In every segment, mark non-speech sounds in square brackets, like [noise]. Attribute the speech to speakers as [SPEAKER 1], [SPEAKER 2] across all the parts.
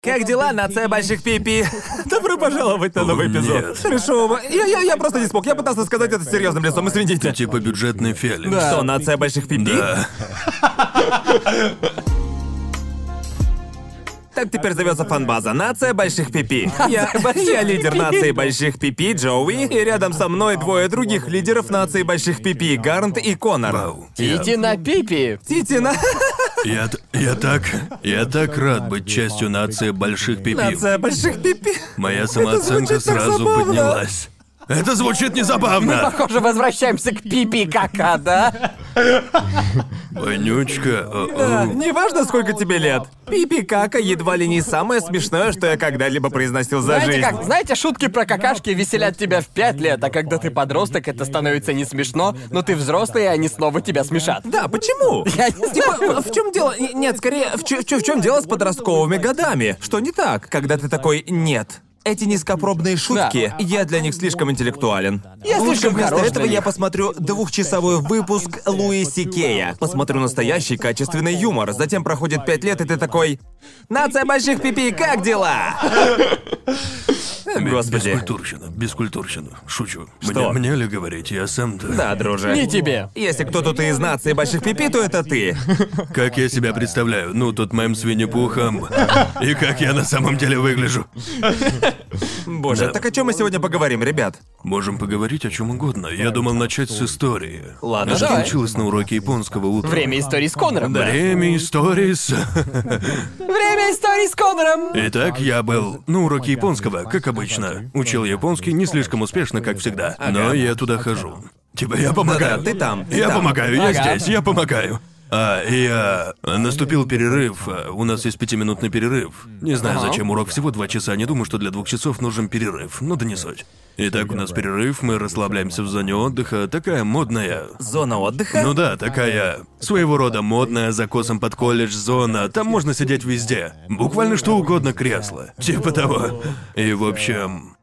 [SPEAKER 1] Как дела, нация больших пипи? [laughs] Добро пожаловать на новый эпизод. Хорошо, я, я, я просто не смог. Я пытался сказать это с серьезным лицом, извините.
[SPEAKER 2] Типа бюджетный феликс.
[SPEAKER 1] Что, нация больших пипи?
[SPEAKER 2] Да.
[SPEAKER 1] Так теперь зовется фанбаза. Нация больших пипи. Я, я лидер нации больших пипи, Джоуи, и рядом со мной двое других лидеров нации больших пипи, Гарнт и Конор.
[SPEAKER 2] Вау. Я,
[SPEAKER 3] Иди на пипи.
[SPEAKER 1] Титина.
[SPEAKER 2] я, т- я так... Я так рад быть частью нации больших пипи.
[SPEAKER 1] Нация больших пипи.
[SPEAKER 2] Моя самооценка
[SPEAKER 1] звучит так
[SPEAKER 2] сразу
[SPEAKER 1] забавно.
[SPEAKER 2] поднялась. Это звучит незабавно.
[SPEAKER 3] Похоже, возвращаемся к пипи кака, да?
[SPEAKER 2] Вонючка. э, о,
[SPEAKER 1] Да, [laughs]
[SPEAKER 2] о.
[SPEAKER 1] неважно, сколько тебе лет. Пипи кака едва ли не самое смешное, что я когда-либо произносил за
[SPEAKER 3] Знаете
[SPEAKER 1] жизнь.
[SPEAKER 3] как, знаете, шутки про какашки веселят тебя в пять лет, а когда ты подросток, это становится не смешно, но ты взрослый, и они снова тебя смешат.
[SPEAKER 1] Да, почему?
[SPEAKER 3] Я не
[SPEAKER 1] Типа, в чем дело? Н- Нет, скорее, в, чё- чё- в чем дело с подростковыми годами? Что не так, когда ты такой «нет». Эти низкопробные шутки, я для них слишком интеллектуален.
[SPEAKER 3] Я
[SPEAKER 1] Лучше
[SPEAKER 3] слишком
[SPEAKER 1] вместо
[SPEAKER 3] хорош
[SPEAKER 1] этого
[SPEAKER 3] для
[SPEAKER 1] я
[SPEAKER 3] них.
[SPEAKER 1] посмотрю двухчасовой выпуск Луи Сикея. Посмотрю настоящий качественный юмор. Затем проходит пять лет, и ты такой... Нация больших пипи, как дела? Господи.
[SPEAKER 2] Бескультурщина, бескультурщина. Шучу.
[SPEAKER 1] Что?
[SPEAKER 2] Мне, мне ли говорить, я сам-то...
[SPEAKER 1] Да, друже.
[SPEAKER 3] Не тебе.
[SPEAKER 1] Если кто тут и из нации больших пипи, то это ты.
[SPEAKER 2] Как я себя представляю? Ну, тут мем с Винни-Пухом. И как я на самом деле выгляжу.
[SPEAKER 1] Боже, так о чем мы сегодня поговорим, ребят?
[SPEAKER 2] Можем поговорить о чем угодно. Я думал начать с истории.
[SPEAKER 1] Ладно,
[SPEAKER 2] Это
[SPEAKER 3] давай.
[SPEAKER 2] получилось на уроке японского утром.
[SPEAKER 3] Время истории с Конором.
[SPEAKER 2] Время истории с...
[SPEAKER 3] Время истории с Конором.
[SPEAKER 2] Итак, я был на уроке японского, как обычно. Учил японский не слишком успешно, как всегда. Но я туда хожу. Типа, я помогаю.
[SPEAKER 1] Да-да, ты там, ты
[SPEAKER 2] Я
[SPEAKER 1] там.
[SPEAKER 2] помогаю, я
[SPEAKER 3] Ага.
[SPEAKER 2] здесь, я помогаю. А, и а, наступил перерыв. а, У нас есть пятиминутный перерыв. Не знаю, зачем урок всего два часа. Не думаю, что для двух часов нужен перерыв. Ну да не суть. Итак, у нас перерыв, мы расслабляемся в зоне отдыха. Такая модная
[SPEAKER 1] Зона отдыха?
[SPEAKER 2] ну да, такая своего рода модная закосом под колледж зона. Там можно сидеть везде. Буквально что угодно кресло. Типа того. И в общем...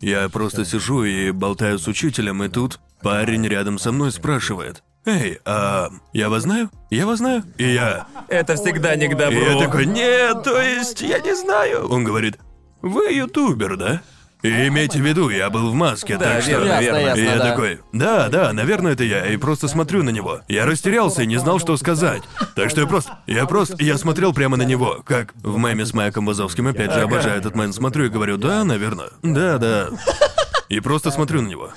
[SPEAKER 2] Я просто сижу и болтаю с учителем, и тут парень рядом со мной спрашивает. «Эй, а я вас знаю? Я вас знаю?» И я...
[SPEAKER 1] Это всегда не к
[SPEAKER 2] И
[SPEAKER 1] добру.
[SPEAKER 2] я такой, нет, то есть, я не знаю. Он говорит, вы ютубер, да? И имейте в виду, я был в маске, так что...
[SPEAKER 1] верно,
[SPEAKER 3] Ясно,
[SPEAKER 1] верно.
[SPEAKER 3] ясно,
[SPEAKER 2] И я
[SPEAKER 3] да.
[SPEAKER 2] такой, да, да, наверное, это я, и просто смотрю на него. Я растерялся и не знал, что сказать. Так что я просто, я просто, я смотрел прямо на него, как в меме с Майком Вазовским, опять же, обожаю этот мем, смотрю и говорю, да, наверное, да, да. И просто смотрю на него.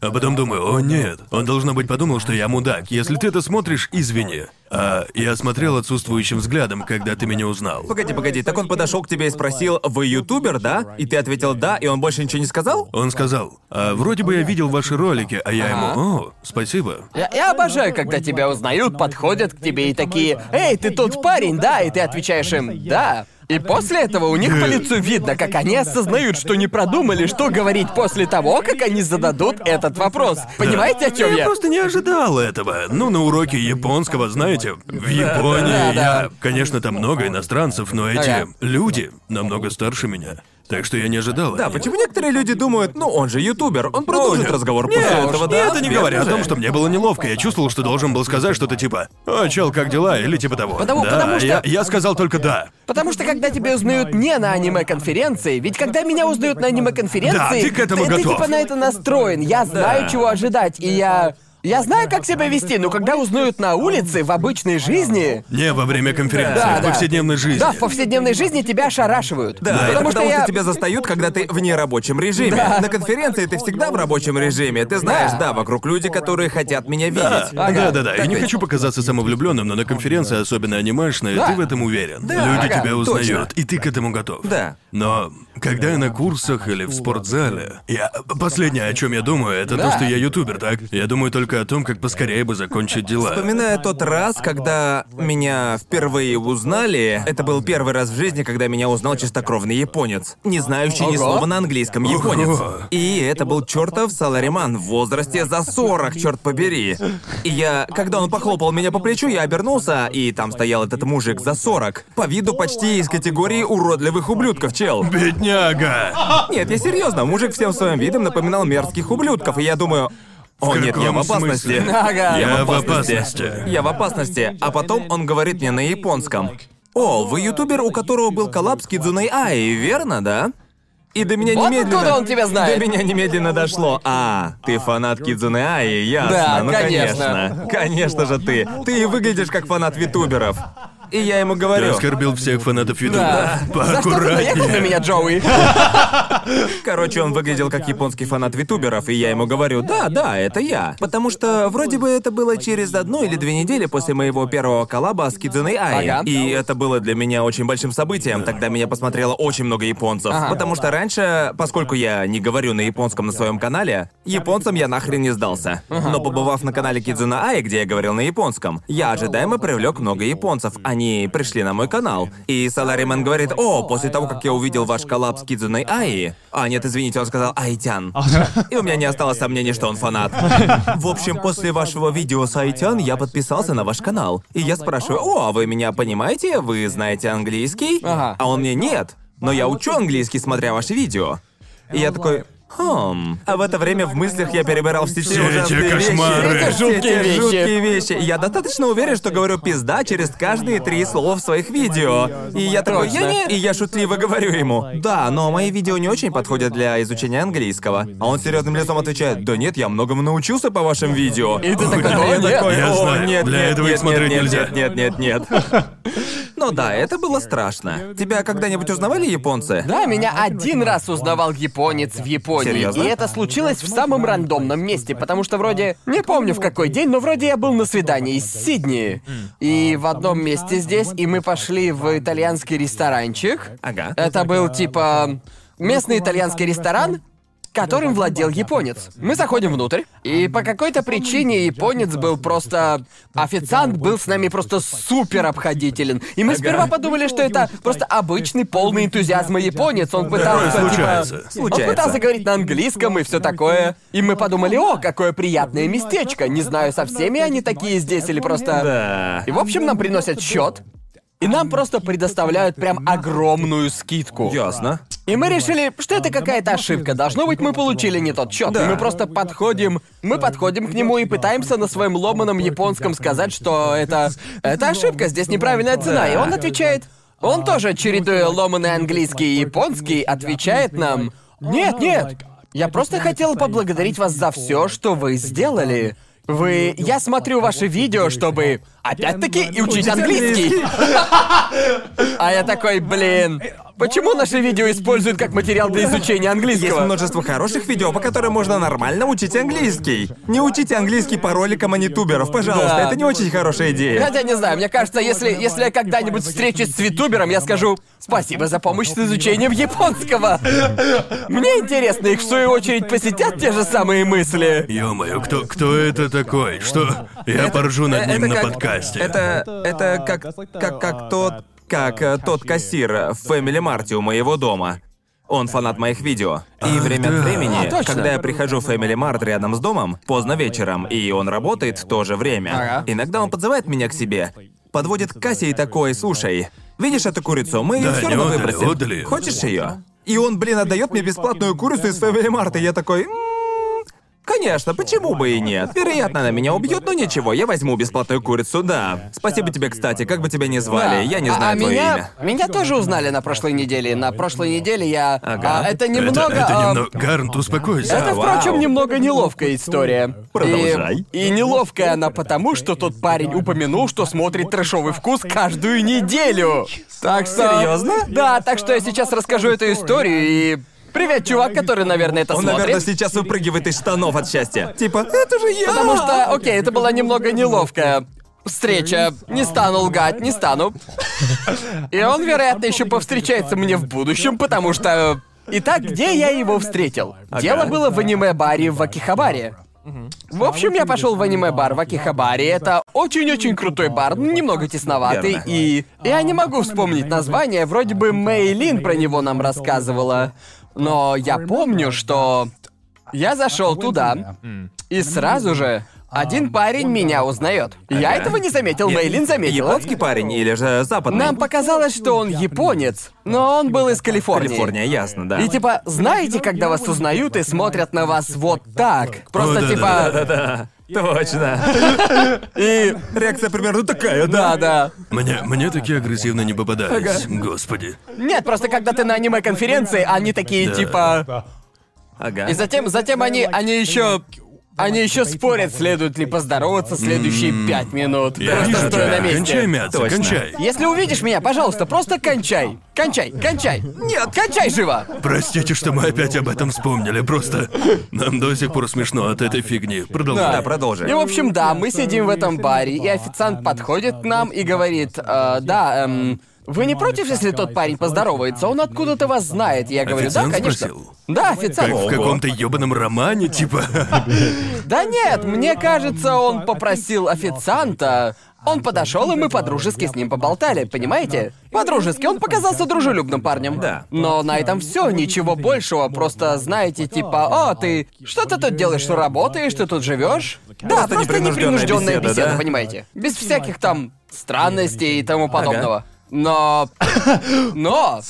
[SPEAKER 2] А потом думаю, о нет, он должно быть подумал, что я мудак. Если ты это смотришь, извини. А я смотрел отсутствующим взглядом, когда ты меня узнал.
[SPEAKER 1] Погоди, погоди, так он подошел к тебе и спросил, вы ютубер, да? И ты ответил да, и он больше ничего не сказал?
[SPEAKER 2] Он сказал, «А, вроде бы я видел ваши ролики, а я
[SPEAKER 3] Ага.
[SPEAKER 2] ему, о, спасибо.
[SPEAKER 3] Я, я обожаю, когда тебя узнают, подходят к тебе и такие, «Эй, ты тот парень, да?» И ты отвечаешь им «Да». И после этого у них по лицу видно, как они осознают, что не продумали, что говорить после того, как они зададут этот вопрос. Понимаете, о чем я?
[SPEAKER 2] просто не ожидал этого. Ну, на уроке японского, знаете, в Японии
[SPEAKER 3] да, да.
[SPEAKER 2] я... Конечно, там много иностранцев, но эти
[SPEAKER 3] Ага.
[SPEAKER 2] люди намного старше меня. Так что я не ожидал.
[SPEAKER 1] Да,
[SPEAKER 2] от них.
[SPEAKER 1] почему некоторые люди думают, ну он же ютубер, он продолжит
[SPEAKER 2] нет.
[SPEAKER 1] разговор
[SPEAKER 2] Нет,
[SPEAKER 1] после этого, да?
[SPEAKER 2] это не
[SPEAKER 1] Верно
[SPEAKER 2] говоря о
[SPEAKER 1] же?
[SPEAKER 2] том, что мне было неловко. Я чувствовал, что должен был сказать что-то типа «О, чел, как дела?» или типа того.
[SPEAKER 3] Потому-
[SPEAKER 2] да,
[SPEAKER 3] потому что-
[SPEAKER 2] я, я сказал только «да».
[SPEAKER 3] Потому что когда тебя узнают не на аниме-конференции, ведь когда меня узнают на аниме-конференции,
[SPEAKER 2] Да, ты к этому
[SPEAKER 3] ты
[SPEAKER 2] готов.
[SPEAKER 3] типа на это настроен, я знаю, чего ожидать, и я... Я знаю, как себя вести, но когда узнают на улице, в обычной жизни,
[SPEAKER 2] Не во время конференции, а
[SPEAKER 3] Да,
[SPEAKER 2] в
[SPEAKER 3] да.
[SPEAKER 2] повседневной жизни.
[SPEAKER 3] Да, в повседневной жизни тебя ошарашивают.
[SPEAKER 1] Да, это
[SPEAKER 3] потому, что, я...
[SPEAKER 1] тебя застают, когда ты в нерабочем режиме. На конференции ты всегда в рабочем режиме. Ты знаешь, да,
[SPEAKER 3] Да.
[SPEAKER 1] вокруг люди, которые хотят меня
[SPEAKER 2] Да,
[SPEAKER 1] видеть.
[SPEAKER 2] да, да, да. А, И не хочу показаться самовлюбленным, но на конференции, особенно анимешной,
[SPEAKER 3] Да.
[SPEAKER 2] ты в этом уверен. Люди
[SPEAKER 3] ага,
[SPEAKER 2] тебя узнают,
[SPEAKER 1] точно.
[SPEAKER 2] и ты к этому готов.
[SPEAKER 1] Да.
[SPEAKER 2] Но когда я на курсах или в спортзале, я последнее, о чем я думаю, это то,
[SPEAKER 3] Да.
[SPEAKER 2] что я ютубер, так? Я думаю только о том, как поскорее бы закончить дела.
[SPEAKER 1] Вспоминая тот раз, когда меня впервые узнали, это был первый раз в жизни, когда меня узнал чистокровный японец, не знающий ни
[SPEAKER 3] Ого.
[SPEAKER 1] слова на английском японец.
[SPEAKER 2] Ого.
[SPEAKER 1] И это был чертов салариман в возрасте за 40, черт побери. И я, когда он похлопал меня по плечу, я обернулся, и там стоял этот мужик за 40. По виду почти из категории уродливых ублюдков,
[SPEAKER 2] [laughs]
[SPEAKER 1] чел.
[SPEAKER 2] Бедняга!
[SPEAKER 1] Нет, я серьезно, мужик всем своим видом напоминал мерзких ублюдков, и я думаю, о нет, я в
[SPEAKER 2] каком
[SPEAKER 1] опасности. [laughs]
[SPEAKER 2] смысле?
[SPEAKER 3] [laughs] Ага.
[SPEAKER 2] Я в
[SPEAKER 1] опасности.
[SPEAKER 2] опасности.
[SPEAKER 1] Я в опасности, а потом он говорит мне на японском. Ол, вы ютубер, у которого был коллапс Кидзуной Аи, верно, да? И до меня
[SPEAKER 3] Вот
[SPEAKER 1] немедленно...
[SPEAKER 3] откуда он тебя знает.
[SPEAKER 1] До меня немедленно дошло. А, ты фанат Кидзуны Аи, ясно.
[SPEAKER 3] Да,
[SPEAKER 1] ну,
[SPEAKER 3] конечно.
[SPEAKER 1] конечно. Конечно же ты. Ты и выглядишь как фанат витуберов. И я ему
[SPEAKER 2] Ты
[SPEAKER 1] говорю,
[SPEAKER 2] оскорбил всех фанатов
[SPEAKER 3] Да.
[SPEAKER 2] Ютуба.
[SPEAKER 3] За что ты наехал на
[SPEAKER 2] Поаккуратнее.
[SPEAKER 3] меня, Джоуи?
[SPEAKER 1] короче, он выглядел как японский фанат витуберов, и я ему говорю, да, да, это я. Потому что вроде бы это было через одну или две недели после моего первого коллаба с Кидзуной Аи.
[SPEAKER 3] Ага.
[SPEAKER 1] И это было для меня очень большим событием. Тогда меня посмотрело очень много японцев.
[SPEAKER 3] Ага.
[SPEAKER 1] Потому что раньше, поскольку я не говорю на японском на своем канале, японцам я нахрен не сдался. Но побывав на канале Кидзуна Ай, где я говорил на японском, я ожидаемо привлек много японцев. Они пришли на мой канал. И Салариман говорит, о, после того, как я увидел ваш коллапс с Кидзуной Аи... А, нет, извините, он сказал Айтян. И у меня не осталось сомнений, что он фанат. В общем, после вашего видео с Айтян я подписался на ваш канал. И я спрашиваю, о, а вы меня понимаете? Вы знаете английский?
[SPEAKER 3] Ага.
[SPEAKER 1] А он мне, нет. Но я учу английский, смотря ваши видео. И я такой, хм. А в это время в мыслях я перебирал все те
[SPEAKER 2] Все эти
[SPEAKER 1] ужасные
[SPEAKER 2] кошмары.
[SPEAKER 1] вещи.
[SPEAKER 2] Все эти
[SPEAKER 3] жуткие
[SPEAKER 1] Все те
[SPEAKER 3] вещи.
[SPEAKER 1] жуткие вещи. Я достаточно уверен, что говорю пизда через каждые три слова в своих видео. И я такой, я
[SPEAKER 3] Точно.
[SPEAKER 1] не... И я шутливо говорю ему, да, но мои видео не очень подходят для изучения английского. А он серьезным лицом отвечает, да нет, я многому научился по вашим видео.
[SPEAKER 3] И ты такой,
[SPEAKER 1] Я
[SPEAKER 3] «Да нет».
[SPEAKER 1] такой,
[SPEAKER 2] Я
[SPEAKER 1] «О,
[SPEAKER 2] знаю,
[SPEAKER 1] нет,
[SPEAKER 2] для
[SPEAKER 1] нет,
[SPEAKER 2] этого их
[SPEAKER 1] нет,
[SPEAKER 2] смотреть
[SPEAKER 1] нет,
[SPEAKER 2] нельзя».
[SPEAKER 1] Нет, нет, нет, нет. Ну да, это было страшно. Тебя когда-нибудь узнавали японцы?
[SPEAKER 3] Да, меня один раз узнавал японец в Японии.
[SPEAKER 1] Серьезно?
[SPEAKER 3] И это случилось в самом рандомном месте, потому что вроде... Не помню в какой день, но вроде я был на свидании из Сидней. И в одном месте здесь, и мы пошли в итальянский ресторанчик.
[SPEAKER 1] Ага.
[SPEAKER 3] Это был типа местный итальянский ресторан, которым владел японец. Мы заходим внутрь, и по какой-то причине японец был просто... Официант был с нами просто супер обходителен. И мы сперва подумали, что это просто обычный, полный энтузиазма японец. Он
[SPEAKER 2] Такое
[SPEAKER 3] пытался... типа,
[SPEAKER 2] случается.
[SPEAKER 1] Случается.
[SPEAKER 3] он пытался говорить на английском и все такое. И мы подумали, о, какое приятное местечко. Не знаю, со всеми они такие здесь или просто...
[SPEAKER 1] Да.
[SPEAKER 3] И в общем нам приносят счет. И нам просто предоставляют прям огромную скидку.
[SPEAKER 1] Ясно.
[SPEAKER 3] И мы решили, что это какая-то ошибка. Должно быть, мы получили не тот счет. И мы просто подходим. Мы подходим к нему и пытаемся на своем ломаном японском сказать, что это. Это ошибка, здесь неправильная цена. И он отвечает. Он тоже, чередуя ломаный английский и японский, отвечает нам. Нет, нет! Я просто хотел поблагодарить вас за все, что вы сделали. Вы. Я смотрю ваши видео, чтобы. Опять-таки и учить английский! А я такой, блин, почему наши видео используют как материал для изучения
[SPEAKER 1] Есть
[SPEAKER 3] английского?
[SPEAKER 1] множество хороших видео, по которым можно нормально учить английский. Не учите английский по роликам анитуберов, пожалуйста,
[SPEAKER 3] Да.
[SPEAKER 1] это не очень хорошая идея.
[SPEAKER 3] Хотя не знаю, мне кажется, если, если я когда-нибудь встречусь с витубером, я скажу «Спасибо за помощь с изучением японского». Мне интересно, их в свою очередь посетят те же самые мысли.
[SPEAKER 2] Ё-моё, кто, кто это такой? Что? Я поржу над
[SPEAKER 1] э,
[SPEAKER 2] ним
[SPEAKER 1] это
[SPEAKER 2] на
[SPEAKER 1] как-
[SPEAKER 2] подкасте.
[SPEAKER 1] Это это как как как тот как э, тот кассир э, в Фэмили Марте у моего дома. Он фанат моих видео. И время от
[SPEAKER 2] да.
[SPEAKER 1] времени,
[SPEAKER 3] А, точно.
[SPEAKER 1] когда я прихожу в Фэмили Март рядом с домом, поздно вечером, и он работает в то же время.
[SPEAKER 3] Ага.
[SPEAKER 1] Иногда он подзывает меня к себе, подводит к кассе и такой, слушай, видишь эту курицу, мы ее
[SPEAKER 2] Да,
[SPEAKER 1] все
[SPEAKER 2] не
[SPEAKER 1] равно
[SPEAKER 2] отдали,
[SPEAKER 1] выбросим.
[SPEAKER 2] отдали.
[SPEAKER 1] Хочешь ее? И он, блин, отдает мне бесплатную курицу из Фэмили Марта. Я такой, «М, Конечно, почему бы и нет? Вероятно, она меня убьет, но ничего, я возьму бесплатную курицу, да. Спасибо тебе, кстати, как бы тебя ни звали, я не
[SPEAKER 3] Да.
[SPEAKER 1] знаю
[SPEAKER 3] а, а
[SPEAKER 1] твое
[SPEAKER 3] меня,
[SPEAKER 1] имя.
[SPEAKER 3] меня тоже узнали на прошлой неделе. На прошлой неделе я...
[SPEAKER 1] Ага.
[SPEAKER 3] а, это
[SPEAKER 2] Это,
[SPEAKER 3] немного...
[SPEAKER 2] это
[SPEAKER 3] а,
[SPEAKER 2] немного... Гарнт, успокойся.
[SPEAKER 3] Это,
[SPEAKER 1] вау.
[SPEAKER 3] впрочем, немного неловкая история.
[SPEAKER 1] Продолжай.
[SPEAKER 3] И, и неловкая она потому, что тот парень упомянул, что смотрит трэшовый вкус каждую неделю. Так что...
[SPEAKER 1] Серьезно?
[SPEAKER 3] Да, так что я сейчас расскажу эту историю и... Привет, чувак, который, наверное, это
[SPEAKER 1] Он,
[SPEAKER 3] смотрит.
[SPEAKER 1] наверное, сейчас выпрыгивает из штанов от счастья. Типа, это же я! А.
[SPEAKER 3] Потому что, окей, это была немного неловкая встреча. Не стану лгать, не стану. И он, вероятно, еще повстречается мне в будущем, потому что... Итак, где я его встретил? Дело было в аниме-баре в Акихабаре. В общем, я пошел в аниме-бар в Акихабаре. Это очень-очень крутой бар, ну, немного тесноватый,
[SPEAKER 1] Верно.
[SPEAKER 3] и... Я не могу вспомнить название, вроде бы Мэйлин про него нам рассказывала. Но я помню, что... Я зашел туда, и сразу же
[SPEAKER 2] А, ну,
[SPEAKER 3] один парень меня узнает. Я этого не заметил, Мэйлин заметила.
[SPEAKER 1] Японский парень или же западный?
[SPEAKER 3] Нам показалось, что он японец, но он был из Калифорнии.
[SPEAKER 1] Калифорния, ясно, да.
[SPEAKER 3] И типа, знаете, когда вас узнают и смотрят на вас вот так? Просто
[SPEAKER 2] да,
[SPEAKER 3] типа...
[SPEAKER 2] да,
[SPEAKER 1] Точно.
[SPEAKER 3] [laughs] И...
[SPEAKER 1] Реакция примерно такая,
[SPEAKER 3] Да, да.
[SPEAKER 2] Мне, мне такие агрессивно не попадались, господи.
[SPEAKER 3] Нет, просто когда ты на аниме-конференции, они такие
[SPEAKER 2] Да.
[SPEAKER 3] типа...
[SPEAKER 1] Ага.
[SPEAKER 3] И затем, затем они, они еще... Они еще спорят, следует ли поздороваться следующие пять минут.
[SPEAKER 2] Я
[SPEAKER 3] Просто
[SPEAKER 2] вижу
[SPEAKER 3] стоя на
[SPEAKER 2] тебя.
[SPEAKER 3] месте.
[SPEAKER 2] Кончай мяться,
[SPEAKER 1] Точно.
[SPEAKER 2] кончай.
[SPEAKER 3] Если увидишь меня, пожалуйста, просто кончай. Кончай, кончай. Нет, кончай живо.
[SPEAKER 2] Простите, что мы опять об этом вспомнили, просто нам до сих пор смешно от этой фигни.
[SPEAKER 1] Да,
[SPEAKER 2] Продолжай.
[SPEAKER 1] продолжи.
[SPEAKER 3] И, в общем, да, мы сидим в этом баре, и официант подходит к нам и говорит, «Э, да, эм, вы не против, если тот парень поздоровается? Он откуда-то вас знает. Я говорю, да,
[SPEAKER 2] Официант
[SPEAKER 3] конечно.
[SPEAKER 2] спросил?
[SPEAKER 3] Да, официант.
[SPEAKER 2] Как в каком-то ёбаном романе, типа. [laughs]
[SPEAKER 3] Да нет, мне кажется, он попросил официанта. Он подошел, и мы по-дружески с ним поболтали, понимаете? По-дружески, он показался дружелюбном парнем.
[SPEAKER 1] Да.
[SPEAKER 3] Но на этом все, ничего большего, просто знаете, типа, о, ты что ты тут делаешь, что работаешь, ты тут живешь? Да,
[SPEAKER 1] Просто
[SPEAKER 3] просто,
[SPEAKER 1] непринужденная
[SPEAKER 3] непринужденная
[SPEAKER 1] беседа,
[SPEAKER 3] беседа,
[SPEAKER 1] да?
[SPEAKER 3] понимаете? Без всяких там странностей и тому подобного. Но. Но!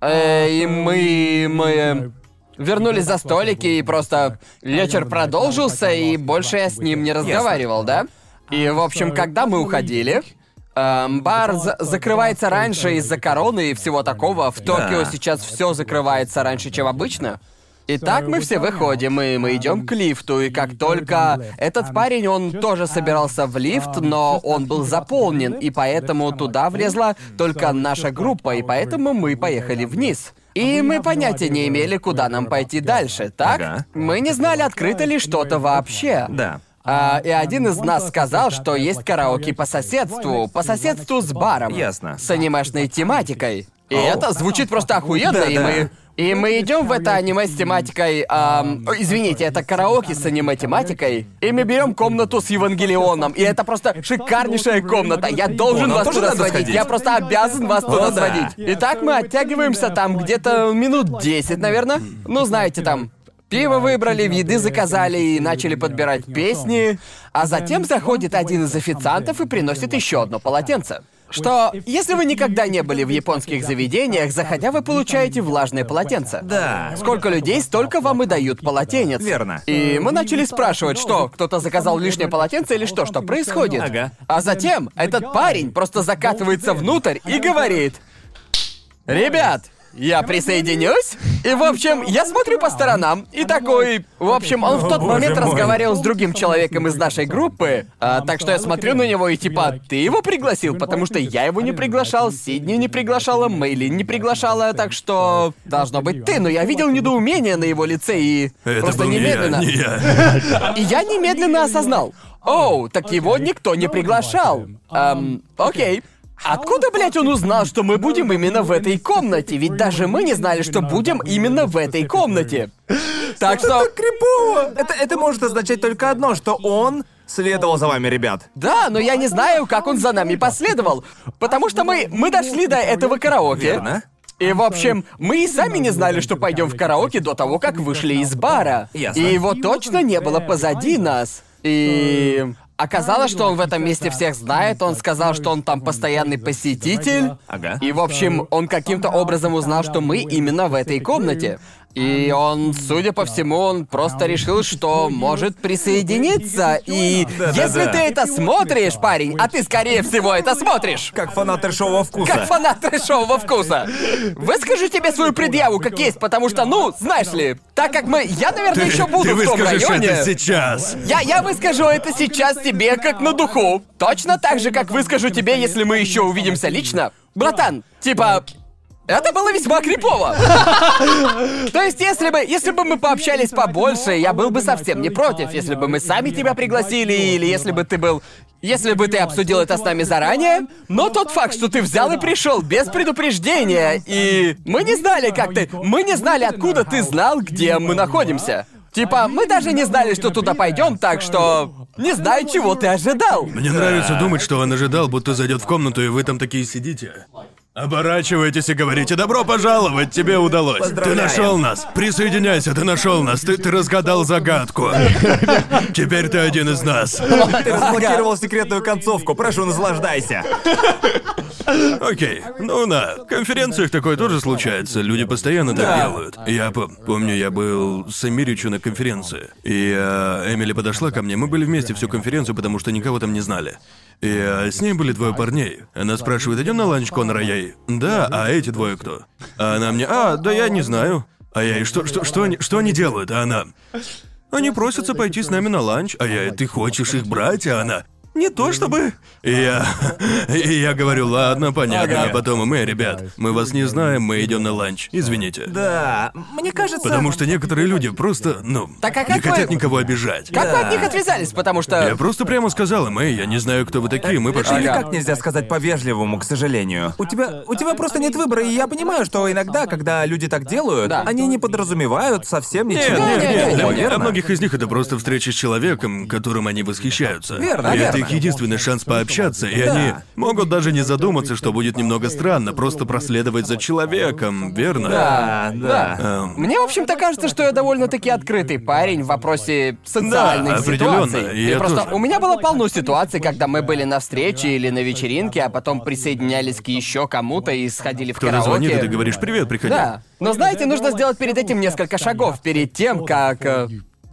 [SPEAKER 3] э, и мы. мы. Вернулись за столики, и просто вечер продолжился, и больше я с ним не разговаривал, да? И, в общем, когда мы уходили, эм, бар за- закрывается раньше из-за короны и всего такого. В Токио
[SPEAKER 1] Да.
[SPEAKER 3] сейчас все закрывается раньше, чем обычно. И так мы все выходим, и мы идем к лифту, и как только этот парень, он тоже собирался в лифт, но он был заполнен, и поэтому туда влезла только наша группа, и поэтому мы поехали вниз. И мы понятия не имели, куда нам пойти дальше, так?
[SPEAKER 1] Ага.
[SPEAKER 3] Мы не знали, открыто ли что-то вообще.
[SPEAKER 1] Да.
[SPEAKER 3] А, и один из нас сказал, что есть караоке по соседству, по соседству с баром.
[SPEAKER 1] Ясно.
[SPEAKER 3] С анимешной тематикой. И
[SPEAKER 1] О.
[SPEAKER 3] это звучит просто охуенно,
[SPEAKER 1] Да,
[SPEAKER 3] и
[SPEAKER 1] да.
[SPEAKER 3] мы... И мы идем в это аниме с тематикой. ам, о, извините, это караоке с аниме тематикой. И мы берем комнату с Евангелионом. И это просто шикарнейшая комната. Я
[SPEAKER 1] О,
[SPEAKER 3] должен
[SPEAKER 1] нам
[SPEAKER 3] вас
[SPEAKER 1] тоже
[SPEAKER 3] туда
[SPEAKER 1] надо
[SPEAKER 3] сводить.
[SPEAKER 1] сходить.
[SPEAKER 3] Я просто обязан вас
[SPEAKER 1] О,
[SPEAKER 3] туда
[SPEAKER 1] да.
[SPEAKER 3] сводить. Итак, мы оттягиваемся там где-то минут 10, наверное. Ну, знаете, там Пиво выбрали, в еды заказали и начали подбирать песни. А затем заходит один из официантов и приносит еще одно полотенце. Что, если вы никогда не были в японских заведениях, заходя, вы получаете влажное полотенце.
[SPEAKER 1] Да.
[SPEAKER 3] Сколько людей, столько вам и дают полотенец.
[SPEAKER 1] Верно.
[SPEAKER 3] И мы начали спрашивать, что, кто-то заказал лишнее полотенце или что, что происходит.
[SPEAKER 1] Ага.
[SPEAKER 3] А затем этот парень просто закатывается внутрь и говорит... Ребят, я присоединюсь? И, в общем, я смотрю по сторонам, и такой... В общем, он в тот
[SPEAKER 1] боже
[SPEAKER 3] момент
[SPEAKER 1] мой.
[SPEAKER 3] разговаривал с другим человеком из нашей группы, а, так что я смотрю на него и типа, ты его пригласил, потому что я его не приглашал, Сидни не приглашала, Мэйлин не приглашала, так что... Должно быть ты, но я видел недоумение на его лице и...
[SPEAKER 2] Это
[SPEAKER 3] просто
[SPEAKER 2] был не я,
[SPEAKER 3] немедленно...
[SPEAKER 2] не я.
[SPEAKER 3] И я немедленно осознал. Оу, так его никто не приглашал. Эм, окей. Откуда, блядь, он узнал, что мы будем именно в этой комнате? Ведь даже мы не знали, что будем именно в этой комнате. Так что...
[SPEAKER 1] Так крипово! Это, это может означать только одно, что он следовал за вами, ребят.
[SPEAKER 3] Да, но я не знаю, как он за нами последовал. Потому что мы... Мы дошли до этого караоке.
[SPEAKER 1] Верно.
[SPEAKER 3] И, в общем, мы и сами не знали, что пойдем в караоке до того, как вышли из бара.
[SPEAKER 1] Ясно.
[SPEAKER 3] И его точно не было позади нас. И... Оказалось, что он в этом месте всех знает, он сказал, что он там постоянный посетитель.
[SPEAKER 1] Ага.
[SPEAKER 3] И, в общем, он каким-то образом узнал, что мы именно в этой комнате. И он, судя по всему, он просто решил, что может присоединиться. И
[SPEAKER 1] Да-да-да.
[SPEAKER 3] если ты это смотришь, парень, а ты, скорее всего, это смотришь,
[SPEAKER 1] Как фанат трешового вкуса.
[SPEAKER 3] как фанат трэшового вкуса. Выскажи тебе свою предъяву, как есть, потому что, ну, знаешь ли, так как мы... Я, наверное, еще буду
[SPEAKER 2] Ты
[SPEAKER 3] в том
[SPEAKER 2] выскажешь
[SPEAKER 3] районе.
[SPEAKER 2] это сейчас.
[SPEAKER 3] Я, я выскажу это сейчас тебе как на духу. Точно так же, как выскажу тебе, если мы еще увидимся лично. Братан, типа... Это было весьма крипово. [laughs] То есть, если бы, если бы мы пообщались побольше, я был бы совсем не против, если бы мы сами тебя пригласили, или если бы ты был... Если бы ты обсудил это с нами заранее, но тот факт, что ты взял и пришел без предупреждения, и мы не знали, как ты... Мы не знали, откуда ты знал, где мы находимся. Типа, мы даже не знали, что туда пойдем, так что не знаю, чего ты ожидал.
[SPEAKER 2] Мне нравится думать, что он ожидал, будто зайдет в комнату, и вы там такие сидите. Оборачивайтесь и говорите «Добро пожаловать! Тебе удалось!
[SPEAKER 1] Поздравляем.
[SPEAKER 2] Ты нашел нас! Присоединяйся, ты нашел нас! Ты, ты разгадал загадку! Теперь ты один из нас!»
[SPEAKER 1] Ты разблокировал секретную концовку, прошу, наслаждайся.
[SPEAKER 2] Окей, ну на конференциях такое тоже случается, люди постоянно так
[SPEAKER 1] Да.
[SPEAKER 2] делают. Я по- помню, я был с Эмиричу на конференции, и э, Эмили подошла ко мне, мы были вместе всю конференцию, потому что никого там не знали. И э, с ней были двое парней. Она спрашивает, идем на ланч, Конор, а я ей, да, а эти двое кто? А она мне, а, да я не знаю. А я ей, что, что, что, они, что они делают? А она, они просятся пойти с нами на ланч, а я, ты хочешь их брать, а она... Не то чтобы. И я. [laughs] И я говорю, ладно, понятно. А
[SPEAKER 1] Ага.
[SPEAKER 2] потом мы, ребят, мы вас не знаем, мы идем на ланч. Извините.
[SPEAKER 1] Да, мне кажется...
[SPEAKER 2] Потому что некоторые люди просто, ну,
[SPEAKER 3] Так а
[SPEAKER 2] не
[SPEAKER 3] как вы-
[SPEAKER 2] хотят никого обижать.
[SPEAKER 3] Как вы от них отвязались? Потому
[SPEAKER 2] Я
[SPEAKER 3] что...
[SPEAKER 2] просто прямо сказал им, эй, я не знаю, кто вы такие, мы
[SPEAKER 1] Это
[SPEAKER 2] пошли.
[SPEAKER 1] никак нельзя сказать по-вежливому, к сожалению. У тебя, у тебя просто нет выбора, и я понимаю, что иногда, когда люди так делают,
[SPEAKER 3] Да.
[SPEAKER 1] они не подразумевают совсем
[SPEAKER 2] Нет,
[SPEAKER 1] ничего.
[SPEAKER 2] нет, нет, для,
[SPEAKER 1] плохого,
[SPEAKER 2] для
[SPEAKER 1] верно?
[SPEAKER 2] многих из них это просто встреча с человеком, которым они восхищаются.
[SPEAKER 1] Верно,
[SPEAKER 2] и
[SPEAKER 1] верно.
[SPEAKER 2] это их единственный шанс пообщаться, и
[SPEAKER 1] Да.
[SPEAKER 2] они могут даже не задуматься, что будет немного странно, просто проследовать за человеком, верно?
[SPEAKER 1] Да, да.
[SPEAKER 2] Эм,
[SPEAKER 3] Мне, в общем-то, кажется, что я довольно-таки открытый парень в вопросе социальных
[SPEAKER 2] Да, определенно,
[SPEAKER 3] ситуаций.
[SPEAKER 2] и я
[SPEAKER 3] просто
[SPEAKER 2] тоже.
[SPEAKER 3] у меня было полно ситуаций, когда мы были на встрече или на вечеринке, а потом присоединялись к еще кому-то и сходили в
[SPEAKER 2] Кто-то звонит, и ты
[SPEAKER 3] караоке.
[SPEAKER 2] говоришь «Привет, приходи».
[SPEAKER 3] Да. Но знаете, нужно сделать перед этим несколько шагов, перед тем, как. э,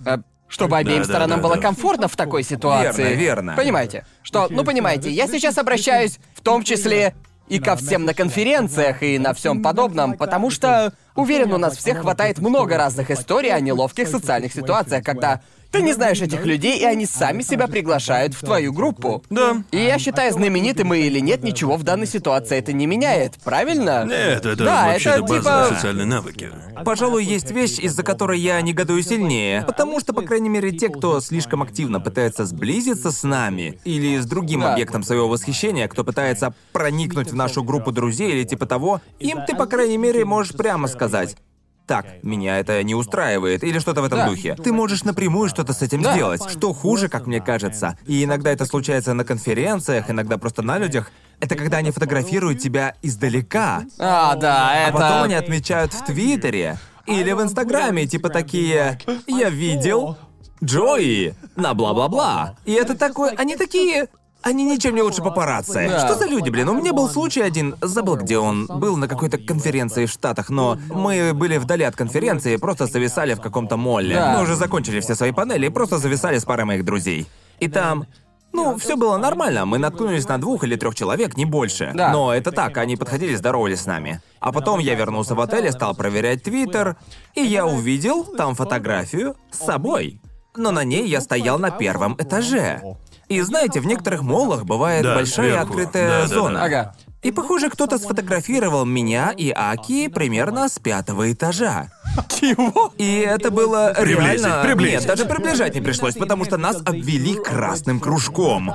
[SPEAKER 3] э, чтобы обеим
[SPEAKER 2] Да, да,
[SPEAKER 3] сторонам
[SPEAKER 2] да,
[SPEAKER 3] было
[SPEAKER 2] да.
[SPEAKER 3] комфортно в такой ситуации.
[SPEAKER 1] Верно, верно.
[SPEAKER 3] Понимаете? Что, ну понимаете, я сейчас обращаюсь в том числе и ко всем на конференциях и на всем подобном, потому что, уверен, у нас всех хватает много разных историй о неловких социальных ситуациях, когда ты не знаешь этих людей, и они сами себя приглашают в твою группу.
[SPEAKER 2] Да.
[SPEAKER 3] И я считаю, знамениты мы или нет, ничего в данной ситуации это не меняет, правильно?
[SPEAKER 2] Нет, это
[SPEAKER 3] Да,
[SPEAKER 2] вообще-то
[SPEAKER 3] это
[SPEAKER 2] базовые
[SPEAKER 3] типа-
[SPEAKER 2] социальные навыки.
[SPEAKER 1] Пожалуй, есть вещь, из-за которой я негодую сильнее. Потому что, по крайней мере, те, кто слишком активно пытается сблизиться с нами или с другим
[SPEAKER 3] Да.
[SPEAKER 1] объектом своего восхищения, кто пытается проникнуть в нашу группу друзей или типа того, им ты, по крайней мере, можешь прямо сказать. Так, меня это не устраивает, или что-то в этом
[SPEAKER 3] Да.
[SPEAKER 1] духе. Ты можешь напрямую что-то с этим
[SPEAKER 3] Да.
[SPEAKER 1] сделать, что хуже, как мне кажется. И иногда это случается на конференциях, иногда просто на людях. Это когда они фотографируют тебя издалека,
[SPEAKER 3] А, да,
[SPEAKER 1] а
[SPEAKER 3] это...
[SPEAKER 1] потом они отмечают в Твиттере или в Инстаграме, типа такие «Я видел Джои на бла-бла-бла». И это такое... Они такие... Они ничем не лучше папарацци.
[SPEAKER 3] Да.
[SPEAKER 1] Что за люди, блин? У меня был случай один, забыл, где он был, на какой-то конференции в Штатах, но мы были вдали от конференции, просто зависали в каком-то молле.
[SPEAKER 3] Да.
[SPEAKER 1] Мы уже закончили все свои панели и просто зависали с парой моих друзей. И там... Ну, все было нормально, мы наткнулись на двух или трех человек, не больше.
[SPEAKER 3] Да.
[SPEAKER 1] Но это так, они подходили, здоровались с нами. А потом я вернулся в отель и стал проверять Твиттер, и я увидел там фотографию с собой. Но на ней я стоял на первом этаже. И знаете, в некоторых молах бывает
[SPEAKER 2] Да,
[SPEAKER 1] большая
[SPEAKER 2] сверху.
[SPEAKER 1] открытая
[SPEAKER 2] Да-да-да.
[SPEAKER 1] зона.
[SPEAKER 3] Ага.
[SPEAKER 1] И похоже, кто-то сфотографировал меня и Аки примерно с пятого этажа. Чего? И это было
[SPEAKER 2] Приблизить,
[SPEAKER 1] реально...
[SPEAKER 2] приблизить.
[SPEAKER 1] Нет, даже приближать не пришлось, потому что нас обвели красным кружком.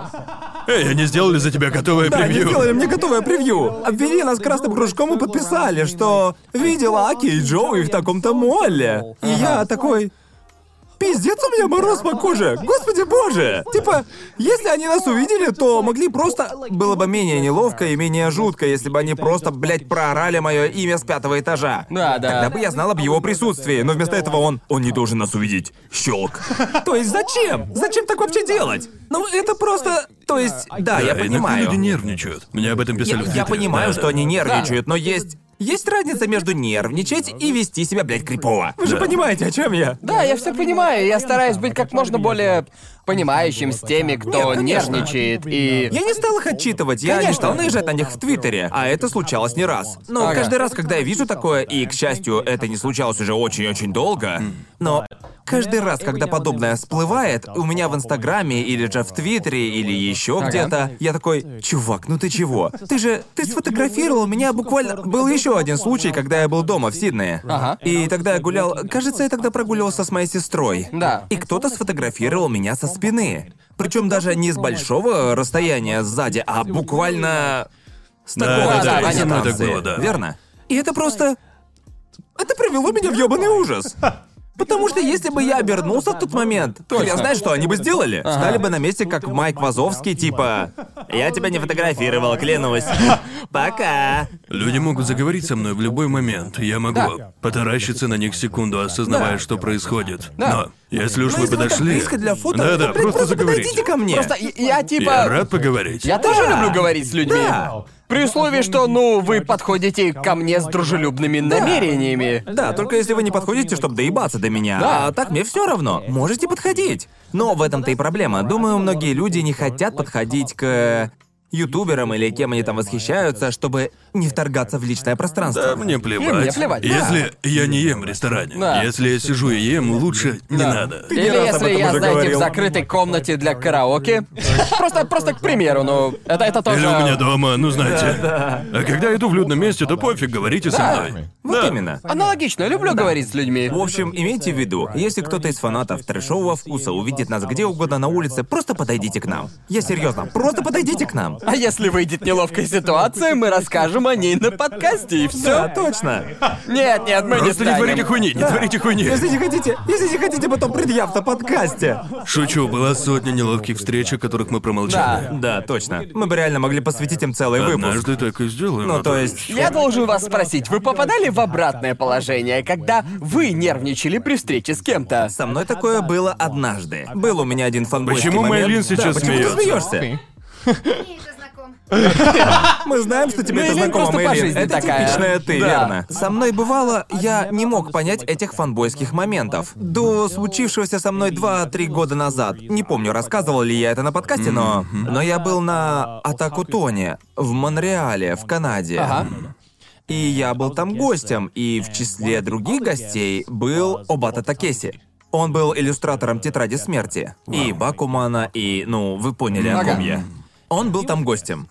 [SPEAKER 2] Эй, они сделали за тебя готовое
[SPEAKER 1] Да, они
[SPEAKER 2] превью.
[SPEAKER 1] сделали мне готовое превью. Обвели нас красным кружком и подписали, что видела Аки и Джоуи в таком-то молле. И я такой... Пиздец, у меня мороз по коже! Господи боже! Типа, если они нас увидели, то могли просто... Было бы менее неловко и менее жутко, если бы они просто, блядь, проорали мое имя с пятого этажа.
[SPEAKER 3] Да, да.
[SPEAKER 1] Тогда бы я знал об его присутствии, но вместо этого он... Он не должен нас увидеть. Щелк. То есть зачем? Зачем так вообще делать? Ну, это просто... То есть, да, А, я
[SPEAKER 2] иногда
[SPEAKER 1] понимаю.
[SPEAKER 2] люди нервничают. Мне об этом
[SPEAKER 1] Я,
[SPEAKER 2] писали в
[SPEAKER 1] я
[SPEAKER 2] Твиттере.
[SPEAKER 1] понимаю,
[SPEAKER 2] Да.
[SPEAKER 1] что они нервничают, но есть... Есть разница между нервничать и вести себя, блядь, крипово. Вы же понимаете, о чем я?
[SPEAKER 3] Да, я все понимаю, я стараюсь быть как можно более понимающим с теми, кто
[SPEAKER 1] Нет, конечно.
[SPEAKER 3] нервничает и...
[SPEAKER 1] Я не стал их отчитывать, я не
[SPEAKER 3] Конечно.
[SPEAKER 1] стал наезжать на них в Твиттере, а это случалось не раз. Но
[SPEAKER 3] Ага.
[SPEAKER 1] каждый раз, когда я вижу такое, и, к счастью, это не случалось уже очень-очень долго, но каждый раз, когда подобное всплывает, у меня в Инстаграме или же в Твиттере или еще
[SPEAKER 3] Ага.
[SPEAKER 1] где-то, я такой, чувак, ну ты чего? Ты же, ты сфотографировал меня буквально... Был еще один случай, когда я был дома в Сиднее.
[SPEAKER 3] Ага.
[SPEAKER 1] И тогда я гулял... Кажется, я тогда прогуливался с моей сестрой.
[SPEAKER 3] Да.
[SPEAKER 1] И кто-то сфотографировал меня со спины. Причем даже не с большого расстояния сзади, а буквально с
[SPEAKER 2] Да,
[SPEAKER 1] такого
[SPEAKER 3] да,
[SPEAKER 1] же
[SPEAKER 3] да,
[SPEAKER 1] дистанции.
[SPEAKER 3] со мной
[SPEAKER 2] так было, да.
[SPEAKER 1] Верно? И это просто... Это привело меня в ёбаный ужас. Потому что если бы я обернулся в тот момент, то я знаю, что они бы сделали. Стали бы на месте, как Майк Вазовский, типа... Я тебя не фотографировал, клянусь. Пока.
[SPEAKER 2] Люди могут заговорить со мной в любой момент. Я могу
[SPEAKER 3] Да.
[SPEAKER 2] потаращиться на них секунду, осознавая,
[SPEAKER 3] Да.
[SPEAKER 2] что происходит.
[SPEAKER 3] Да.
[SPEAKER 2] Но если уж
[SPEAKER 1] Ну,
[SPEAKER 2] вы
[SPEAKER 1] если вы так
[SPEAKER 2] подошли.
[SPEAKER 1] близко для фото,
[SPEAKER 2] да, да,
[SPEAKER 1] то, блин,
[SPEAKER 2] просто,
[SPEAKER 1] просто
[SPEAKER 2] заговорите.
[SPEAKER 1] подойдите ко мне.
[SPEAKER 3] Просто я, я типа...
[SPEAKER 2] Я рад поговорить.
[SPEAKER 3] Я тоже люблю говорить с людьми.
[SPEAKER 1] Да.
[SPEAKER 3] При условии, что, ну, вы подходите ко мне с дружелюбными намерениями.
[SPEAKER 1] Да, только если вы не подходите, чтобы доебаться до меня.
[SPEAKER 3] Да.
[SPEAKER 1] А так мне все равно. Можете подходить. Но в этом-то и проблема. Думаю, многие люди не хотят подходить к ютуберам или кем они там восхищаются, чтобы не вторгаться в личное пространство.
[SPEAKER 2] Да, мне плевать.
[SPEAKER 3] мне плевать, да.
[SPEAKER 2] Если я не ем в ресторане,
[SPEAKER 3] Да.
[SPEAKER 2] если я сижу и ем, лучше не надо.
[SPEAKER 1] не
[SPEAKER 3] Или
[SPEAKER 1] раз об
[SPEAKER 3] если
[SPEAKER 1] этом
[SPEAKER 3] я,
[SPEAKER 1] уже
[SPEAKER 3] знаете,
[SPEAKER 1] говорил.
[SPEAKER 3] в закрытой комнате для караоке. Просто, просто к примеру, ну, это, это тоже...
[SPEAKER 2] Или у меня дома, ну знаете. А когда я иду в людном месте, то пофиг, говорите
[SPEAKER 3] Да.
[SPEAKER 2] со мной.
[SPEAKER 1] Вот именно.
[SPEAKER 3] Аналогично,
[SPEAKER 1] Ну
[SPEAKER 3] люблю говорить с людьми.
[SPEAKER 1] В общем, имейте в виду, если кто-то из фанатов трэшового вкуса увидит нас где угодно на улице, просто подойдите к нам. Я серьезно, просто подойдите к нам.
[SPEAKER 3] А если выйдет неловкая ситуация, мы расскажем о ней на подкасте, и
[SPEAKER 1] Да,
[SPEAKER 3] все.
[SPEAKER 1] точно.
[SPEAKER 3] Нет, нет, мы не
[SPEAKER 2] Просто не
[SPEAKER 3] станем.
[SPEAKER 2] творите хуйни, не творите хуйни.
[SPEAKER 1] Если не хотите, если не хотите, потом предъяв на подкасте.
[SPEAKER 2] Шучу, была сотня неловких встреч, о которых мы промолчали.
[SPEAKER 1] Да, точно. Мы бы реально могли посвятить им целый выпуск.
[SPEAKER 2] Однажды так и сделаем.
[SPEAKER 1] Ну,
[SPEAKER 2] а
[SPEAKER 1] то есть...
[SPEAKER 3] Я должен вас спросить, вы попадали в обратное положение, когда вы нервничали при встрече с кем-то?
[SPEAKER 1] Со мной такое было однажды. Был у меня один фанбойский
[SPEAKER 2] Почему
[SPEAKER 1] момент.
[SPEAKER 2] Мэйлин сейчас
[SPEAKER 1] да, почему ты
[SPEAKER 2] смеется?
[SPEAKER 1] смеешься?
[SPEAKER 4] Мне это знаком.
[SPEAKER 1] Мы знаем, что тебе это
[SPEAKER 3] Мэйлин
[SPEAKER 1] знакомо,
[SPEAKER 3] просто по
[SPEAKER 1] Мэйлин.
[SPEAKER 3] жизни
[SPEAKER 1] Это
[SPEAKER 3] такая.
[SPEAKER 1] типичная ты,
[SPEAKER 3] Да.
[SPEAKER 1] верно? Со мной бывало, я не мог понять этих фанбойских моментов. До случившегося со мной 2-3 года назад. Не помню, рассказывал ли я это на подкасте, но... Но я был на Атаку Тони в Монреале, в Канаде.
[SPEAKER 3] Ага.
[SPEAKER 1] И я был там гостем, и в числе других гостей был Обата Такеси. Он был иллюстратором «Тетради смерти». И Бакумана, и... ну, вы поняли, о ком
[SPEAKER 3] Ага.
[SPEAKER 1] я. Он был там гостем.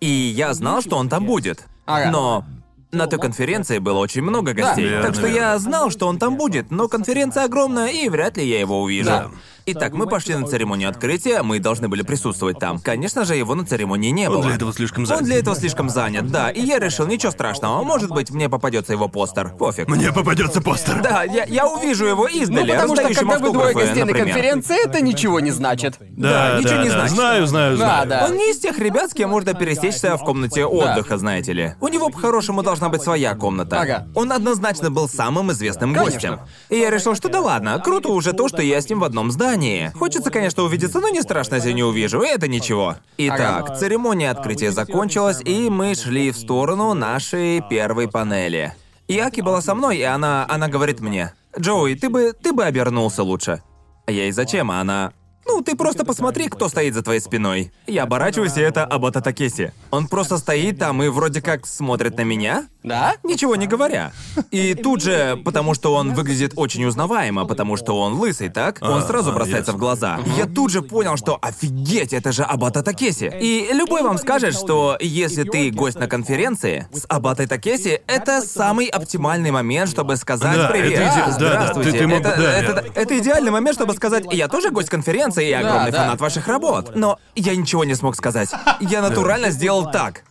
[SPEAKER 1] И я знал, что он там будет.
[SPEAKER 3] Ага.
[SPEAKER 1] Но на той конференции было очень много гостей.
[SPEAKER 2] Верно,
[SPEAKER 1] так что я
[SPEAKER 2] верно.
[SPEAKER 1] знал, что он там будет, но конференция огромная, и вряд ли я его увижу.
[SPEAKER 3] Да.
[SPEAKER 1] Итак, мы пошли на церемонию открытия, мы должны были присутствовать там. Конечно же, его на церемонии не было.
[SPEAKER 2] Он для этого слишком занят.
[SPEAKER 1] Он для этого слишком занят, да. И я решил, ничего страшного, может быть, мне попадется его постер. Пофиг.
[SPEAKER 2] Мне попадется постер.
[SPEAKER 1] Да, я, я увижу его
[SPEAKER 3] Ну,
[SPEAKER 1] издали,
[SPEAKER 3] потому что,
[SPEAKER 1] раздающим
[SPEAKER 3] когда вы двое
[SPEAKER 1] автографы,
[SPEAKER 3] гостей на
[SPEAKER 1] например.
[SPEAKER 3] конференции, это ничего не значит.
[SPEAKER 1] да, ничего не значит.
[SPEAKER 2] Знаю, знаю,
[SPEAKER 3] Да,
[SPEAKER 2] знаю.
[SPEAKER 3] да.
[SPEAKER 1] Он не из тех ребят, с кем можно пересечься в комнате отдыха, знаете ли. У него по-хорошему должна быть своя комната.
[SPEAKER 3] Ага.
[SPEAKER 1] Он однозначно был самым известным
[SPEAKER 3] Конечно.
[SPEAKER 1] гостем. И я решил, что да ладно, круто уже то, что я с ним в одном здании. Хочется, конечно, увидеться, но не страшно, если не увижу, это ничего. Итак,
[SPEAKER 5] Ага.
[SPEAKER 1] церемония открытия закончилась, и мы шли в сторону нашей первой панели. Иаки была со мной, и она, она говорит мне, «Джоуи, ты бы, ты бы обернулся лучше». А Я и зачем, а она... Ну, ты просто посмотри, кто стоит за твоей спиной. Я оборачиваюсь, и это Абата Такеси. Он просто стоит там и вроде как смотрит на меня,
[SPEAKER 3] Да?
[SPEAKER 1] ничего не говоря. И тут же, потому что он выглядит очень узнаваемо, потому что он лысый, так?
[SPEAKER 2] А,
[SPEAKER 1] Он сразу бросается в глаза. Я тут же понял, что офигеть, это же Абата Такеси. И любой вам скажет, что если ты гость на конференции с Абатой Такеси, это самый оптимальный момент, чтобы сказать
[SPEAKER 2] Да,
[SPEAKER 1] привет.
[SPEAKER 2] это иде- да, да,
[SPEAKER 1] здравствуйте».
[SPEAKER 2] ты- ты мог-
[SPEAKER 1] это,
[SPEAKER 2] да,
[SPEAKER 1] это-
[SPEAKER 2] верно.
[SPEAKER 1] это идеальный момент, чтобы сказать, я тоже гость конференции и огромный
[SPEAKER 3] да.
[SPEAKER 1] фанат ваших работ. Но я ничего не смог сказать. Я натурально сделал так.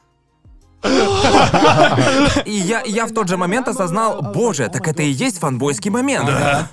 [SPEAKER 1] И я, я в тот же момент осознал, боже, так это и есть фанбойский момент.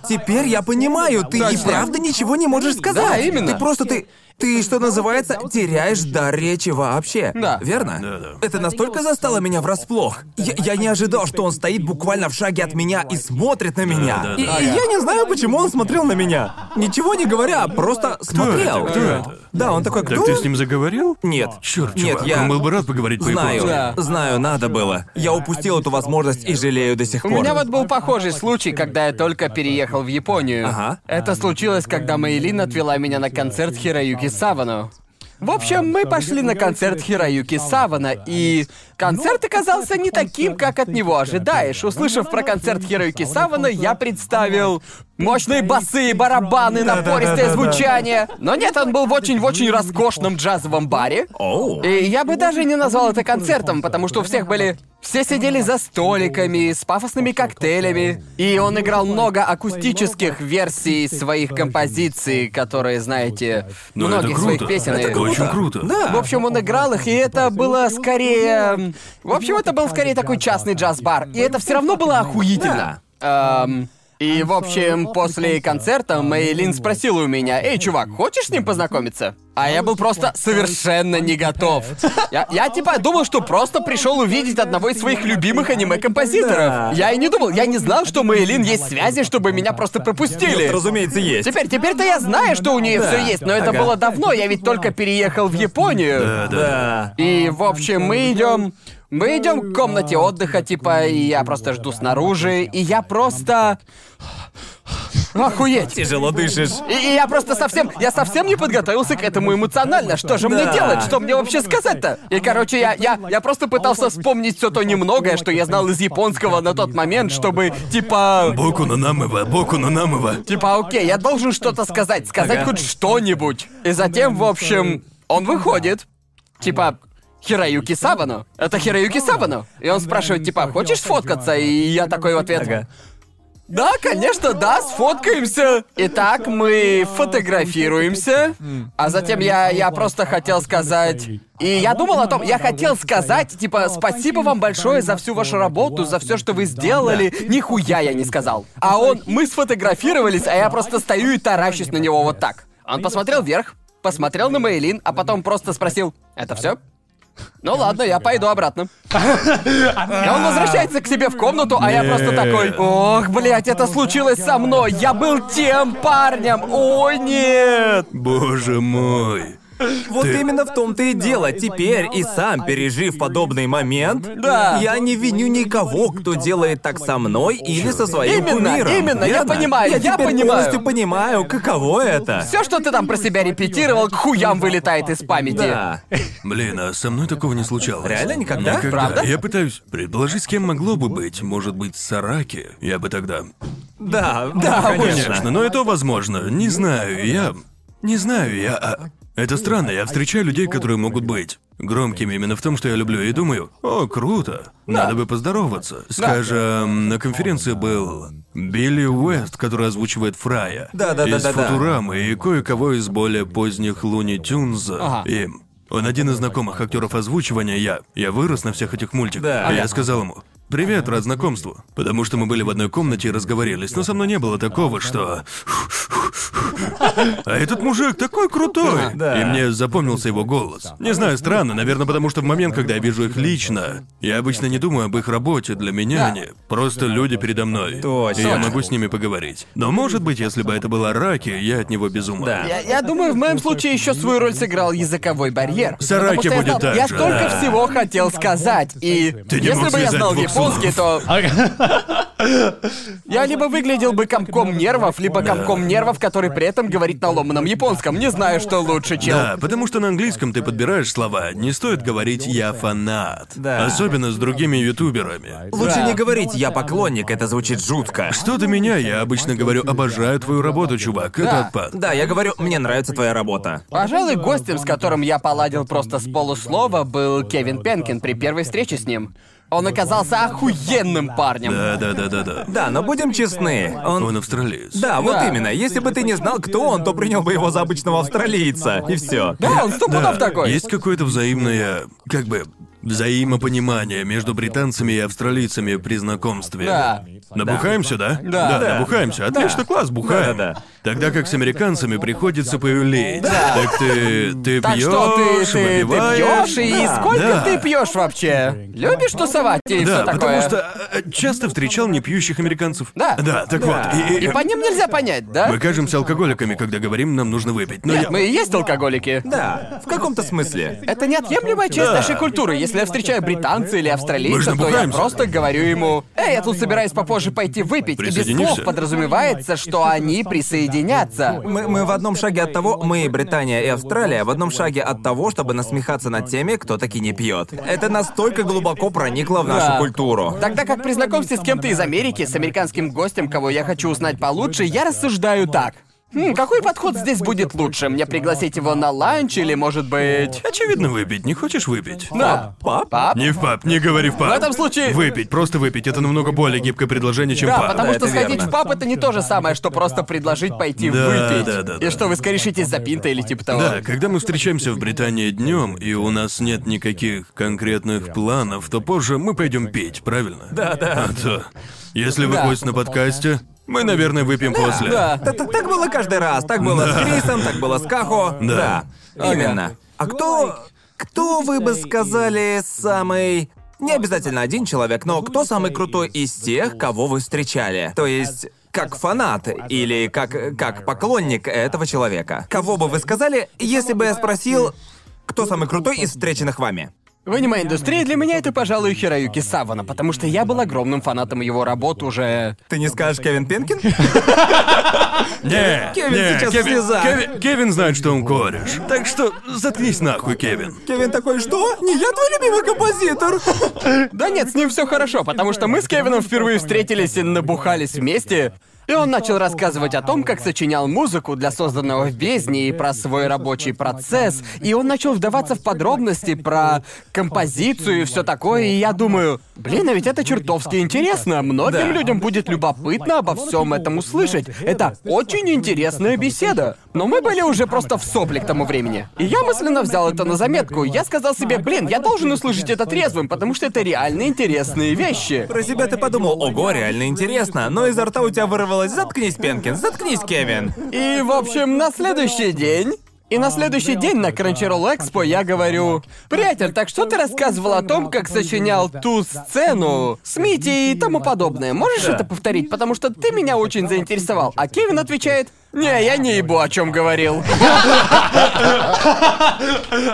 [SPEAKER 1] Теперь я понимаю, ты и
[SPEAKER 3] Точно.
[SPEAKER 1] правда ничего не можешь сказать.
[SPEAKER 3] Да, именно.
[SPEAKER 1] Ты просто ты. Ты, что называется, теряешь дар речи вообще.
[SPEAKER 3] Да.
[SPEAKER 1] Верно?
[SPEAKER 2] Да-да.
[SPEAKER 1] Это настолько застало меня врасплох. Я, я не ожидал, что он стоит буквально в шаге от меня и смотрит на меня.
[SPEAKER 2] Да-да-да.
[SPEAKER 1] И, и я не знаю, почему он смотрел на меня. Ничего не говоря, просто смотрел.
[SPEAKER 2] это? Кто это?
[SPEAKER 1] Да, он такой, кто?
[SPEAKER 2] Так ты с ним заговорил?
[SPEAKER 1] Нет.
[SPEAKER 2] Черт,
[SPEAKER 1] Нет,
[SPEAKER 2] чувак,
[SPEAKER 1] я-
[SPEAKER 2] он был бы рад поговорить
[SPEAKER 1] Знаю,
[SPEAKER 2] по-японски.
[SPEAKER 3] Да.
[SPEAKER 1] знаю, надо было. Я упустил эту возможность и жалею до сих
[SPEAKER 3] У
[SPEAKER 1] пор.
[SPEAKER 3] меня вот был похожий случай, когда я только переехал в Японию.
[SPEAKER 1] Ага.
[SPEAKER 3] Это случилось, когда Мэйлин отвела меня на концерт Хироюки Савану. В общем, мы пошли на концерт Хироюки Савана, и концерт оказался не таким, как от него ожидаешь. Услышав про концерт Хироюки Савана, я представил мощные басы, барабаны, напористое звучание. Но нет, он был в очень-очень роскошном джазовом баре.
[SPEAKER 1] Оу.
[SPEAKER 3] И я бы даже не назвал это концертом, потому что у всех были... Все сидели за столиками, с пафосными коктейлями. И он играл много акустических версий своих композиций, которые, знаете,
[SPEAKER 2] Ну, это
[SPEAKER 3] многих своих
[SPEAKER 2] круто.
[SPEAKER 3] песен.
[SPEAKER 2] Это
[SPEAKER 3] И-
[SPEAKER 2] очень круто.
[SPEAKER 3] В общем, он играл их, и это было скорее... м, В общем, это был скорее такой частный джаз-бар. И это все равно было охуительно. Эм, И, в общем, после концерта Мэйлин спросила у меня, «Эй, чувак, хочешь с ним познакомиться?» А я был просто совершенно не готов. Я, я типа думал, что просто пришел увидеть одного из своих любимых аниме-композиторов. Я и не думал, я не знал, что у Мэйлин есть связи, чтобы меня просто пропустили.
[SPEAKER 1] Разумеется, есть.
[SPEAKER 3] Теперь, теперь-то я знаю, что у нее
[SPEAKER 1] Да.
[SPEAKER 3] все есть, но это
[SPEAKER 1] Ага.
[SPEAKER 3] было давно, я ведь только переехал в Японию.
[SPEAKER 2] Да, да.
[SPEAKER 1] Да.
[SPEAKER 3] И, в общем, мы идем. Мы идем к комнате отдыха, типа, и я просто жду снаружи, и я просто. Охуеть!
[SPEAKER 1] Тяжело дышишь.
[SPEAKER 3] И, и я просто совсем. Я совсем не подготовился к этому эмоционально. Что же мне
[SPEAKER 1] Да.
[SPEAKER 3] делать? Что мне вообще сказать-то? И, короче, я, я, я просто пытался вспомнить все то немногое, что я знал из японского на тот момент, чтобы типа.
[SPEAKER 2] Боку на намыва, боку на намыва.
[SPEAKER 3] Типа, окей, я должен что-то сказать, сказать
[SPEAKER 1] Ага.
[SPEAKER 3] хоть что-нибудь. И затем, в общем, он выходит. Типа, Хираюки Савану. Это Хираюки Савану. И он спрашивает, типа, хочешь сфоткаться? И я такой в ответ,
[SPEAKER 1] Ага.
[SPEAKER 3] да, конечно, да, сфоткаемся. Итак, мы фотографируемся. А затем я, я просто хотел сказать... И я думал о том, я хотел сказать, типа, спасибо вам большое за всю вашу работу, за все, что вы сделали. Нихуя я не сказал. А он, мы сфотографировались, а я просто стою и таращусь на него вот так. Он посмотрел вверх, посмотрел на Мейлин, а потом просто спросил, это все? Ну ладно, я пойду обратно. И он возвращается к себе в комнату, а я просто такой, ох, блядь, это случилось со мной, я был тем парнем, о нет.
[SPEAKER 2] Боже мой.
[SPEAKER 1] Вот именно в том-то и дело. Теперь и сам пережив подобный момент,
[SPEAKER 3] Да.
[SPEAKER 1] я не виню никого, кто делает так со мной или со своим
[SPEAKER 3] Именно,
[SPEAKER 1] кумиром.
[SPEAKER 3] именно, я
[SPEAKER 1] Верно?
[SPEAKER 3] понимаю,
[SPEAKER 1] я,
[SPEAKER 3] я
[SPEAKER 1] теперь
[SPEAKER 3] понимаю.
[SPEAKER 1] полностью понимаю, каково это.
[SPEAKER 3] Все, что ты там про себя репетировал, к хуям вылетает из памяти.
[SPEAKER 1] Да.
[SPEAKER 2] Блин, а со мной такого не случалось.
[SPEAKER 1] Реально никогда?
[SPEAKER 3] Правда?
[SPEAKER 2] Я пытаюсь предложить, с кем могло бы быть. Может быть, Сараки? Я бы тогда...
[SPEAKER 1] Да, да, конечно.
[SPEAKER 2] Конечно, но и то возможно. Не знаю, я... Не знаю, я... а, Это странно, я встречаю людей, которые могут быть громкими именно в том, что я люблю, и думаю, о, круто, надо бы поздороваться. Скажем, на конференции был Билли Уэст, который озвучивает Фрая.
[SPEAKER 1] Да-да-да-да-да.
[SPEAKER 2] Из Футурамы и кое-кого из более поздних Луни Тюнза.
[SPEAKER 3] Ага.
[SPEAKER 2] И он один из знакомых актеров озвучивания, я. Я вырос на всех этих мультиках.
[SPEAKER 1] Да.
[SPEAKER 2] И я сказал ему, Привет, рад знакомству. Потому что мы были в одной комнате и разговорились, но со мной не было такого, что... А этот мужик такой крутой!
[SPEAKER 1] Да.
[SPEAKER 2] И мне запомнился его голос. Не знаю, странно, наверное, потому что в момент, когда я вижу их лично, я обычно не думаю об их работе, для меня
[SPEAKER 3] Да.
[SPEAKER 2] они просто люди передо мной.
[SPEAKER 1] Точно.
[SPEAKER 2] И я
[SPEAKER 1] Точно.
[SPEAKER 2] могу с ними поговорить. Но может быть, если бы это была Раки, я от него без ума.
[SPEAKER 1] Да.
[SPEAKER 3] Я, я думаю, в моем случае еще свою роль сыграл языковой барьер.
[SPEAKER 2] Сараки
[SPEAKER 3] Потому что я
[SPEAKER 2] будет
[SPEAKER 3] знал-
[SPEAKER 2] так
[SPEAKER 3] Я
[SPEAKER 2] же.
[SPEAKER 3] столько
[SPEAKER 2] Да.
[SPEAKER 3] всего хотел сказать, и
[SPEAKER 2] Ты не
[SPEAKER 3] если
[SPEAKER 2] мог
[SPEAKER 3] бы я
[SPEAKER 2] связать
[SPEAKER 3] знал
[SPEAKER 2] двух
[SPEAKER 3] японский, то
[SPEAKER 2] [laughs]
[SPEAKER 3] я либо выглядел бы комком нервов, либо комком нервов, который при этом говорит на ломаном японском. Не знаю, что лучше, чел.
[SPEAKER 2] Да, потому что на английском ты подбираешь слова. Не стоит говорить «я фанат».
[SPEAKER 1] Да.
[SPEAKER 2] Особенно с другими ютуберами.
[SPEAKER 1] Лучше
[SPEAKER 3] Да.
[SPEAKER 1] не говорить, я поклонник, это звучит жутко.
[SPEAKER 2] Что до меня, я обычно говорю «обожаю твою работу, чувак». Это
[SPEAKER 3] Да.
[SPEAKER 2] отпад.
[SPEAKER 1] Да, я говорю, мне нравится твоя работа.
[SPEAKER 3] Пожалуй, гостем, с которым я поладил просто с полуслова, был Кевин Пенкин при первой встрече с ним. Он оказался охуенным парнем.
[SPEAKER 2] Да-да-да-да-да.
[SPEAKER 1] Да, но будем честны, он
[SPEAKER 2] Он австралиец.
[SPEAKER 1] Да, вот
[SPEAKER 3] Да.
[SPEAKER 1] именно. Если бы ты не знал, кто он, то принял бы его за обычного австралийца. И все.
[SPEAKER 3] Да, он сто пудов такой.
[SPEAKER 2] Есть какое-то взаимное, как бы, взаимопонимание между британцами и австралийцами при знакомстве.
[SPEAKER 3] Да.
[SPEAKER 2] Набухаемся, да?
[SPEAKER 3] Да. Да.
[SPEAKER 2] набухаемся. Отлично, класс, бухаем.
[SPEAKER 1] Да, да, да.
[SPEAKER 2] Тогда как с американцами приходится поюлить. Так ты, ты
[SPEAKER 3] Так
[SPEAKER 2] пьешь,
[SPEAKER 3] что ты, ты, ты
[SPEAKER 2] выпиваешь.
[SPEAKER 3] пьешь, и сколько
[SPEAKER 2] Да.
[SPEAKER 3] ты пьешь вообще? Любишь тусовать и
[SPEAKER 2] Да,
[SPEAKER 3] все такое?
[SPEAKER 2] потому что э, часто встречал непьющих американцев.
[SPEAKER 3] Да.
[SPEAKER 2] Да, так
[SPEAKER 1] Да.
[SPEAKER 2] вот. и-
[SPEAKER 3] И по ним нельзя понять, да?
[SPEAKER 2] Мы кажемся алкоголиками, когда говорим, нам нужно выпить. Но
[SPEAKER 3] Нет,
[SPEAKER 2] я...
[SPEAKER 3] мы и есть алкоголики.
[SPEAKER 1] Да, в каком-то смысле.
[SPEAKER 3] Это неотъемлемая часть
[SPEAKER 2] Да.
[SPEAKER 3] нашей культуры. Если я встречаю британца или
[SPEAKER 2] Мы же
[SPEAKER 3] австралийца, то я
[SPEAKER 2] набухаемся.
[SPEAKER 3] просто говорю ему, «Эй, я тут собираюсь попозже пойти выпить». И без слов
[SPEAKER 2] Присоединишься?
[SPEAKER 3] подразумевается, что они присоединятся.
[SPEAKER 1] Мы, мы в одном шаге от того, мы, Британия и Австралия, в одном шаге от того, чтобы насмехаться над теми, кто таки не пьет. Это настолько глубоко проникло в нашу
[SPEAKER 3] Да.
[SPEAKER 1] культуру.
[SPEAKER 3] Тогда как при знакомстве с кем-то из Америки, с американским гостем, кого я хочу узнать получше, я рассуждаю так. «Хм, какой подход здесь будет лучше? Мне пригласить его на ланч или, может быть...
[SPEAKER 2] Очевидно, выпить. Не хочешь выпить?
[SPEAKER 3] Да.
[SPEAKER 1] Пап?
[SPEAKER 3] Пап?
[SPEAKER 2] Не в паб, не говори в паб.
[SPEAKER 3] В этом случае-
[SPEAKER 2] Выпить, просто выпить. Это намного более гибкое предложение, чем
[SPEAKER 3] Да,
[SPEAKER 2] паб.
[SPEAKER 3] потому
[SPEAKER 1] Да,
[SPEAKER 3] что
[SPEAKER 1] это
[SPEAKER 3] сходить
[SPEAKER 1] верно.
[SPEAKER 3] в паб это не то же самое, что просто предложить пойти
[SPEAKER 2] Да,
[SPEAKER 3] выпить.
[SPEAKER 2] да, да, да.
[SPEAKER 3] И что вы скорешитесь за пинтой или типа того.
[SPEAKER 2] Да, когда мы встречаемся в Британии днем, и у нас нет никаких конкретных планов, то позже мы пойдем пить, правильно? Да, да. А то, если вы
[SPEAKER 3] Да.
[SPEAKER 2] гость на подкасте, Мы, наверное, выпьем после.
[SPEAKER 3] да.
[SPEAKER 1] Т- т- Так было каждый раз. Так было с Крисом, так было с Кахо.
[SPEAKER 2] Да.
[SPEAKER 1] Да. Именно. А кто... Кто, вы бы сказали, самый... Не обязательно один человек, но кто самый крутой из тех, кого вы встречали? То есть, как фанат или как, как поклонник этого человека? Кого бы вы сказали, если бы я спросил, кто самый крутой из встреченных вами?
[SPEAKER 3] В аниме-индустрии для меня это, пожалуй, Хироюки Савана, потому что я был огромным фанатом его работ уже...
[SPEAKER 1] Ты не скажешь Кевин Пинкин?
[SPEAKER 2] Не,
[SPEAKER 1] Кевин
[SPEAKER 2] не,
[SPEAKER 1] сейчас в
[SPEAKER 2] Кевин,
[SPEAKER 1] слезах.
[SPEAKER 2] Кевин- Кевин знает, что он кореш. Так что заткнись нахуй, Кевин.
[SPEAKER 1] Кевин такой, что? Не я твой любимый композитор?
[SPEAKER 3] Да нет, с ним все хорошо, потому что мы с Кевином впервые встретились и набухались вместе. И он начал рассказывать о том, как сочинял музыку для созданного в бездне и про свой рабочий процесс. И он начал вдаваться в подробности про композицию и все такое. И я думаю, блин, а ведь это чертовски интересно. Многим
[SPEAKER 1] Да.
[SPEAKER 3] людям будет любопытно обо всем этом услышать. Это очень интересная беседа. Но мы были уже просто в сопли к тому времени. И я мысленно взял это на заметку. Я сказал себе, блин, я должен услышать это трезвым, потому что это реально интересные вещи.
[SPEAKER 1] Про себя ты подумал, ого, реально интересно, но изо рта у тебя вырвалось «Заткнись, Пенкин, заткнись, Кевин».
[SPEAKER 3] И, в общем, на следующий день... И на следующий день на А, Crunchyroll Expo я говорю, «Приятель, так что ты рассказывал о том, как сочинял ту сцену с Мити и тому подобное? Можешь это повторить? Потому что ты меня очень заинтересовал». А Кевин отвечает, «Не, я не ебу, о чем [laughs] говорил».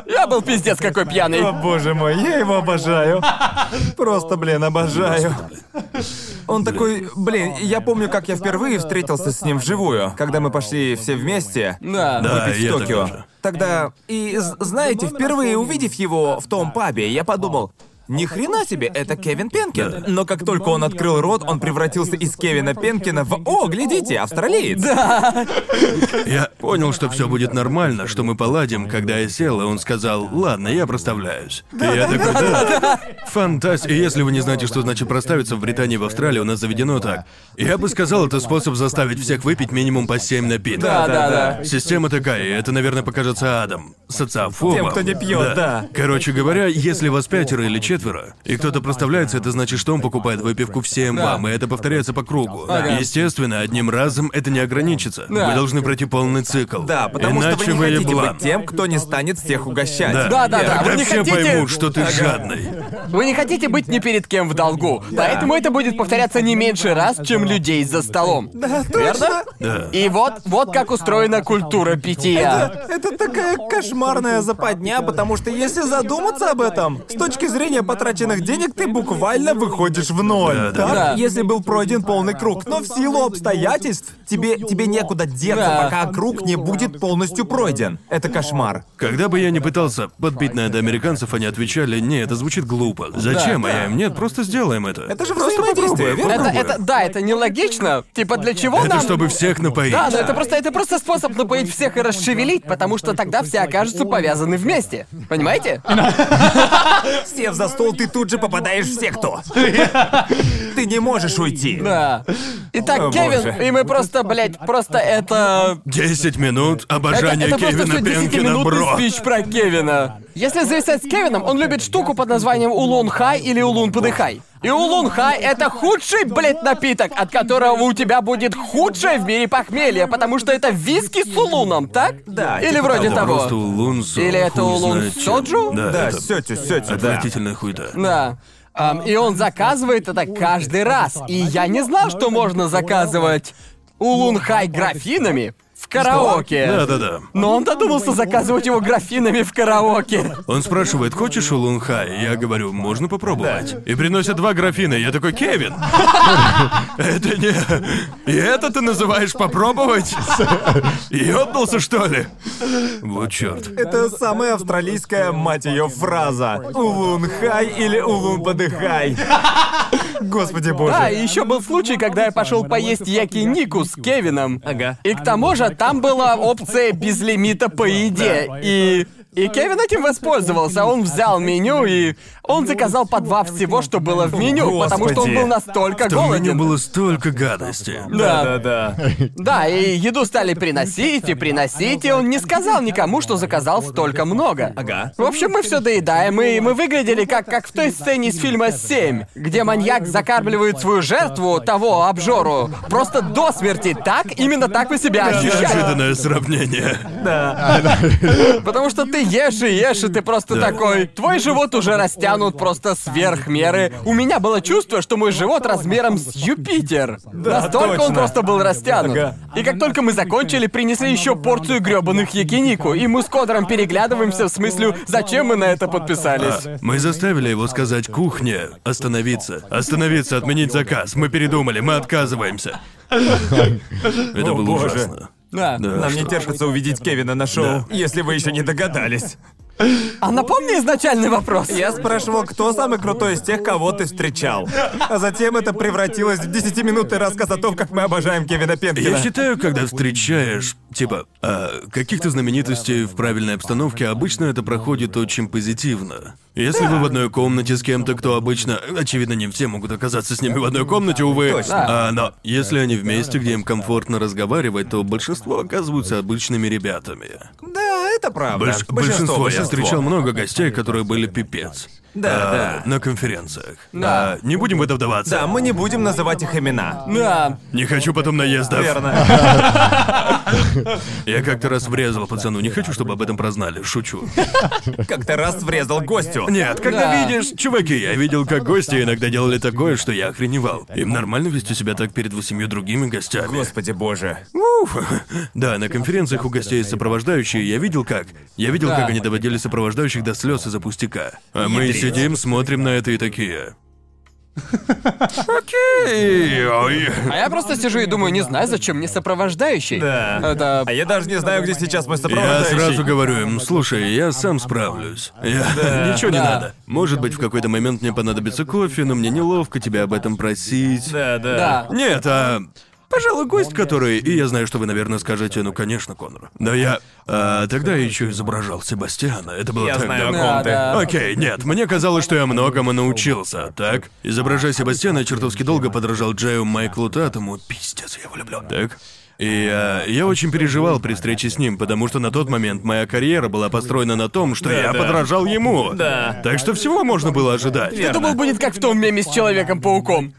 [SPEAKER 3] Я был пиздец какой пьяный.
[SPEAKER 1] боже мой, я его обожаю. Просто, блин, обожаю. Он такой, блин, я помню, как я впервые встретился с ним вживую, когда мы пошли все вместе.
[SPEAKER 3] Да.
[SPEAKER 2] Да,
[SPEAKER 1] выпить в
[SPEAKER 2] я так
[SPEAKER 1] Токио.
[SPEAKER 2] тоже.
[SPEAKER 1] Тогда, и з- знаете, впервые увидев его в том пабе, я подумал, ни хрена себе, это Кевин Пенкин. Но как только он открыл рот, он превратился из Кевина Пенкина в «О, глядите, австралиец!»
[SPEAKER 2] Я понял, что все будет нормально, что мы поладим, когда я сел, и он сказал, ладно, я проставляюсь. И я такой, да. Фантастика. И если вы не знаете, что значит проставиться, в Британии и в Австралии у нас заведено так. Я бы сказал, это способ заставить всех выпить минимум по 7 напитков.
[SPEAKER 3] Да, да, да.
[SPEAKER 2] Система такая, и это, наверное, покажется адом. Социофобом.
[SPEAKER 1] Тем, кто не пьет, да.
[SPEAKER 2] Короче говоря, если вас пятеро или четверо, и кто-то проставляется, это значит, что он покупает выпивку всем вам, и это повторяется по кругу.
[SPEAKER 3] Ага.
[SPEAKER 2] Естественно, одним разом это не ограничится.
[SPEAKER 3] Да.
[SPEAKER 2] Вы должны пройти полный цикл.
[SPEAKER 1] Да, потому
[SPEAKER 2] Иначе
[SPEAKER 1] что вы не хотите
[SPEAKER 2] еблан.
[SPEAKER 1] быть тем, кто не станет всех угощать.
[SPEAKER 2] Да,
[SPEAKER 3] Да, да, да,
[SPEAKER 2] Тогда
[SPEAKER 3] вы не
[SPEAKER 2] все
[SPEAKER 3] хотите-
[SPEAKER 2] поймут, что ты жадный.
[SPEAKER 3] Вы не хотите быть ни перед кем в долгу, поэтому это будет повторяться не меньше раз, чем людей за столом.
[SPEAKER 1] Э,
[SPEAKER 3] Да, Верно?
[SPEAKER 2] Да.
[SPEAKER 3] И вот, вот как устроена культура питья.
[SPEAKER 1] Э, Это такая кошмарная западня, потому что если задуматься об этом, с точки зрения потраченных денег ты буквально выходишь в ноль.
[SPEAKER 2] Да, да.
[SPEAKER 1] так?
[SPEAKER 3] Да.
[SPEAKER 1] Если был пройден полный круг, но в силу обстоятельств тебе, тебе некуда деться,
[SPEAKER 3] Да.
[SPEAKER 1] пока круг не будет полностью пройден. Это кошмар.
[SPEAKER 2] Когда бы я не пытался подбить на это американцев, они отвечали, не, это звучит глупо. Зачем? а я им, нет, просто сделаем это.
[SPEAKER 1] Это же
[SPEAKER 2] просто
[SPEAKER 1] взаимодействие,
[SPEAKER 2] попробуем,
[SPEAKER 1] верно?
[SPEAKER 3] Это,
[SPEAKER 2] попробуем».
[SPEAKER 3] это, да, это нелогично. Типа для чего
[SPEAKER 2] Это
[SPEAKER 3] нам?
[SPEAKER 2] чтобы всех напоить.
[SPEAKER 3] Да, но это просто, это просто способ напоить всех и расшевелить, потому что тогда все окажутся повязаны вместе. Понимаете?
[SPEAKER 1] Сев за стол, ты тут же попадаешь в
[SPEAKER 2] [laughs]
[SPEAKER 1] секту. Ты не можешь уйти.
[SPEAKER 3] Да. Итак,
[SPEAKER 1] О,
[SPEAKER 3] Кевин,
[SPEAKER 1] боже.
[SPEAKER 3] и мы просто, блядь, просто это
[SPEAKER 2] 10 минут
[SPEAKER 3] Это,
[SPEAKER 2] обожание
[SPEAKER 3] это просто
[SPEAKER 2] Кевина
[SPEAKER 3] что
[SPEAKER 2] Пенкина,
[SPEAKER 3] 10-минутный
[SPEAKER 2] бро.
[SPEAKER 3] спич про Кевина. Если зависать с Кевином, он любит штуку под названием Улун Хай или Улун Подыхай. И Улун Хай — это худший, блядь, напиток, от которого у тебя будет худшее в мире похмелье, потому что это виски с улуном, так?
[SPEAKER 1] Да,
[SPEAKER 3] Или
[SPEAKER 1] типа
[SPEAKER 3] вроде
[SPEAKER 2] Это
[SPEAKER 3] того.
[SPEAKER 2] просто улун со-
[SPEAKER 3] Или это
[SPEAKER 2] хуй
[SPEAKER 3] улун
[SPEAKER 2] знает
[SPEAKER 3] с
[SPEAKER 2] чем.
[SPEAKER 3] соджу?
[SPEAKER 2] Да,
[SPEAKER 1] Да,
[SPEAKER 2] это
[SPEAKER 1] сетю, сетю, да.
[SPEAKER 2] отвратительная хуйта.
[SPEAKER 3] Да. Ам, и он заказывает это каждый раз. И я не знал, что можно заказывать Улун Хай графинами в караоке.
[SPEAKER 2] Да-да-да.
[SPEAKER 3] Но он додумался заказывать его графинами в караоке.
[SPEAKER 2] Он спрашивает, хочешь улунхай? Я говорю, можно попробовать. И приносят два графина. Я такой,
[SPEAKER 3] [laughs]
[SPEAKER 2] Кевин! Это не... И это ты называешь попробовать? Ёбнулся, что ли? Вот черт.
[SPEAKER 3] ну,
[SPEAKER 1] Это самая австралийская, мать ее, фраза. Улун-хай или
[SPEAKER 3] [laughs]
[SPEAKER 1] улун-подыхай. Господи боже.
[SPEAKER 3] Да, и еще был случай, когда я пошел поесть якинику с Кевином.
[SPEAKER 1] Ага.
[SPEAKER 3] И к тому же там была опция без лимита по еде. И... И Кевин этим воспользовался. Он взял меню и... Он заказал по два всего, что было в меню, потому что он
[SPEAKER 1] Господи.
[SPEAKER 3] был настолько
[SPEAKER 2] Там в меню
[SPEAKER 3] голоден.
[SPEAKER 2] было столько гадости.
[SPEAKER 3] Да.
[SPEAKER 1] Да-да.
[SPEAKER 3] Да, и еду стали приносить и приносить, и он не сказал никому, что заказал столько много.
[SPEAKER 1] Ага.
[SPEAKER 3] В общем, мы все доедаем, и мы выглядели как, как в той сцене из фильма «Семь», где маньяк закармливает свою жертву, того обжору, просто до смерти. Так, именно так вы себя ощущаете.
[SPEAKER 2] Неожиданное сравнение.
[SPEAKER 3] Потому что ты ешь и ешь, и ты просто такой... Твой живот уже растянут просто сверх меры. У меня было чувство, что мой живот размером с Юпитер. Настолько он
[SPEAKER 1] точно.
[SPEAKER 3] просто был растянут.
[SPEAKER 1] Ага.
[SPEAKER 3] И как только мы закончили, принесли еще порцию грёбаных якинику. И мы с Кодором переглядываемся в смысле, зачем мы на это подписались.
[SPEAKER 2] А, Мы заставили его сказать кухне остановиться. Остановиться, отменить заказ. Мы передумали, мы отказываемся. Это
[SPEAKER 1] О,
[SPEAKER 2] было
[SPEAKER 1] боже.
[SPEAKER 2] ужасно.
[SPEAKER 3] Да.
[SPEAKER 2] Да,
[SPEAKER 1] Нам
[SPEAKER 2] что-
[SPEAKER 1] не терпится увидеть Кевина на шоу, если вы еще не догадались.
[SPEAKER 3] А напомни изначальный вопрос.
[SPEAKER 1] Я спрашивал, кто самый крутой из тех, кого ты встречал. А затем это превратилось в 10-минутный рассказ о том, как мы обожаем Кевина Пенкина.
[SPEAKER 2] Я считаю, когда встречаешь, типа, а, каких-то знаменитостей в правильной обстановке, обычно это проходит очень позитивно. Если вы в одной комнате с кем-то, кто обычно... Очевидно, не все могут оказаться с ними в одной комнате, увы.
[SPEAKER 1] Точно.
[SPEAKER 2] А, но если они вместе, где им комфортно разговаривать, то большинство оказываются обычными ребятами.
[SPEAKER 1] Да, это правда.
[SPEAKER 2] Больш- большинство, Я встречал много гостей, которые были пипец.
[SPEAKER 1] Да,
[SPEAKER 2] А,
[SPEAKER 1] да.
[SPEAKER 2] На конференциях.
[SPEAKER 3] Да.
[SPEAKER 2] А, не будем в это вдаваться.
[SPEAKER 1] Да, мы не будем называть их имена.
[SPEAKER 3] Да.
[SPEAKER 2] Не хочу потом наездов.
[SPEAKER 1] Верно.
[SPEAKER 2] Я как-то раз врезал пацану, не хочу, чтобы об этом прознали, шучу.
[SPEAKER 1] Как ты раз врезал гостю.
[SPEAKER 2] [laughs] Нет, когда
[SPEAKER 3] Да.
[SPEAKER 2] видишь, чуваки, я видел, как гости иногда делали такое, что я охреневал. Им нормально вести себя так перед восемью другими гостями.
[SPEAKER 1] Господи боже.
[SPEAKER 2] Уф. Да, на конференциях у гостей сопровождающие я видел как. Я видел,
[SPEAKER 3] Да.
[SPEAKER 2] как они доводили сопровождающих до слез из-за пустяка. А мы
[SPEAKER 1] Ядрить.
[SPEAKER 2] сидим, смотрим на это и такие. Окей, ой.
[SPEAKER 3] А я просто сижу и думаю, не знаю, зачем мне сопровождающий.
[SPEAKER 1] Да.
[SPEAKER 3] Это...
[SPEAKER 1] А я даже не знаю, где сейчас мой
[SPEAKER 2] Я
[SPEAKER 1] сопровождающий.
[SPEAKER 2] сразу говорю им, слушай, я сам справлюсь. Я... Ничего не
[SPEAKER 3] Да.
[SPEAKER 2] надо. Может быть, в какой-то момент мне понадобится кофе, но мне неловко тебя об этом просить.
[SPEAKER 1] Да, да.
[SPEAKER 3] Да.
[SPEAKER 2] Нет, а... Пожалуй, гость, который... И я знаю, что вы, наверное, скажете, ну, конечно, Конор. Но я... а, тогда я еще изображал Себастьяна. Это было
[SPEAKER 1] Я
[SPEAKER 2] так
[SPEAKER 1] знаю, о
[SPEAKER 2] давно.
[SPEAKER 1] ком ты.
[SPEAKER 3] Да, да.
[SPEAKER 2] Окей, нет, мне казалось, что я многому научился, так? Изображая Себастьяна, я чертовски долго подражал Джею Майклу Татому. Пиздец, я его люблю. Так? И я, я очень переживал при встрече с ним, потому что на тот момент моя карьера была построена на том, что я
[SPEAKER 1] да.
[SPEAKER 2] подражал ему.
[SPEAKER 1] Да.
[SPEAKER 2] Так что всего можно было ожидать.
[SPEAKER 3] Я думал, будет как в том меме с Человеком-пауком.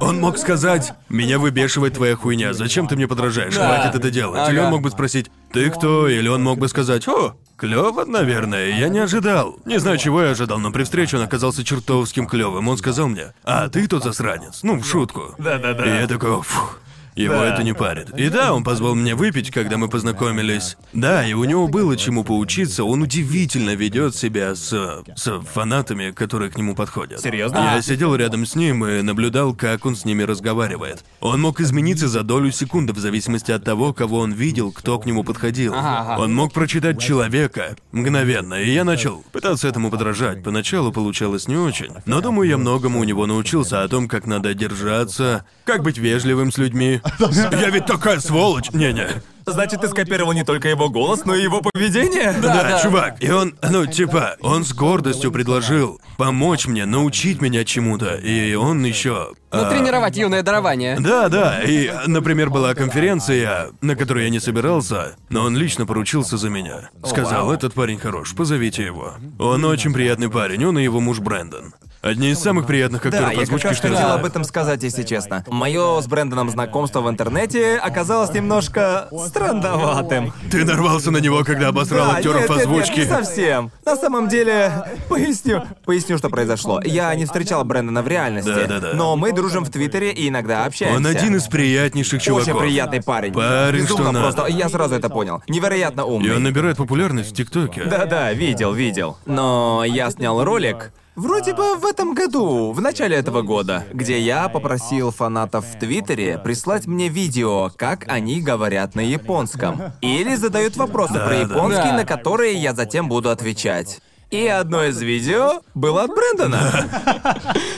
[SPEAKER 2] Он мог сказать, меня выбешивает твоя хуйня, зачем ты мне подражаешь,
[SPEAKER 3] Да.
[SPEAKER 2] хватит это делать. Или
[SPEAKER 3] Ага.
[SPEAKER 2] он мог бы спросить, ты кто? Или он мог бы сказать, о, клево, наверное, я не ожидал. Не знаю, чего я ожидал, но при встрече он оказался чертовским клевым. Он сказал мне, а ты тот засранец, ну, в шутку.
[SPEAKER 1] Да-да-да.
[SPEAKER 2] И я такой, фух. Его это не парит. И да, он позвал меня выпить, когда мы познакомились. Да, и у него было чему поучиться. Он удивительно ведет себя с, с фанатами, которые к нему подходят.
[SPEAKER 1] Серьезно?
[SPEAKER 2] Я сидел рядом с ним и наблюдал, как он с ними разговаривает. Он мог измениться за долю секунды в зависимости от того, кого он видел, кто к нему подходил. Он мог прочитать человека мгновенно, и я начал пытаться этому подражать. Поначалу получалось не очень, но думаю, я многому у него научился о том, как надо держаться, как быть вежливым с людьми. Я ведь такая сволочь! Не-не.
[SPEAKER 1] Значит, ты скопировал не только его голос, но и его поведение?
[SPEAKER 2] Да, чувак. И он, ну, типа, он с гордостью предложил помочь мне, научить меня чему-то. И он еще.
[SPEAKER 3] Ну, тренировать юное дарование.
[SPEAKER 2] Да, да. И, например, была конференция, на которую я не собирался, но он лично поручился за меня. Сказал, этот парень хорош, позовите его. Он очень приятный парень, он и его муж Брэндон. Одни из самых приятных
[SPEAKER 1] Да,
[SPEAKER 2] актеров
[SPEAKER 1] я как
[SPEAKER 2] озвучки,
[SPEAKER 1] раз
[SPEAKER 2] что я
[SPEAKER 1] хотел
[SPEAKER 2] знаю.
[SPEAKER 1] об этом сказать, если честно. Мое с Брэндоном знакомство в интернете оказалось немножко странноватым.
[SPEAKER 2] Ты нарвался на него, когда обосрал
[SPEAKER 1] Да,
[SPEAKER 2] актеров
[SPEAKER 1] нет, нет, нет,
[SPEAKER 2] озвучки.
[SPEAKER 1] не совсем. На самом деле, поясню, поясню, что произошло. Я не встречал Брэндона в реальности,
[SPEAKER 2] Да-да-да.
[SPEAKER 1] но мы дружим в Твиттере и иногда общаемся.
[SPEAKER 2] он один из приятнейших чуваков.
[SPEAKER 1] Очень приятный парень.
[SPEAKER 2] Парень,
[SPEAKER 1] Безумно
[SPEAKER 2] что надо.
[SPEAKER 1] просто. Я сразу это понял. Невероятно умный.
[SPEAKER 2] И он набирает популярность в ТикТоке.
[SPEAKER 1] Да-да, видел, видел. Но я снял ролик. Вроде бы в этом году, в начале этого года, где я попросил фанатов в Твиттере прислать мне видео, как они говорят на японском. Или задают вопросы про японский,
[SPEAKER 3] да.
[SPEAKER 1] на которые я затем буду отвечать. И одно из видео было от Брэндона.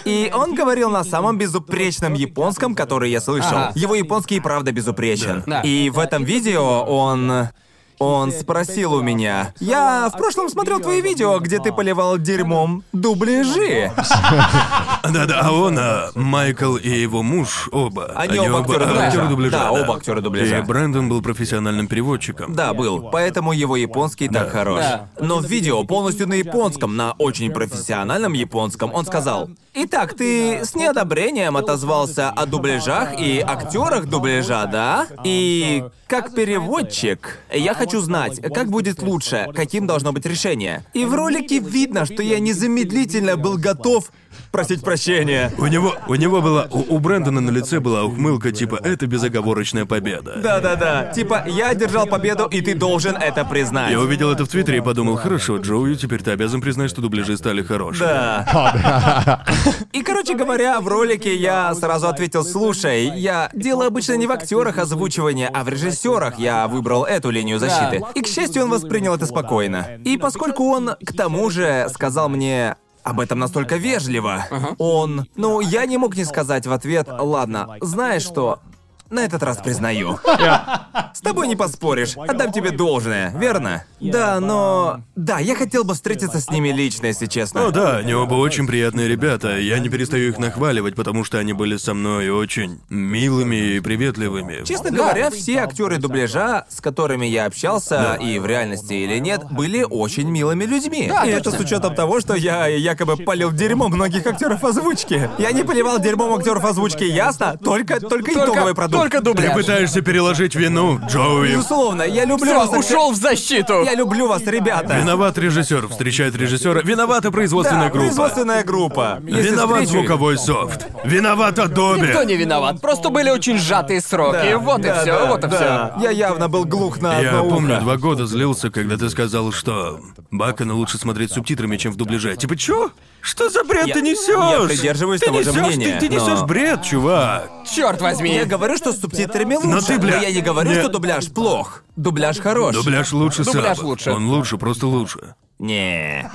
[SPEAKER 1] И он говорил на самом безупречном японском, который я слышал.
[SPEAKER 3] Ага.
[SPEAKER 1] Его японский и правда безупречен.
[SPEAKER 3] Да.
[SPEAKER 1] И в этом видео он... Он спросил у меня, я в прошлом смотрел твои видео, где ты поливал дерьмом дубляжи.
[SPEAKER 2] Да-да, а он, а, Майкл и его муж оба.
[SPEAKER 1] Они оба актеры дубляжа.
[SPEAKER 2] дубляжа,
[SPEAKER 1] Да, оба актеры дубляжа.
[SPEAKER 2] И Брэндон был профессиональным переводчиком.
[SPEAKER 1] Да, был, поэтому его японский так хорош.
[SPEAKER 3] Да.
[SPEAKER 1] Но в видео полностью на японском, на очень профессиональном японском, он сказал, «Итак, ты с неодобрением отозвался о дубляжах и актерах дубляжа, да? И как переводчик, я хочу знать, как будет лучше, каким должно быть решение». И в ролике видно, что я незамедлительно был готов просить прощения.
[SPEAKER 2] У него, у него была, у, у Брэндона на лице была ухмылка типа «это безоговорочная победа».
[SPEAKER 1] Да-да-да, типа, я одержал победу, и ты должен это признать.
[SPEAKER 2] Я увидел это в Твиттере и подумал, хорошо, Джоуи, теперь ты обязан признать, что дубляжи стали хорошими.
[SPEAKER 1] Да. И, короче говоря, в ролике я сразу ответил, слушай, я дело обычно не в актерах озвучивания, а в режиссерах. Я выбрал эту линию защиты. И, к счастью, он воспринял это спокойно. И поскольку он, к тому же, сказал мне об этом настолько вежливо, он... Ну, я не мог не сказать в ответ, ладно, знаешь что, на этот раз признаю. С тобой не поспоришь. Отдам тебе должное, верно? Да, но... Да, я хотел бы встретиться с ними лично, если честно.
[SPEAKER 2] Ну да, они оба очень приятные ребята. Я не перестаю их нахваливать, потому что они были со мной очень милыми и приветливыми.
[SPEAKER 1] Честно говоря, все актеры дубляжа, с которыми я общался, и в реальности или нет, были очень милыми людьми. и это с учетом того, что я якобы полил дерьмо многих актеров озвучки. Я не поливал дерьмом актеров озвучки, ясно? Только, только, итоговый продукт.
[SPEAKER 3] только
[SPEAKER 2] Ты
[SPEAKER 3] дубляж.
[SPEAKER 2] пытаешься переложить вину, Джоуи.
[SPEAKER 1] Безусловно, я люблю
[SPEAKER 3] Всё,
[SPEAKER 1] вас. актер-
[SPEAKER 3] ушел в защиту.
[SPEAKER 1] Я люблю вас, ребята.
[SPEAKER 2] Виноват режиссер, встречает режиссера. Виновата производственная
[SPEAKER 1] Да,
[SPEAKER 2] группа.
[SPEAKER 1] производственная группа. Если
[SPEAKER 2] Виноват
[SPEAKER 1] встречу их-
[SPEAKER 2] звуковой софт. Виноват Adobe.
[SPEAKER 3] Никто не виноват, просто были очень сжатые сроки. вот и
[SPEAKER 1] да,
[SPEAKER 3] все,
[SPEAKER 1] да,
[SPEAKER 3] вот и
[SPEAKER 1] да. Я явно был глух на
[SPEAKER 2] Я
[SPEAKER 1] одно ухо.
[SPEAKER 2] помню, два года злился, когда ты сказал, что Бакана лучше смотреть с субтитрами, чем в дубляже. Типа, чё? Что за бред
[SPEAKER 1] Я-
[SPEAKER 2] ты несешь?
[SPEAKER 1] я придерживаюсь
[SPEAKER 2] ты
[SPEAKER 1] того же
[SPEAKER 2] несёшь-
[SPEAKER 1] мнения,
[SPEAKER 2] Ты, ты
[SPEAKER 1] но-
[SPEAKER 2] несешь бред, чувак.
[SPEAKER 3] все. Черт возьми.
[SPEAKER 1] Я говорю, что с субтитрами лучше.
[SPEAKER 2] ты, бля,
[SPEAKER 1] я не говорю,
[SPEAKER 2] не-
[SPEAKER 1] что дубляж плох. Дубляж хорош.
[SPEAKER 2] Дубляж лучше
[SPEAKER 3] Дубляж
[SPEAKER 2] саба.
[SPEAKER 3] лучше.
[SPEAKER 2] Он лучше, просто лучше.
[SPEAKER 1] Не.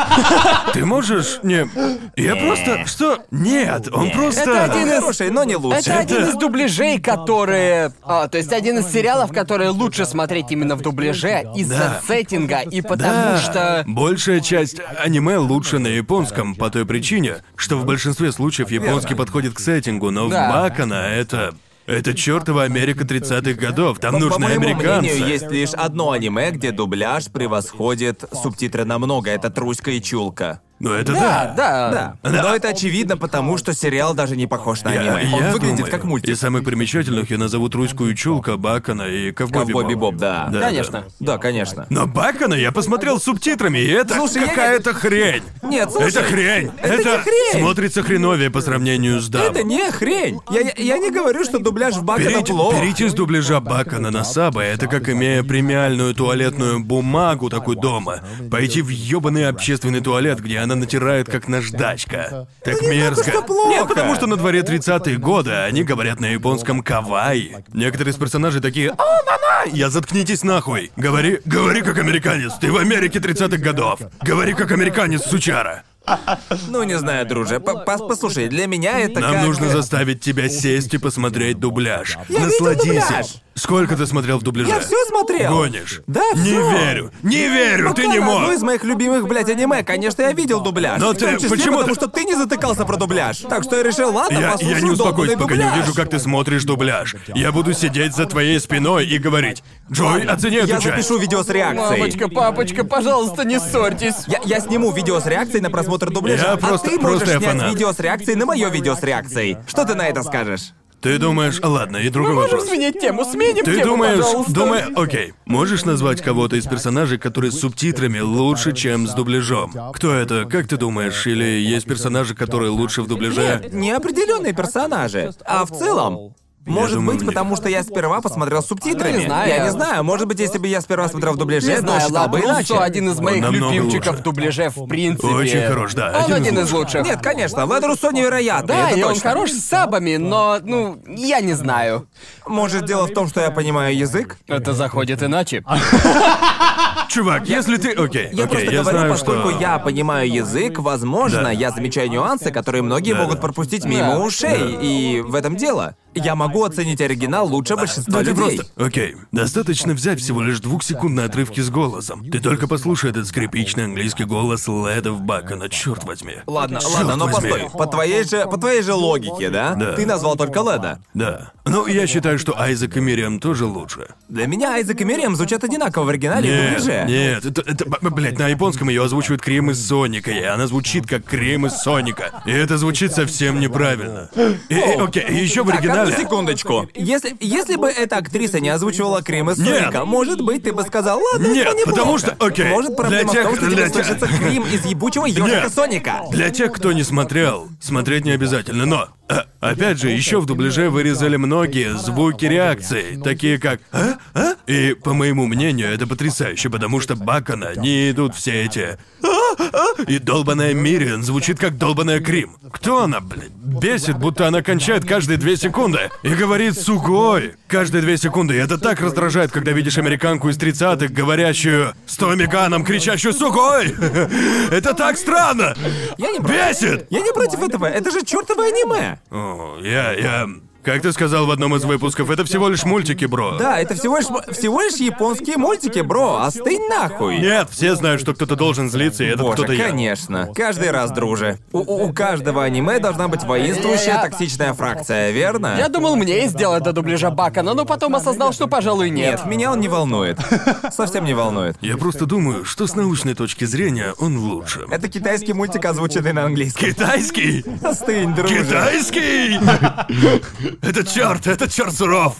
[SPEAKER 2] Ты можешь... Не... Я просто... Что? Нет, он просто...
[SPEAKER 3] Это один из-
[SPEAKER 1] Хороший, но не лучше.
[SPEAKER 3] Это один из дубляжей, которые... А, то есть один из сериалов, которые лучше смотреть именно в дубляже из-за
[SPEAKER 2] Да.
[SPEAKER 3] сеттинга и потому
[SPEAKER 2] Да,
[SPEAKER 3] что...
[SPEAKER 2] большая часть аниме лучше на японском по той причине, что в большинстве случаев японский подходит к сеттингу, но
[SPEAKER 3] Да.
[SPEAKER 2] в Бакана это... Это чертова Америка 30-х годов, там
[SPEAKER 1] По
[SPEAKER 2] [laughs] нужны
[SPEAKER 1] моему
[SPEAKER 2] американцы.
[SPEAKER 1] мнению, есть лишь одно аниме, где дубляж превосходит субтитры намного. Это «Труська и Чулка».
[SPEAKER 2] Ну это
[SPEAKER 3] Да,
[SPEAKER 2] да.
[SPEAKER 3] да.
[SPEAKER 1] Да. Но это очевидно, потому что сериал даже не похож на
[SPEAKER 2] Я-
[SPEAKER 1] аниме. Он
[SPEAKER 2] я
[SPEAKER 1] выглядит
[SPEAKER 2] думаю,
[SPEAKER 1] как
[SPEAKER 2] Из
[SPEAKER 1] мультик.
[SPEAKER 2] самых примечательных я назову Труську и Чулка, Бакана и Ковбой
[SPEAKER 1] Ковбой Бибоп, да.
[SPEAKER 2] Да,
[SPEAKER 3] Конечно.
[SPEAKER 2] да.
[SPEAKER 1] Да, конечно.
[SPEAKER 2] Но Бакана я посмотрел с субтитрами, и это
[SPEAKER 1] Слушай, я-
[SPEAKER 2] какая-то хрень.
[SPEAKER 1] Нет, слушай,
[SPEAKER 2] это хрень.
[SPEAKER 1] это не хрень.
[SPEAKER 2] смотрится хреновее по сравнению с Дабом.
[SPEAKER 1] Это не хрень. Я, я- я не говорю, что дубляж в Бакана
[SPEAKER 2] Перейти,
[SPEAKER 1] плох.
[SPEAKER 2] перейти с дубляжа Бакана на Саба — это как имея премиальную туалетную бумагу такой дома. Пойти в ёбаный общественный туалет, где она натирает как наждачка. Так мерзко.
[SPEAKER 1] что плохо.
[SPEAKER 2] Нет, потому что на дворе 30-е годы, а они говорят на японском «кавай». Некоторые из персонажей такие «О, мама!» Я заткнитесь нахуй. Говори, говори как американец, ты в Америке 30-х годов. Говори как американец, сучара.
[SPEAKER 1] Ну, не знаю, друже. П- пос- Послушай, для меня это
[SPEAKER 2] Нам
[SPEAKER 1] как-
[SPEAKER 2] нужно заставить тебя сесть и посмотреть дубляж.
[SPEAKER 1] видел
[SPEAKER 2] Насладись. им.
[SPEAKER 1] дубляж.
[SPEAKER 2] Сколько ты смотрел в дубляже?
[SPEAKER 1] Я все смотрел.
[SPEAKER 2] Гонишь.
[SPEAKER 1] Да,
[SPEAKER 2] Не
[SPEAKER 1] всё. ну
[SPEAKER 2] верю. Не верю, ты не
[SPEAKER 1] Бакана
[SPEAKER 2] мог.
[SPEAKER 1] Одно из моих любимых, блядь, аниме. Конечно, я видел дубляж.
[SPEAKER 2] Но
[SPEAKER 1] В том
[SPEAKER 2] ты-
[SPEAKER 1] числе
[SPEAKER 2] почему
[SPEAKER 1] потому
[SPEAKER 2] ты-
[SPEAKER 1] что ты не затыкался про дубляж. Так что я решил, ладно,
[SPEAKER 2] Я,
[SPEAKER 1] послушаю
[SPEAKER 2] я не успокоюсь,
[SPEAKER 1] долбанный
[SPEAKER 2] пока не
[SPEAKER 1] дубляж.
[SPEAKER 2] увижу, как ты смотришь дубляж. Я буду сидеть за твоей спиной и говорить. Джой, оцени эту
[SPEAKER 1] Я
[SPEAKER 2] часть.
[SPEAKER 1] запишу видео с реакцией.
[SPEAKER 3] Мамочка, папочка, пожалуйста, не ссорьтесь.
[SPEAKER 1] Я, я сниму видео с реакцией на просмотр дубляжа,
[SPEAKER 2] Я
[SPEAKER 1] а
[SPEAKER 2] просто-
[SPEAKER 1] ты можешь
[SPEAKER 2] просто я
[SPEAKER 1] снять
[SPEAKER 2] фанат.
[SPEAKER 1] видео с реакцией на мое видео с реакцией. Что ты на это скажешь?
[SPEAKER 2] Ты думаешь... Ладно, и
[SPEAKER 1] Ну,
[SPEAKER 2] другой
[SPEAKER 3] Мы можем
[SPEAKER 2] вопрос.
[SPEAKER 3] сменить тему, сменим
[SPEAKER 2] Ты
[SPEAKER 3] тему,
[SPEAKER 2] думаешь...
[SPEAKER 3] пожалуйста.
[SPEAKER 2] Думай... Окей. Можешь назвать кого-то из персонажей, которые с субтитрами лучше, чем с дубляжом? Кто это? Как ты думаешь? Или есть персонажи, которые лучше в дубляже?
[SPEAKER 1] Неопределенные персонажи. А в целом, может
[SPEAKER 2] думаю,
[SPEAKER 1] быть,
[SPEAKER 2] мне-
[SPEAKER 1] потому что я сперва посмотрел с субтитрами.
[SPEAKER 3] Ну, не знаю.
[SPEAKER 1] Я не знаю. Может быть, если бы я сперва смотрел в дубляже,
[SPEAKER 3] Не
[SPEAKER 1] то
[SPEAKER 3] знаю,
[SPEAKER 1] считал бы
[SPEAKER 3] Лабруссо
[SPEAKER 1] иначе.
[SPEAKER 3] один из моих
[SPEAKER 2] намного
[SPEAKER 3] любимчиков
[SPEAKER 2] лучше.
[SPEAKER 3] в дубляже, в принципе.
[SPEAKER 2] Очень хорош, да,
[SPEAKER 3] Он
[SPEAKER 2] один из
[SPEAKER 3] один из лучших.
[SPEAKER 1] Нет, конечно, Лед Руссо невероятный,
[SPEAKER 3] Да,
[SPEAKER 1] это
[SPEAKER 3] и он
[SPEAKER 1] точно.
[SPEAKER 3] хорош с сабами, но, ну, я не знаю.
[SPEAKER 1] Может, дело в том, что я понимаю язык?
[SPEAKER 3] Это заходит иначе.
[SPEAKER 1] А
[SPEAKER 2] Чувак, если ты... Окей,
[SPEAKER 1] Я
[SPEAKER 2] окей,
[SPEAKER 1] просто
[SPEAKER 2] я
[SPEAKER 1] говорю,
[SPEAKER 2] знаю,
[SPEAKER 1] поскольку
[SPEAKER 2] что...
[SPEAKER 1] я понимаю язык, возможно,
[SPEAKER 2] Да.
[SPEAKER 1] я замечаю нюансы, которые многие
[SPEAKER 2] Да.
[SPEAKER 1] могут пропустить мимо
[SPEAKER 3] Да.
[SPEAKER 1] ушей, и в этом дело. Я могу оценить оригинал лучше большинства
[SPEAKER 2] Да ты
[SPEAKER 1] людей.
[SPEAKER 2] просто... Окей, достаточно взять всего лишь двухсекундные отрывки с голосом. Ты только послушай этот скрипичный английский голос Лэда в Бакона, черт возьми.
[SPEAKER 1] Ладно,
[SPEAKER 2] Чёрт
[SPEAKER 1] ладно, но
[SPEAKER 2] возьми.
[SPEAKER 1] постой. По твоей же, по твоей же логике, да?
[SPEAKER 2] Да.
[SPEAKER 1] Ты назвал только Леда.
[SPEAKER 2] Да. Ну, я считаю, что Айзек и Мириам тоже лучше.
[SPEAKER 1] Для меня Айзек и Мириам звучат одинаково в оригинале и
[SPEAKER 2] Нет,
[SPEAKER 1] дубляже.
[SPEAKER 2] нет, это, это, б- блядь, на японском ее озвучивают Крем из Соника, и она звучит как Крем из Соника. И это звучит совсем неправильно. И, и, окей, и еще в
[SPEAKER 1] Так, а одну
[SPEAKER 2] оригинале...
[SPEAKER 1] секундочку. Если, если бы эта актриса не озвучивала Крим из
[SPEAKER 2] Нет.
[SPEAKER 1] Соника, может быть, ты бы сказал, ладно,
[SPEAKER 2] Нет,
[SPEAKER 1] это неплохо».
[SPEAKER 2] потому что- окей.
[SPEAKER 1] Может, проблема
[SPEAKER 2] Для
[SPEAKER 1] в том,
[SPEAKER 2] тех-
[SPEAKER 1] что тебе
[SPEAKER 2] для тех-
[SPEAKER 1] слышится Крим из ебучего ёжика
[SPEAKER 2] Нет.
[SPEAKER 1] Соника.
[SPEAKER 2] Для тех, кто не смотрел, смотреть не обязательно, но... э, опять же, еще в дубляже вырезали многие звуки реакции, такие как «А? А?» И, по моему мнению, это потрясающе, потому что Бакона не идут все эти «А? А?» И долбаная Мириан звучит как долбаная Крим. Кто она, блядь? Бесит, будто она кончает каждые две секунды и говорит «Сугой!» каждые две секунды. И это так раздражает, когда видишь американку из 30-х, говорящую с Томми Ганом, кричащую «Сугой!» [laughs] Это так странно!
[SPEAKER 1] Я не против.
[SPEAKER 2] Бесит!
[SPEAKER 1] Я не против этого, это же чертовое аниме.
[SPEAKER 2] О, я, я... Как ты сказал в одном из выпусков, это всего лишь мультики, бро.
[SPEAKER 1] Да, это всего лишь, всего лишь японские мультики, бро, остынь нахуй.
[SPEAKER 2] Нет, все знают, что кто-то должен злиться, и это
[SPEAKER 1] Боже,
[SPEAKER 2] кто-то я.
[SPEAKER 1] конечно. Каждый раз, друже. У, у- у каждого аниме должна быть воинствующая
[SPEAKER 3] Я-
[SPEAKER 1] токсичная фракция, верно?
[SPEAKER 3] Я думал, мне и сделать до дубляжа Бакона, но ну, потом осознал, что, пожалуй, нет.
[SPEAKER 1] Нет, меня он не
[SPEAKER 2] [laughs]
[SPEAKER 1] волнует. Совсем не волнует.
[SPEAKER 2] Я просто думаю, что с научной точки зрения он лучше.
[SPEAKER 1] Это китайский мультик, озвученный на английском.
[SPEAKER 2] Китайский?
[SPEAKER 1] Остынь, друже. [laughs]
[SPEAKER 2] Китайский! Это черт, это черт суров!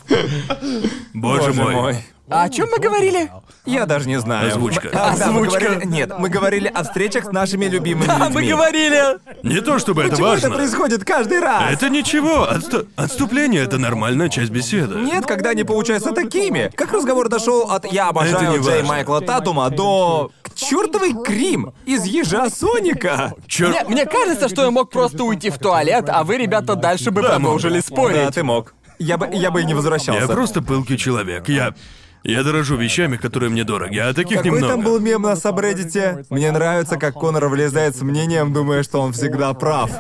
[SPEAKER 2] Боже мой.
[SPEAKER 3] А о чем мы говорили?
[SPEAKER 1] Я даже не знаю.
[SPEAKER 2] Озвучка.
[SPEAKER 1] А, да, мы
[SPEAKER 3] Озвучка.
[SPEAKER 1] говорили- Нет, мы говорили о встречах с нашими любимыми
[SPEAKER 3] А
[SPEAKER 1] людьми.
[SPEAKER 3] мы говорили!
[SPEAKER 2] Не то чтобы это
[SPEAKER 1] Почему это
[SPEAKER 2] важно.
[SPEAKER 1] происходит каждый раз?
[SPEAKER 2] Это ничего, отсту- отступление это нормальная часть беседы.
[SPEAKER 1] Нет, когда они получаются такими. Как разговор дошел от «Я
[SPEAKER 2] Это
[SPEAKER 1] обожаю
[SPEAKER 2] не
[SPEAKER 1] Джей
[SPEAKER 2] важно.
[SPEAKER 1] Майкла Татума» до «К чертовой Крим» из «Ежа Соника».
[SPEAKER 2] Черт.
[SPEAKER 3] Мне, мне кажется, что я мог просто уйти в туалет, а вы, ребята, дальше бы
[SPEAKER 1] Да,
[SPEAKER 3] продолжили спорить.
[SPEAKER 1] ты мог. Я бы, я бы и не
[SPEAKER 2] Я
[SPEAKER 1] возвращался.
[SPEAKER 2] просто пылкий человек. Я. Я дорожу вещами, которые мне дороги, а таких
[SPEAKER 1] Какой
[SPEAKER 2] немного.
[SPEAKER 1] там был мем на сабреддите? Мне нравится, как Конор влезает с мнением, думая, что он всегда прав.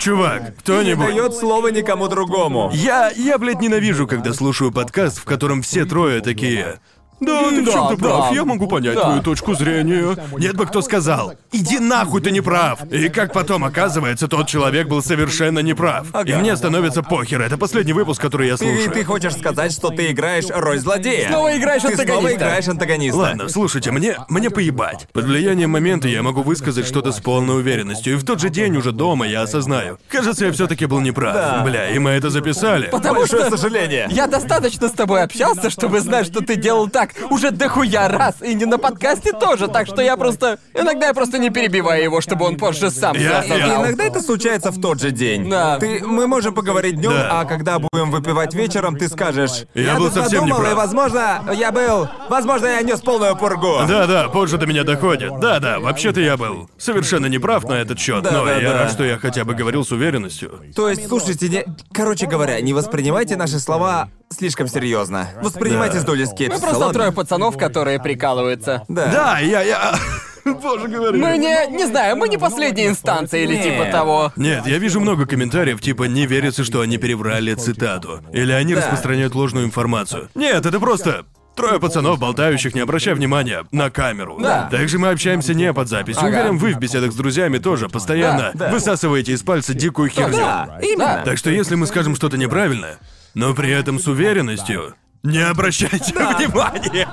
[SPEAKER 2] Чувак,
[SPEAKER 1] Не
[SPEAKER 2] кто-нибудь.
[SPEAKER 1] дает слова никому другому.
[SPEAKER 2] Я, я, блядь, ненавижу, когда слушаю подкаст, в котором все трое такие. Да, ты в
[SPEAKER 3] Да,
[SPEAKER 2] чем-то
[SPEAKER 3] да.
[SPEAKER 2] прав, я могу понять
[SPEAKER 3] Да.
[SPEAKER 2] твою точку зрения. Нет бы кто сказал, иди нахуй, ты не прав. И как потом оказывается, тот человек был совершенно неправ. И мне становится похер, это последний выпуск, который я
[SPEAKER 1] Ты,
[SPEAKER 2] слушаю.
[SPEAKER 1] ты хочешь сказать, что ты играешь роль злодея?
[SPEAKER 3] Снова играешь
[SPEAKER 1] ты Снова
[SPEAKER 3] антагониста.
[SPEAKER 1] играешь антагониста.
[SPEAKER 2] Ладно, слушайте, мне, мне поебать. Под влиянием момента я могу высказать что-то с полной уверенностью, и в тот же день уже дома я осознаю. Кажется, я все-таки был неправ. Бля, и мы это записали.
[SPEAKER 3] Потому
[SPEAKER 1] Большое
[SPEAKER 3] что
[SPEAKER 1] сожаление.
[SPEAKER 3] я достаточно с тобой общался, чтобы знать, что ты делал так уже дохуя раз, и не на подкасте тоже, так что я просто... Иногда я просто не перебиваю его, чтобы он позже сам всё
[SPEAKER 2] Я-
[SPEAKER 1] И
[SPEAKER 3] осознал.
[SPEAKER 1] иногда это случается в тот же день.
[SPEAKER 3] Да.
[SPEAKER 1] Ты, мы можем поговорить днем,
[SPEAKER 2] Да.
[SPEAKER 1] а когда будем выпивать вечером, ты скажешь.
[SPEAKER 2] Я был
[SPEAKER 1] тут
[SPEAKER 2] совсем
[SPEAKER 1] надумал,
[SPEAKER 2] неправ».
[SPEAKER 1] и возможно, я был. Возможно, я нес полную пургу.
[SPEAKER 2] Да-да, позже до меня доходит. Да-да, вообще-то я был совершенно неправ на этот счет, но
[SPEAKER 1] Да-да-да.
[SPEAKER 2] я рад, что я хотя бы говорил с уверенностью.
[SPEAKER 1] То есть, слушайте, не... короче говоря, не воспринимайте наши слова слишком серьезно. Воспринимайте с долей
[SPEAKER 3] Мы
[SPEAKER 1] скепсиса.
[SPEAKER 3] просто
[SPEAKER 1] ладно?
[SPEAKER 3] трое пацанов, которые прикалываются.
[SPEAKER 1] Да.
[SPEAKER 2] Да, я, я... [laughs] Боже, говорю.
[SPEAKER 3] Мы не... не знаю, мы не последняя инстанция или
[SPEAKER 1] Не.
[SPEAKER 3] типа того.
[SPEAKER 2] Нет, я вижу много комментариев, типа «не верится, что они переврали цитату». Или «они распространяют ложную информацию». Нет, это просто трое пацанов, болтающих, не обращая внимания на камеру.
[SPEAKER 3] Да.
[SPEAKER 2] Также мы общаемся не под запись.
[SPEAKER 3] Ага.
[SPEAKER 2] Уверен, вы в беседах с друзьями тоже постоянно
[SPEAKER 1] Да, да.
[SPEAKER 2] высасываете из пальца дикую херню.
[SPEAKER 1] Да, именно.
[SPEAKER 2] Так что если мы скажем что-то неправильное, но при этом с уверенностью, не обращайте внимания.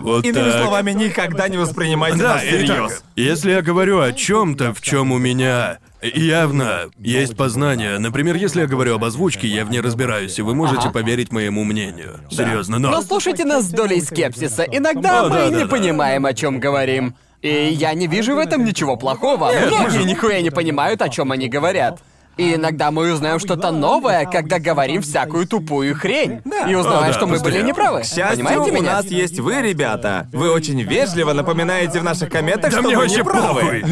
[SPEAKER 2] Вот
[SPEAKER 1] Иными
[SPEAKER 2] так.
[SPEAKER 1] словами, никогда не воспринимайте
[SPEAKER 2] Да,
[SPEAKER 1] нас
[SPEAKER 2] итак,
[SPEAKER 1] всерьез.
[SPEAKER 2] если я говорю о чем-то, в чем у меня явно есть познание. Например, если я говорю об озвучке, я в ней разбираюсь, и вы можете поверить моему мнению. Серьезно, но.
[SPEAKER 3] Но слушайте нас с долей скепсиса. Иногда
[SPEAKER 2] О,
[SPEAKER 3] мы
[SPEAKER 2] да, да,
[SPEAKER 3] не
[SPEAKER 2] да.
[SPEAKER 3] понимаем, о чем говорим. И я не вижу в этом ничего плохого. Многие нихуя не понимают, о чем они говорят. И иногда мы узнаем что-то новое, когда говорим всякую тупую хрень. И
[SPEAKER 2] О,
[SPEAKER 3] узнаем,
[SPEAKER 2] да,
[SPEAKER 3] что мы были
[SPEAKER 2] постоянно.
[SPEAKER 3] неправы.
[SPEAKER 1] К счастью,
[SPEAKER 3] Понимаете
[SPEAKER 1] у
[SPEAKER 3] меня?
[SPEAKER 1] нас есть вы, ребята. Вы очень вежливо напоминаете в наших комментах,
[SPEAKER 2] Да
[SPEAKER 1] что
[SPEAKER 2] мне
[SPEAKER 1] мы
[SPEAKER 2] вообще
[SPEAKER 1] не правы.
[SPEAKER 2] похуй.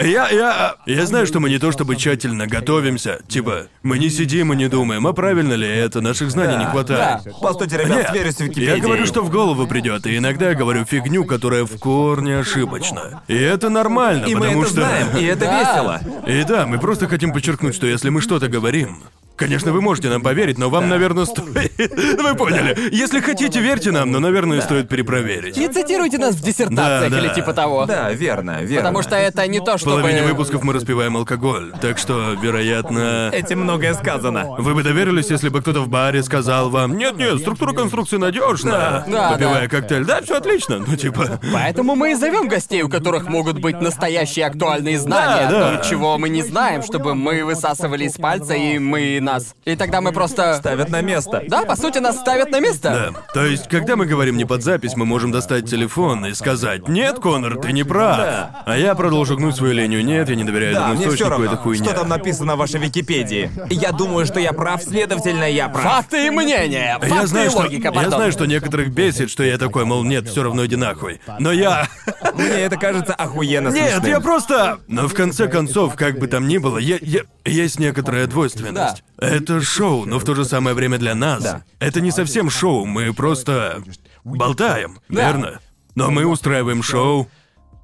[SPEAKER 2] Я, я, я знаю, что мы не то чтобы тщательно готовимся. Типа, мы не сидим и не думаем, а правильно ли это, наших знаний не хватает.
[SPEAKER 3] да.
[SPEAKER 1] Постойте, ребят,
[SPEAKER 2] Нет,
[SPEAKER 1] сверюсь в Википедии.
[SPEAKER 2] Я говорю, что в голову придет, и иногда я говорю фигню, которая в корне ошибочна. И это нормально,
[SPEAKER 1] И мы
[SPEAKER 2] потому
[SPEAKER 1] это
[SPEAKER 2] что.
[SPEAKER 1] знаем, и это
[SPEAKER 3] Да.
[SPEAKER 1] весело.
[SPEAKER 2] И да, мы просто хотим подчеркнуть, что если мы что-то говорим, Конечно, вы можете нам поверить, но вам, наверное, стоит... [laughs] Вы поняли. Если хотите, верьте нам, но, наверное, стоит перепроверить.
[SPEAKER 3] Не цитируйте нас в диссертациях
[SPEAKER 2] Да, да.
[SPEAKER 3] или типа того.
[SPEAKER 1] Да, верно, верно.
[SPEAKER 3] Потому что это не то,
[SPEAKER 2] В
[SPEAKER 3] чтобы...
[SPEAKER 2] половине выпусков мы распиваем алкоголь, так что, вероятно...
[SPEAKER 1] Этим многое сказано.
[SPEAKER 2] Вы бы доверились, если бы кто-то в баре сказал вам, нет-нет, структура конструкции надежна,
[SPEAKER 3] Да,
[SPEAKER 2] попивая
[SPEAKER 3] да.
[SPEAKER 2] коктейль, да, все отлично, ну типа.
[SPEAKER 3] Поэтому мы и зовем гостей, у которых могут быть настоящие актуальные
[SPEAKER 2] Да,
[SPEAKER 3] знания о
[SPEAKER 2] да.
[SPEAKER 3] том, чего мы не знаем, чтобы мы высасывали из пальца, и мы нас. И тогда мы просто.
[SPEAKER 1] Ставят на место.
[SPEAKER 3] Да, по сути, нас ставят на место.
[SPEAKER 2] Да. Э, То есть, когда мы говорим не под запись, мы можем достать телефон и сказать, нет, Конор, ты не прав. А я продолжу гнуть свою линию, нет, я не доверяю
[SPEAKER 1] Да,
[SPEAKER 2] этому
[SPEAKER 1] мне все
[SPEAKER 2] источнику, это
[SPEAKER 1] равно,
[SPEAKER 2] хуйня.
[SPEAKER 1] что там написано в вашей Википедии. Я думаю, что я прав, следовательно, я прав.
[SPEAKER 3] Факты и мнения. А Факты
[SPEAKER 2] Я знаю,
[SPEAKER 3] и
[SPEAKER 2] что,
[SPEAKER 3] логика,
[SPEAKER 2] я
[SPEAKER 3] пардон.
[SPEAKER 2] знаю, что некоторых бесит, что я такой, мол, нет, все равно иди нахуй. Но я...
[SPEAKER 1] Мне это кажется охуенно
[SPEAKER 2] Нет,
[SPEAKER 1] смешным.
[SPEAKER 2] я просто... Но в конце концов, как бы там ни было, я, я- есть некоторая двойственность. Это шоу, но в то же самое время для нас. Это не совсем шоу, мы просто болтаем, верно? Но мы устраиваем шоу.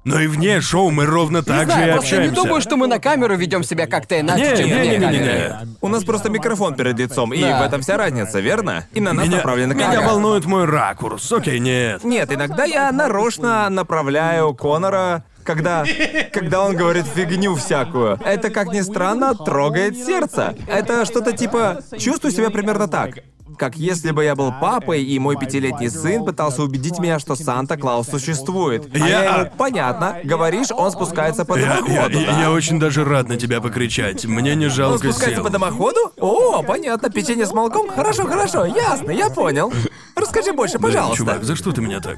[SPEAKER 2] Но и вне шоу мы ровно
[SPEAKER 3] Не
[SPEAKER 2] так же
[SPEAKER 3] знаю,
[SPEAKER 2] и
[SPEAKER 3] просто
[SPEAKER 2] общаемся.
[SPEAKER 3] не думаю, что мы на камеру ведем себя как-то иначе,
[SPEAKER 2] Не,
[SPEAKER 3] чем
[SPEAKER 2] не,
[SPEAKER 3] вне
[SPEAKER 2] не, не, не,
[SPEAKER 3] камеры.
[SPEAKER 2] не.
[SPEAKER 1] У нас просто микрофон перед лицом, и
[SPEAKER 3] Да.
[SPEAKER 1] в этом вся разница, верно? И на нас
[SPEAKER 2] Меня,
[SPEAKER 1] направлена
[SPEAKER 2] меня
[SPEAKER 1] камера.
[SPEAKER 2] волнует мой ракурс. Окей, нет.
[SPEAKER 1] Нет, иногда я нарочно направляю Конора, когда, когда он говорит фигню всякую. Это, как ни странно, трогает сердце. Это что-то типа «чувствую себя примерно так». Как если бы я был папой, и мой пятилетний сын пытался убедить меня, что Санта-Клаус существует. А я,
[SPEAKER 2] Я-
[SPEAKER 1] ему, понятно, говоришь, он спускается по
[SPEAKER 2] Я,
[SPEAKER 1] дымоходу,
[SPEAKER 2] я-
[SPEAKER 1] да?»
[SPEAKER 2] я- я очень даже рад на тебя покричать. Мне не
[SPEAKER 1] Он
[SPEAKER 2] жалко
[SPEAKER 1] спускается
[SPEAKER 2] сил. Э,
[SPEAKER 1] по дымоходу? О, понятно, печенье с молоком? Хорошо, хорошо, ясно, я понял. Расскажи больше,
[SPEAKER 2] Блин,
[SPEAKER 1] пожалуйста.
[SPEAKER 2] Чувак, за что ты меня так?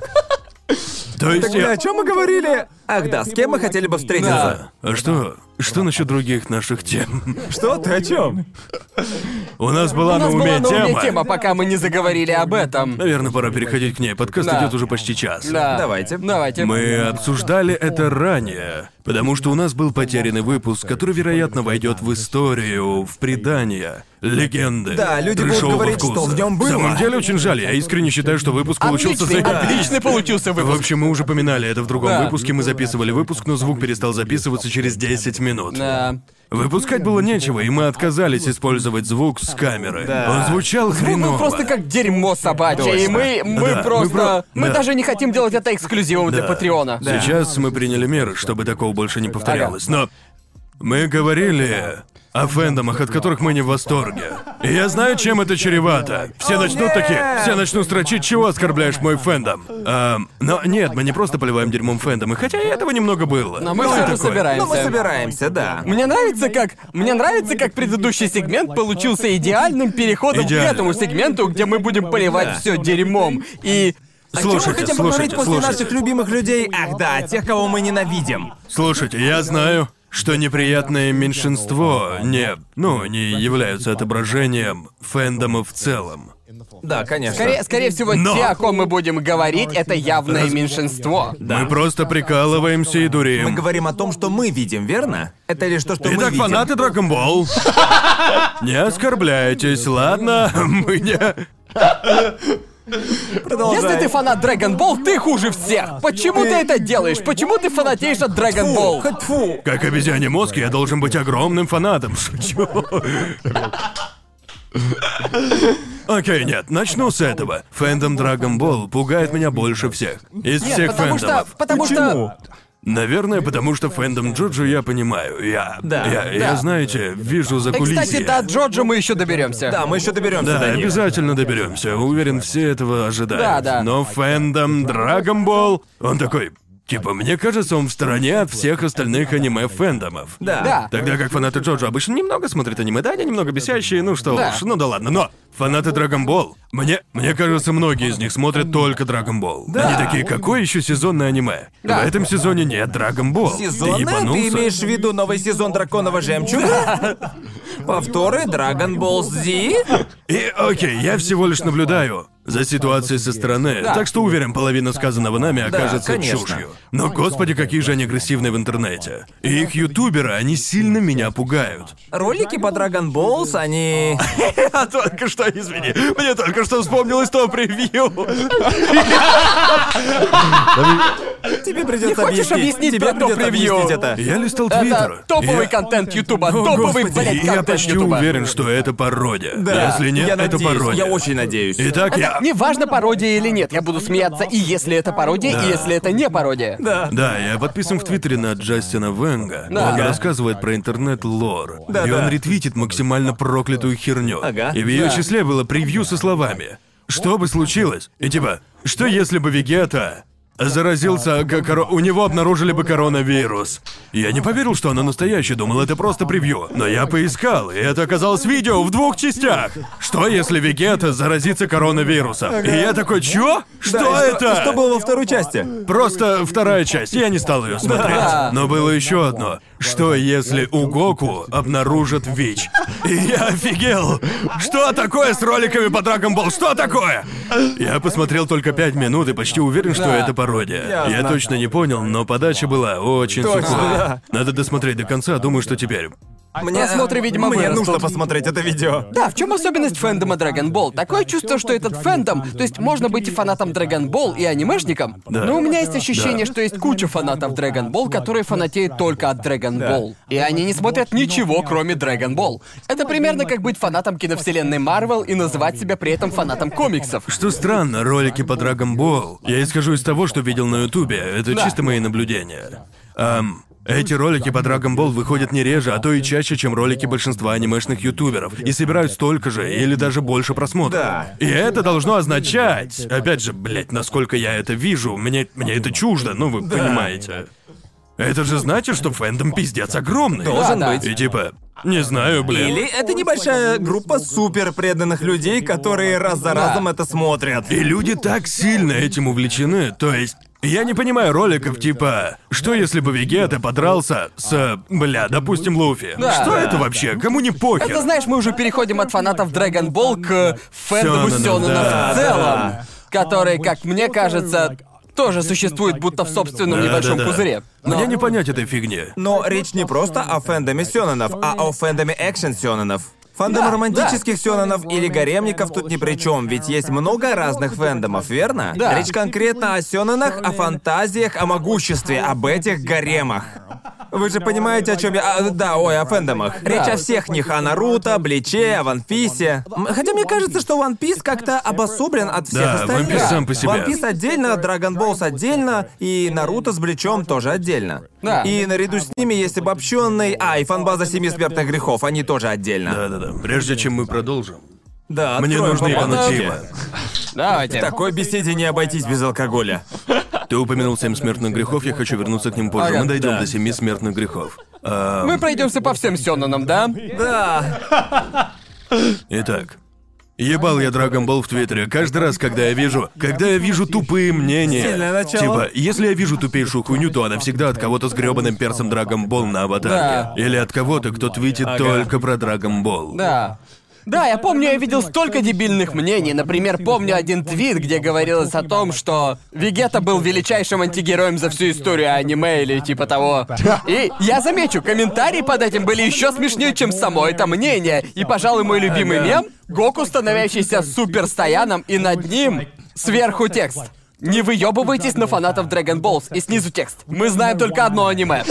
[SPEAKER 2] То есть
[SPEAKER 1] Так мы
[SPEAKER 2] я...
[SPEAKER 1] о чем мы говорили? Ах да, с кем мы хотели бы встретиться?
[SPEAKER 2] Да. А что? Что насчет других наших тем?
[SPEAKER 1] Что ты о чем?
[SPEAKER 2] У нас была
[SPEAKER 3] У
[SPEAKER 2] на
[SPEAKER 3] нас была
[SPEAKER 2] уме
[SPEAKER 3] на уме
[SPEAKER 2] Ну, тема.
[SPEAKER 3] тема, пока мы не заговорили об этом.
[SPEAKER 2] Наверное, пора переходить к ней. Подкаст
[SPEAKER 3] Да.
[SPEAKER 2] идет уже почти час.
[SPEAKER 3] Да.
[SPEAKER 1] Давайте.
[SPEAKER 3] Давайте.
[SPEAKER 2] Мы обсуждали это ранее, потому что у нас был потерянный выпуск, который, вероятно, войдет в историю, в предание, легенды.
[SPEAKER 1] Да, люди будут
[SPEAKER 2] трэшового
[SPEAKER 1] говорить,
[SPEAKER 2] вкуса.
[SPEAKER 1] что в нем было.
[SPEAKER 2] На самом деле очень жаль. Я искренне считаю, что выпуск получился
[SPEAKER 3] Отличный,
[SPEAKER 2] за-
[SPEAKER 3] отличный получился
[SPEAKER 2] В
[SPEAKER 3] выпуск.
[SPEAKER 2] общем, мы уже поминали это в другом
[SPEAKER 3] Да.
[SPEAKER 2] выпуске. Мы записывали выпуск, но звук перестал записываться через 10 минут.
[SPEAKER 3] Да.
[SPEAKER 2] Выпускать было нечего, и мы отказались использовать звук с камеры. Он звучал
[SPEAKER 3] Ну, Мы
[SPEAKER 2] хреново.
[SPEAKER 3] просто как дерьмо собачье, и мы, мы
[SPEAKER 2] Да,
[SPEAKER 3] просто...
[SPEAKER 2] мы про-
[SPEAKER 3] Мы
[SPEAKER 2] да.
[SPEAKER 3] даже не хотим делать это эксклюзивом для
[SPEAKER 2] Да.
[SPEAKER 3] Патреона.
[SPEAKER 2] Сейчас мы приняли меры, чтобы такого больше не повторялось, но... Мы говорили о фэндомах, от которых мы не в восторге. И я знаю, чем это чревато. Все начнут такие, все начнут строчить, чего оскорбляешь мой фэндом. Эм, но нет, мы не просто поливаем дерьмом фэндомы, хотя и этого немного было.
[SPEAKER 3] Но мы
[SPEAKER 2] Ну и
[SPEAKER 3] все же
[SPEAKER 2] такое.
[SPEAKER 3] собираемся.
[SPEAKER 1] Ну, мы собираемся, да.
[SPEAKER 3] Мне нравится, как... Мне нравится, как предыдущий сегмент получился идеальным переходом
[SPEAKER 2] Идеально.
[SPEAKER 3] к этому сегменту, где мы будем поливать все дерьмом.
[SPEAKER 1] о чем
[SPEAKER 3] И...
[SPEAKER 1] А мы
[SPEAKER 2] Слушайте,
[SPEAKER 1] хотим поговорить
[SPEAKER 2] слушайте,
[SPEAKER 1] после
[SPEAKER 2] слушайте.
[SPEAKER 1] наших любимых людей? Ах да, тех, кого мы ненавидим.
[SPEAKER 2] Слушайте, я знаю, что неприятное меньшинство не, ну, не являются отображением фэндома в целом.
[SPEAKER 1] Да, конечно.
[SPEAKER 3] Скорее, скорее всего,
[SPEAKER 2] Но-
[SPEAKER 3] те, о ком мы будем говорить, это явное меньшинство.
[SPEAKER 2] Мы просто прикалываемся и
[SPEAKER 1] Мы
[SPEAKER 2] дурим.
[SPEAKER 1] говорим о том, что мы видим, верно? Это лишь то, что мы
[SPEAKER 2] Итак,
[SPEAKER 1] видим.
[SPEAKER 2] фанаты Dragon
[SPEAKER 3] [laughs]
[SPEAKER 2] Ball. Не оскорбляйтесь, ладно? [laughs] Мы не...
[SPEAKER 1] Продолжай.
[SPEAKER 3] Если ты фанат Dragon Ball, ты хуже всех. Почему ты это делаешь? Почему ты фанатеешь от Dragon
[SPEAKER 1] Фу,
[SPEAKER 3] Ball?
[SPEAKER 1] хоть фу.
[SPEAKER 2] Как обезьяне мозг, я должен быть огромным фанатом.
[SPEAKER 3] [laughs]
[SPEAKER 2] Шучу. Окей, нет, начну с этого. Фэндом Dragon Ball пугает меня больше всех. Из
[SPEAKER 3] Нет,
[SPEAKER 2] всех
[SPEAKER 3] потому
[SPEAKER 2] фэндомов.
[SPEAKER 3] что... Потому что...
[SPEAKER 2] Наверное, потому что фэндом Джоджо я понимаю. Я.
[SPEAKER 1] Да,
[SPEAKER 2] Я,
[SPEAKER 1] да.
[SPEAKER 2] я, знаете, вижу за
[SPEAKER 3] И, Кстати,
[SPEAKER 2] кулисье.
[SPEAKER 3] до Джоджо мы еще доберемся.
[SPEAKER 1] Да, мы еще доберемся
[SPEAKER 2] Да,
[SPEAKER 1] до них.
[SPEAKER 2] обязательно доберемся. Уверен, все этого ожидают.
[SPEAKER 3] Да, да.
[SPEAKER 2] Но фэндом Dragon Ball, он такой. Типа, мне кажется, он в стороне от всех остальных аниме-фэндомов.
[SPEAKER 1] Да.
[SPEAKER 3] Да.
[SPEAKER 2] Тогда как фанаты Джоджо обычно немного смотрят аниме, да, они немного бесящие, ну что
[SPEAKER 3] Да.
[SPEAKER 2] уж, ну да ладно, но фанаты Dragon Ball, мне, мне кажется, многие из них смотрят только Dragon Ball. Они такие, какое еще сезонное аниме?
[SPEAKER 3] Да.
[SPEAKER 2] В этом сезоне нет Dragon Ball. Ты
[SPEAKER 1] Сезонное?
[SPEAKER 2] ебанулся?
[SPEAKER 1] Ты имеешь в виду новый сезон Драконового Жемчуга? [laughs] Повторы Dragon Ball Z?
[SPEAKER 2] И окей, я всего лишь наблюдаю за ситуацией со стороны, так что уверен, половина сказанного нами окажется
[SPEAKER 1] конечно.
[SPEAKER 2] чушью. Но господи, какие же они агрессивны в интернете. И их ютуберы, они сильно меня пугают.
[SPEAKER 1] Ролики по Dragon Balls, они...
[SPEAKER 2] Я только что, извини, мне только что вспомнилось то превью.
[SPEAKER 1] Тебе придется
[SPEAKER 3] Не хочешь объяснить
[SPEAKER 1] Тебе
[SPEAKER 3] про то
[SPEAKER 1] придется
[SPEAKER 3] превью?
[SPEAKER 1] объяснить это.
[SPEAKER 2] Я листал
[SPEAKER 3] Это
[SPEAKER 2] твиттер.
[SPEAKER 3] топовый
[SPEAKER 2] Я-
[SPEAKER 3] контент Ютуба,
[SPEAKER 2] О,
[SPEAKER 3] топовый,
[SPEAKER 2] господи,
[SPEAKER 3] блядь,
[SPEAKER 2] я
[SPEAKER 3] контент
[SPEAKER 2] почти
[SPEAKER 3] Ютуба.
[SPEAKER 2] уверен, что это пародия.
[SPEAKER 1] Да,
[SPEAKER 2] Если нет,
[SPEAKER 1] я
[SPEAKER 2] это
[SPEAKER 1] надеюсь, Я
[SPEAKER 2] пародия.
[SPEAKER 1] очень надеюсь.
[SPEAKER 2] Итак, я...
[SPEAKER 3] Неважно, пародия или нет, я буду смеяться, и если это пародия, и если это не пародия.
[SPEAKER 1] Да.
[SPEAKER 2] Да, я подписан в Твиттере на Джастина Венга.
[SPEAKER 3] Да.
[SPEAKER 2] Он
[SPEAKER 3] Ага.
[SPEAKER 2] рассказывает про интернет-лор.
[SPEAKER 1] Да,
[SPEAKER 2] и
[SPEAKER 1] да.
[SPEAKER 2] он ретвитит максимально проклятую херню.
[SPEAKER 1] Ага.
[SPEAKER 2] И в ее
[SPEAKER 3] Да.
[SPEAKER 2] числе было превью со словами. Что бы случилось? И типа, что если бы Вегета заразился, к- коро- у него обнаружили бы коронавирус. Я не поверил, что оно настоящее, думал, это просто превью. Но я поискал, и это оказалось видео в двух частях. Что если Вегета заразится коронавирусом? И я такой, чё? Что
[SPEAKER 1] Да, и
[SPEAKER 2] это?
[SPEAKER 1] Что было во второй части?
[SPEAKER 2] Просто вторая часть, я не стал ее смотреть. Но было еще одно. Что если у Гоку обнаружат ВИЧ? И я офигел! Что такое с роликами по Dragon Ball? Что такое? Я посмотрел только пять минут и почти уверен, что это пародия. Я
[SPEAKER 1] Ясно.
[SPEAKER 2] точно не понял, но подача была очень
[SPEAKER 1] Точно,
[SPEAKER 2] сухой.
[SPEAKER 1] да.
[SPEAKER 2] Надо досмотреть до конца, думаю, что теперь.
[SPEAKER 1] Мне,
[SPEAKER 3] Просмотры, видимо,
[SPEAKER 1] Мне
[SPEAKER 3] вырастут.
[SPEAKER 1] нужно посмотреть это видео.
[SPEAKER 3] Да, в чем особенность фэндома Dragon Ball? Такое чувство, что этот фэндом, то есть можно быть и фанатом Dragon Ball, и анимешником,
[SPEAKER 2] Да.
[SPEAKER 3] но у меня есть ощущение,
[SPEAKER 2] Да.
[SPEAKER 3] что есть куча фанатов Dragon Ball, которые фанатеют только от Dragon Ball. И они не смотрят ничего, кроме Dragon Ball. Это примерно как быть фанатом киновселенной Marvel и называть себя при этом фанатом комиксов.
[SPEAKER 2] Что странно, ролики по Dragon Ball. Я исхожу из того, что видел на Ютубе. Это
[SPEAKER 3] Да.
[SPEAKER 2] чисто мои наблюдения. Ам, эти ролики по Dragon Ball выходят не реже, а то и чаще, чем ролики большинства анимешных ютуберов. И собирают столько же или даже больше просмотров.
[SPEAKER 1] Да.
[SPEAKER 2] И это должно означать... Опять же, блять, насколько я это вижу, мне, мне это чуждо, ну вы понимаете. Это же значит, что фэндом пиздец огромный.
[SPEAKER 1] Должен
[SPEAKER 3] Да, да.
[SPEAKER 1] быть.
[SPEAKER 2] И типа, не знаю, блин.
[SPEAKER 1] Или это небольшая группа супер преданных людей, которые раз за разом это смотрят.
[SPEAKER 2] И люди так сильно этим увлечены, то есть... Я не понимаю роликов типа «Что если бы Вегета подрался с, э, бля, допустим, Луфи?»
[SPEAKER 3] Да.
[SPEAKER 2] Что
[SPEAKER 3] Да.
[SPEAKER 2] это вообще? Кому не похер?
[SPEAKER 3] Это знаешь, мы уже переходим от фанатов Dragon Ball к ну, фэндому
[SPEAKER 2] Сёнэнам,
[SPEAKER 3] Сёнэна
[SPEAKER 2] ну, да,
[SPEAKER 3] в целом,
[SPEAKER 1] да.
[SPEAKER 3] который, как мне кажется, тоже существует будто в собственном
[SPEAKER 2] Да,
[SPEAKER 3] небольшом
[SPEAKER 2] да, да.
[SPEAKER 3] пузыре. Но-
[SPEAKER 2] Мне не понять этой фигни.
[SPEAKER 1] Но речь не просто о фэндоме сёнэнов, а о фэндоме экшен сёнэнов. Фандом
[SPEAKER 3] Да,
[SPEAKER 1] романтических сёнэнов или гаремников тут ни при чем, ведь есть много разных фэндомов, верно?
[SPEAKER 3] Да.
[SPEAKER 1] Речь конкретно о сёнэнах, о фантазиях, о могуществе, об этих гаремах. Вы же понимаете, о чем я... а, да, ой, о фэндомах. Речь о всех них, о Наруто, Бличе, о Ван Писе. М, Хотя мне кажется, что Ван Пис как-то обособлен от всех
[SPEAKER 2] Да,
[SPEAKER 1] остальных.
[SPEAKER 2] One Piece сам по себе.
[SPEAKER 1] One Piece отдельно, Dragon Balls отдельно, и Наруто с Бличом тоже отдельно.
[SPEAKER 3] Да.
[SPEAKER 1] И наряду с ними есть обобщенный. А, и фанбаза семи смертных грехов, они тоже отдельно.
[SPEAKER 2] Да-да-да. Прежде чем мы продолжим,
[SPEAKER 1] Да,
[SPEAKER 2] мне
[SPEAKER 1] откроем
[SPEAKER 2] нужны
[SPEAKER 1] по
[SPEAKER 2] Ивана
[SPEAKER 1] бутылке.
[SPEAKER 2] Тима.
[SPEAKER 3] Давайте.
[SPEAKER 1] Такой беседе не обойтись без алкоголя.
[SPEAKER 2] Ты упомянул семь смертных грехов, я хочу вернуться к ним позже.
[SPEAKER 3] Ага,
[SPEAKER 2] Мы дойдем
[SPEAKER 1] да.
[SPEAKER 2] до семи смертных грехов. А,
[SPEAKER 3] Мы пройдемся по всем Сёнэнам, да?
[SPEAKER 1] Да.
[SPEAKER 2] Итак. Ебал я Dragon Ball в Твиттере. Каждый раз, когда я вижу, когда я вижу тупые мнения.
[SPEAKER 1] Сильное начало.
[SPEAKER 2] Типа, если я вижу тупейшую хуйню, то она всегда от кого-то с грёбаным перцем Dragon Ball на аватарке. Или от кого-то, кто твитит только про Dragon Ball.
[SPEAKER 3] Да. Да, я помню, я видел столько дебильных мнений. Например, помню один твит, где говорилось о том, что Вегета был величайшим антигероем за всю историю аниме или типа того. И я замечу, комментарии под этим были еще смешнее, чем само это мнение. И, пожалуй, мой любимый мем — Гоку, становящийся суперстояном, и над ним сверху текст. Не выебывайтесь на фанатов Dragon Balls. И снизу текст. Мы знаем только одно аниме.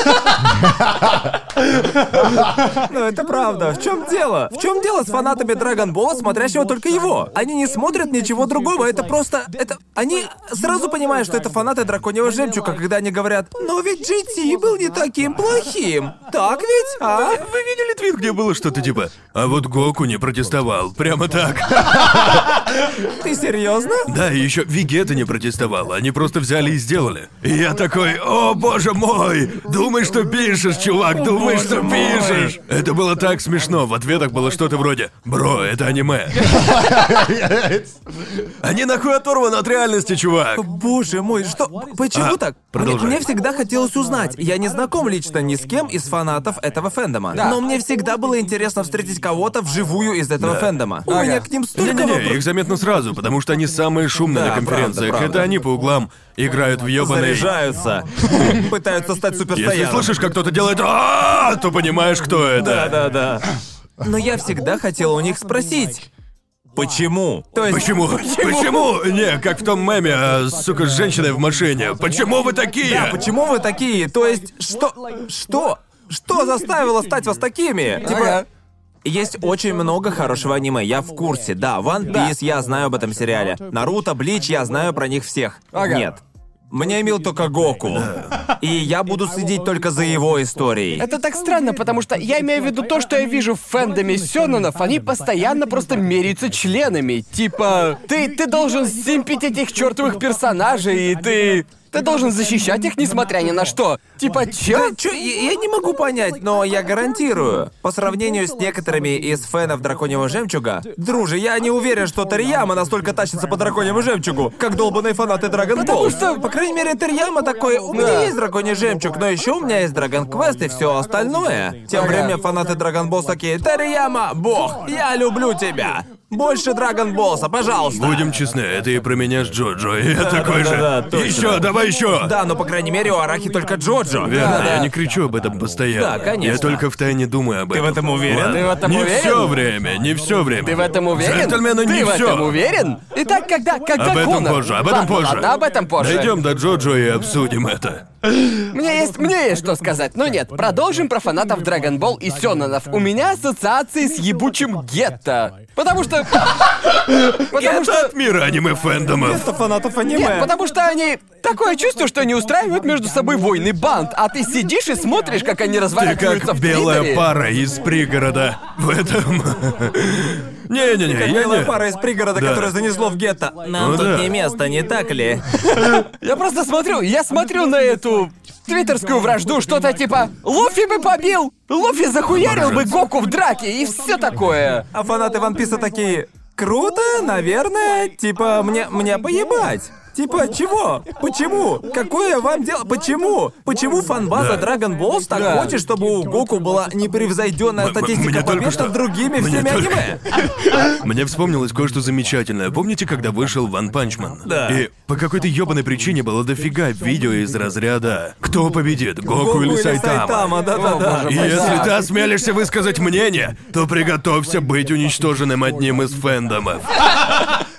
[SPEAKER 1] Ну это правда. В чем дело? В чем дело с фанатами Dragon Ball, смотрящего только его? Они не смотрят ничего другого, это просто. Это. Они сразу понимают, что это фанаты драконьего жемчуга, когда они говорят: Но ведь GT был не таким плохим. Так ведь? А?
[SPEAKER 2] Вы видели твит, где было что-то типа «А вот Гоку не протестовал». Прямо так.
[SPEAKER 1] Ты серьезно?
[SPEAKER 2] Да, и еще Вегета не протестовала, они просто взяли и сделали. И я такой, о боже мой! Думай, что пишешь, чувак, думай, что пишешь! Это было так смешно, в ответах было что-то вроде «Бро, это аниме». Они нахуй оторваны от реальности, чувак!
[SPEAKER 1] Боже мой, что? Почему
[SPEAKER 2] А,
[SPEAKER 1] так?
[SPEAKER 2] продолжай.
[SPEAKER 1] Мне, мне всегда хотелось узнать. Я не знаком лично ни с кем из фанатов этого фэндома. Но мне всегда было интересно встретить кого-то вживую из этого фэндома. У
[SPEAKER 3] Ага.
[SPEAKER 1] меня к ним столько
[SPEAKER 2] Не-не-не,
[SPEAKER 1] вопросов.
[SPEAKER 2] их заметно сразу, потому что они самые шумные
[SPEAKER 1] Да,
[SPEAKER 2] на конференциях.
[SPEAKER 1] правда, правда.
[SPEAKER 2] Это они по углам играют в ёбаные...
[SPEAKER 1] Заряжаются. Пытаются стать
[SPEAKER 2] Если
[SPEAKER 1] суперстояном.
[SPEAKER 2] слышишь, как кто-то делает «А-а-а», то понимаешь, кто это.
[SPEAKER 1] Да, да, да. Но я всегда хотел у них спросить. Почему? То есть...
[SPEAKER 2] Почему? Почему? Не, как в том меме, а, сука, с женщиной в машине. Почему вы такие?
[SPEAKER 1] Да, почему вы такие? То есть, что... Что? Что заставило стать вас такими? Типа,
[SPEAKER 3] Ага.
[SPEAKER 1] Есть очень много хорошего аниме, я в курсе. Да, One Piece, я знаю об этом сериале. Наруто, Блич, я знаю про них всех.
[SPEAKER 3] Ага.
[SPEAKER 1] Нет. Мне мил только Гоку. И я буду следить только за его историей.
[SPEAKER 3] Это так странно, потому что я имею в виду то, что я вижу в фэндоме Сёнонов, они постоянно просто меряются членами. Типа, ты, ты должен симпить этих чертовых персонажей, и ты... Ты должен защищать их, несмотря ни на что. Типа, чё?
[SPEAKER 1] Да, чё, я, я не могу понять, но я гарантирую, по сравнению с некоторыми из фенов Драконьего Жемчуга, друже, я не уверен, что Тарьяма настолько тащится по Драконьему Жемчугу, как долбанные фанаты Драгон Ball.
[SPEAKER 3] что-
[SPEAKER 1] по крайней мере, Тарьяма такой, у меня есть Драконий Жемчуг, но еще у меня есть Драгон Квест и все остальное. Тем
[SPEAKER 3] Ага.
[SPEAKER 1] временем фанаты Драгон Босс такие, Тарьяма, бог, я люблю тебя. Больше Драгон Босса, пожалуйста.
[SPEAKER 2] Будем честны, это и про меня с Джоджо, и я такой же.
[SPEAKER 1] да, точно.
[SPEAKER 2] еще, давай еще!
[SPEAKER 1] Да, но по крайней мере у Арахи только Джоджо. Да,
[SPEAKER 2] Верно,
[SPEAKER 1] да.
[SPEAKER 2] я не кричу об этом
[SPEAKER 1] Да,
[SPEAKER 2] постоянно.
[SPEAKER 1] конечно.
[SPEAKER 2] Я только втайне думаю об
[SPEAKER 1] Ты в
[SPEAKER 2] этом.
[SPEAKER 1] этом уверен?
[SPEAKER 2] Ладно.
[SPEAKER 3] Ты в этом
[SPEAKER 2] не
[SPEAKER 3] уверен?
[SPEAKER 2] все время, не все время.
[SPEAKER 3] Ты в этом уверен?
[SPEAKER 2] Джентльмены,
[SPEAKER 3] Ты
[SPEAKER 2] не
[SPEAKER 3] в
[SPEAKER 2] все.
[SPEAKER 3] этом уверен? Итак, когда, когда
[SPEAKER 2] Об этом
[SPEAKER 3] Конор-
[SPEAKER 2] позже, об этом
[SPEAKER 3] Ладно,
[SPEAKER 2] позже.
[SPEAKER 3] ладно, об этом позже.
[SPEAKER 2] Дойдем до Джоджо и обсудим это.
[SPEAKER 3] Мне есть, мне есть что сказать. Но нет, продолжим про фанатов Dragon Ball и Сёнонов. У меня ассоциации с ебучим гетто. Потому что... [laughs] Потому
[SPEAKER 2] Это
[SPEAKER 3] что...
[SPEAKER 2] от мира аниме-фэндомов.
[SPEAKER 1] фанатов аниме.
[SPEAKER 3] Нет, потому что они... Такое чувство, что они устраивают между собой войны банд, а ты сидишь и смотришь, как они
[SPEAKER 2] Ты
[SPEAKER 3] разворачиваются
[SPEAKER 2] как
[SPEAKER 3] в
[SPEAKER 2] белая
[SPEAKER 3] Твиттере.
[SPEAKER 2] пара из пригорода. В этом... Не-не-не, я
[SPEAKER 1] Милая
[SPEAKER 2] не-
[SPEAKER 1] пара из пригорода,
[SPEAKER 2] Да.
[SPEAKER 1] которая занесло в гетто. Нам
[SPEAKER 2] Ну
[SPEAKER 1] тут
[SPEAKER 2] да.
[SPEAKER 1] не место, не так ли?
[SPEAKER 3] Я просто смотрю, я смотрю на эту твиттерскую вражду, что-то типа «Луфи бы побил! Луфи захуярил бы
[SPEAKER 2] Боржец.
[SPEAKER 3] Гоку в драке!» и все такое.
[SPEAKER 1] А фанаты Ван Писа такие... Круто, наверное. Типа, мне, мне поебать. Типа, чего? Почему? Какое вам дело? Почему? Почему фанбаза Dragon Balls так
[SPEAKER 3] Да.
[SPEAKER 1] хочет, чтобы у Гоку была непревзойденная
[SPEAKER 2] М- м-
[SPEAKER 1] статистика
[SPEAKER 2] мне только
[SPEAKER 1] побед над
[SPEAKER 2] что-
[SPEAKER 1] другими
[SPEAKER 2] мне
[SPEAKER 1] всеми
[SPEAKER 2] только-
[SPEAKER 1] аниме?
[SPEAKER 2] Мне вспомнилось кое-что замечательное. Помните, когда вышел Ван Панчман? Да. И по какой-то ёбаной причине было дофига видео из разряда «Кто победит, Гоку или Сайтама?»
[SPEAKER 1] да-да-да.
[SPEAKER 2] И если ты осмелишься высказать мнение, то приготовься быть уничтоженным одним из фэндомов.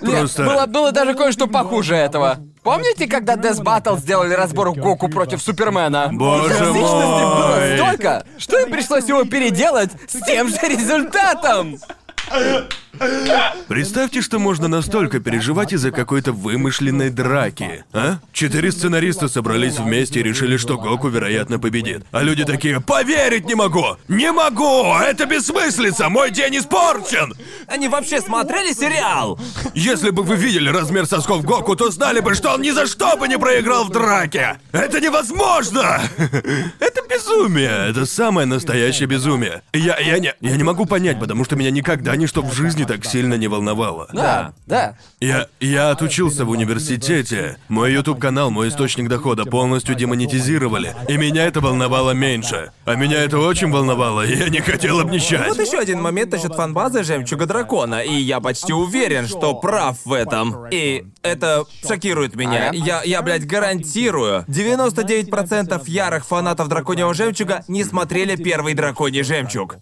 [SPEAKER 3] Нет,
[SPEAKER 2] Просто-
[SPEAKER 3] было, было даже кое-что похуже этого. Помните, когда Death Battle сделали разбор Гоку против Супермена?
[SPEAKER 2] Боже
[SPEAKER 3] Токсичности было
[SPEAKER 2] мой!
[SPEAKER 3] столько, что им пришлось его переделать с тем же результатом!
[SPEAKER 2] Представьте, что можно настолько переживать из-за какой-то вымышленной драки, а? Четыре сценариста собрались вместе и решили, что Гоку, вероятно, победит. А люди такие «Поверить не могу! Не могу! Это бессмыслица! Мой день испорчен!»
[SPEAKER 1] Они вообще смотрели сериал?
[SPEAKER 2] Если бы вы видели размер сосков Гоку, то знали бы, что он ни за что бы не проиграл в драке! Это невозможно! [laughs] Это безумие! Это самое настоящее безумие. Я, я, не, я не могу понять, потому что меня никогда ничто в жизни так сильно не волновало.
[SPEAKER 3] Да, да.
[SPEAKER 2] Я, я отучился в университете. Мой YouTube-канал, мой источник дохода полностью демонетизировали. И меня это волновало меньше. А меня это очень волновало, и я не хотел обнищать.
[SPEAKER 1] Вот еще один момент насчет фанбазы жемчуга дракона, и я почти уверен, что прав в этом. И это шокирует меня.
[SPEAKER 3] Ага.
[SPEAKER 1] Я, я, блядь, гарантирую. 99% ярых фанатов драконьего жемчуга не смотрели первый драконий жемчуг.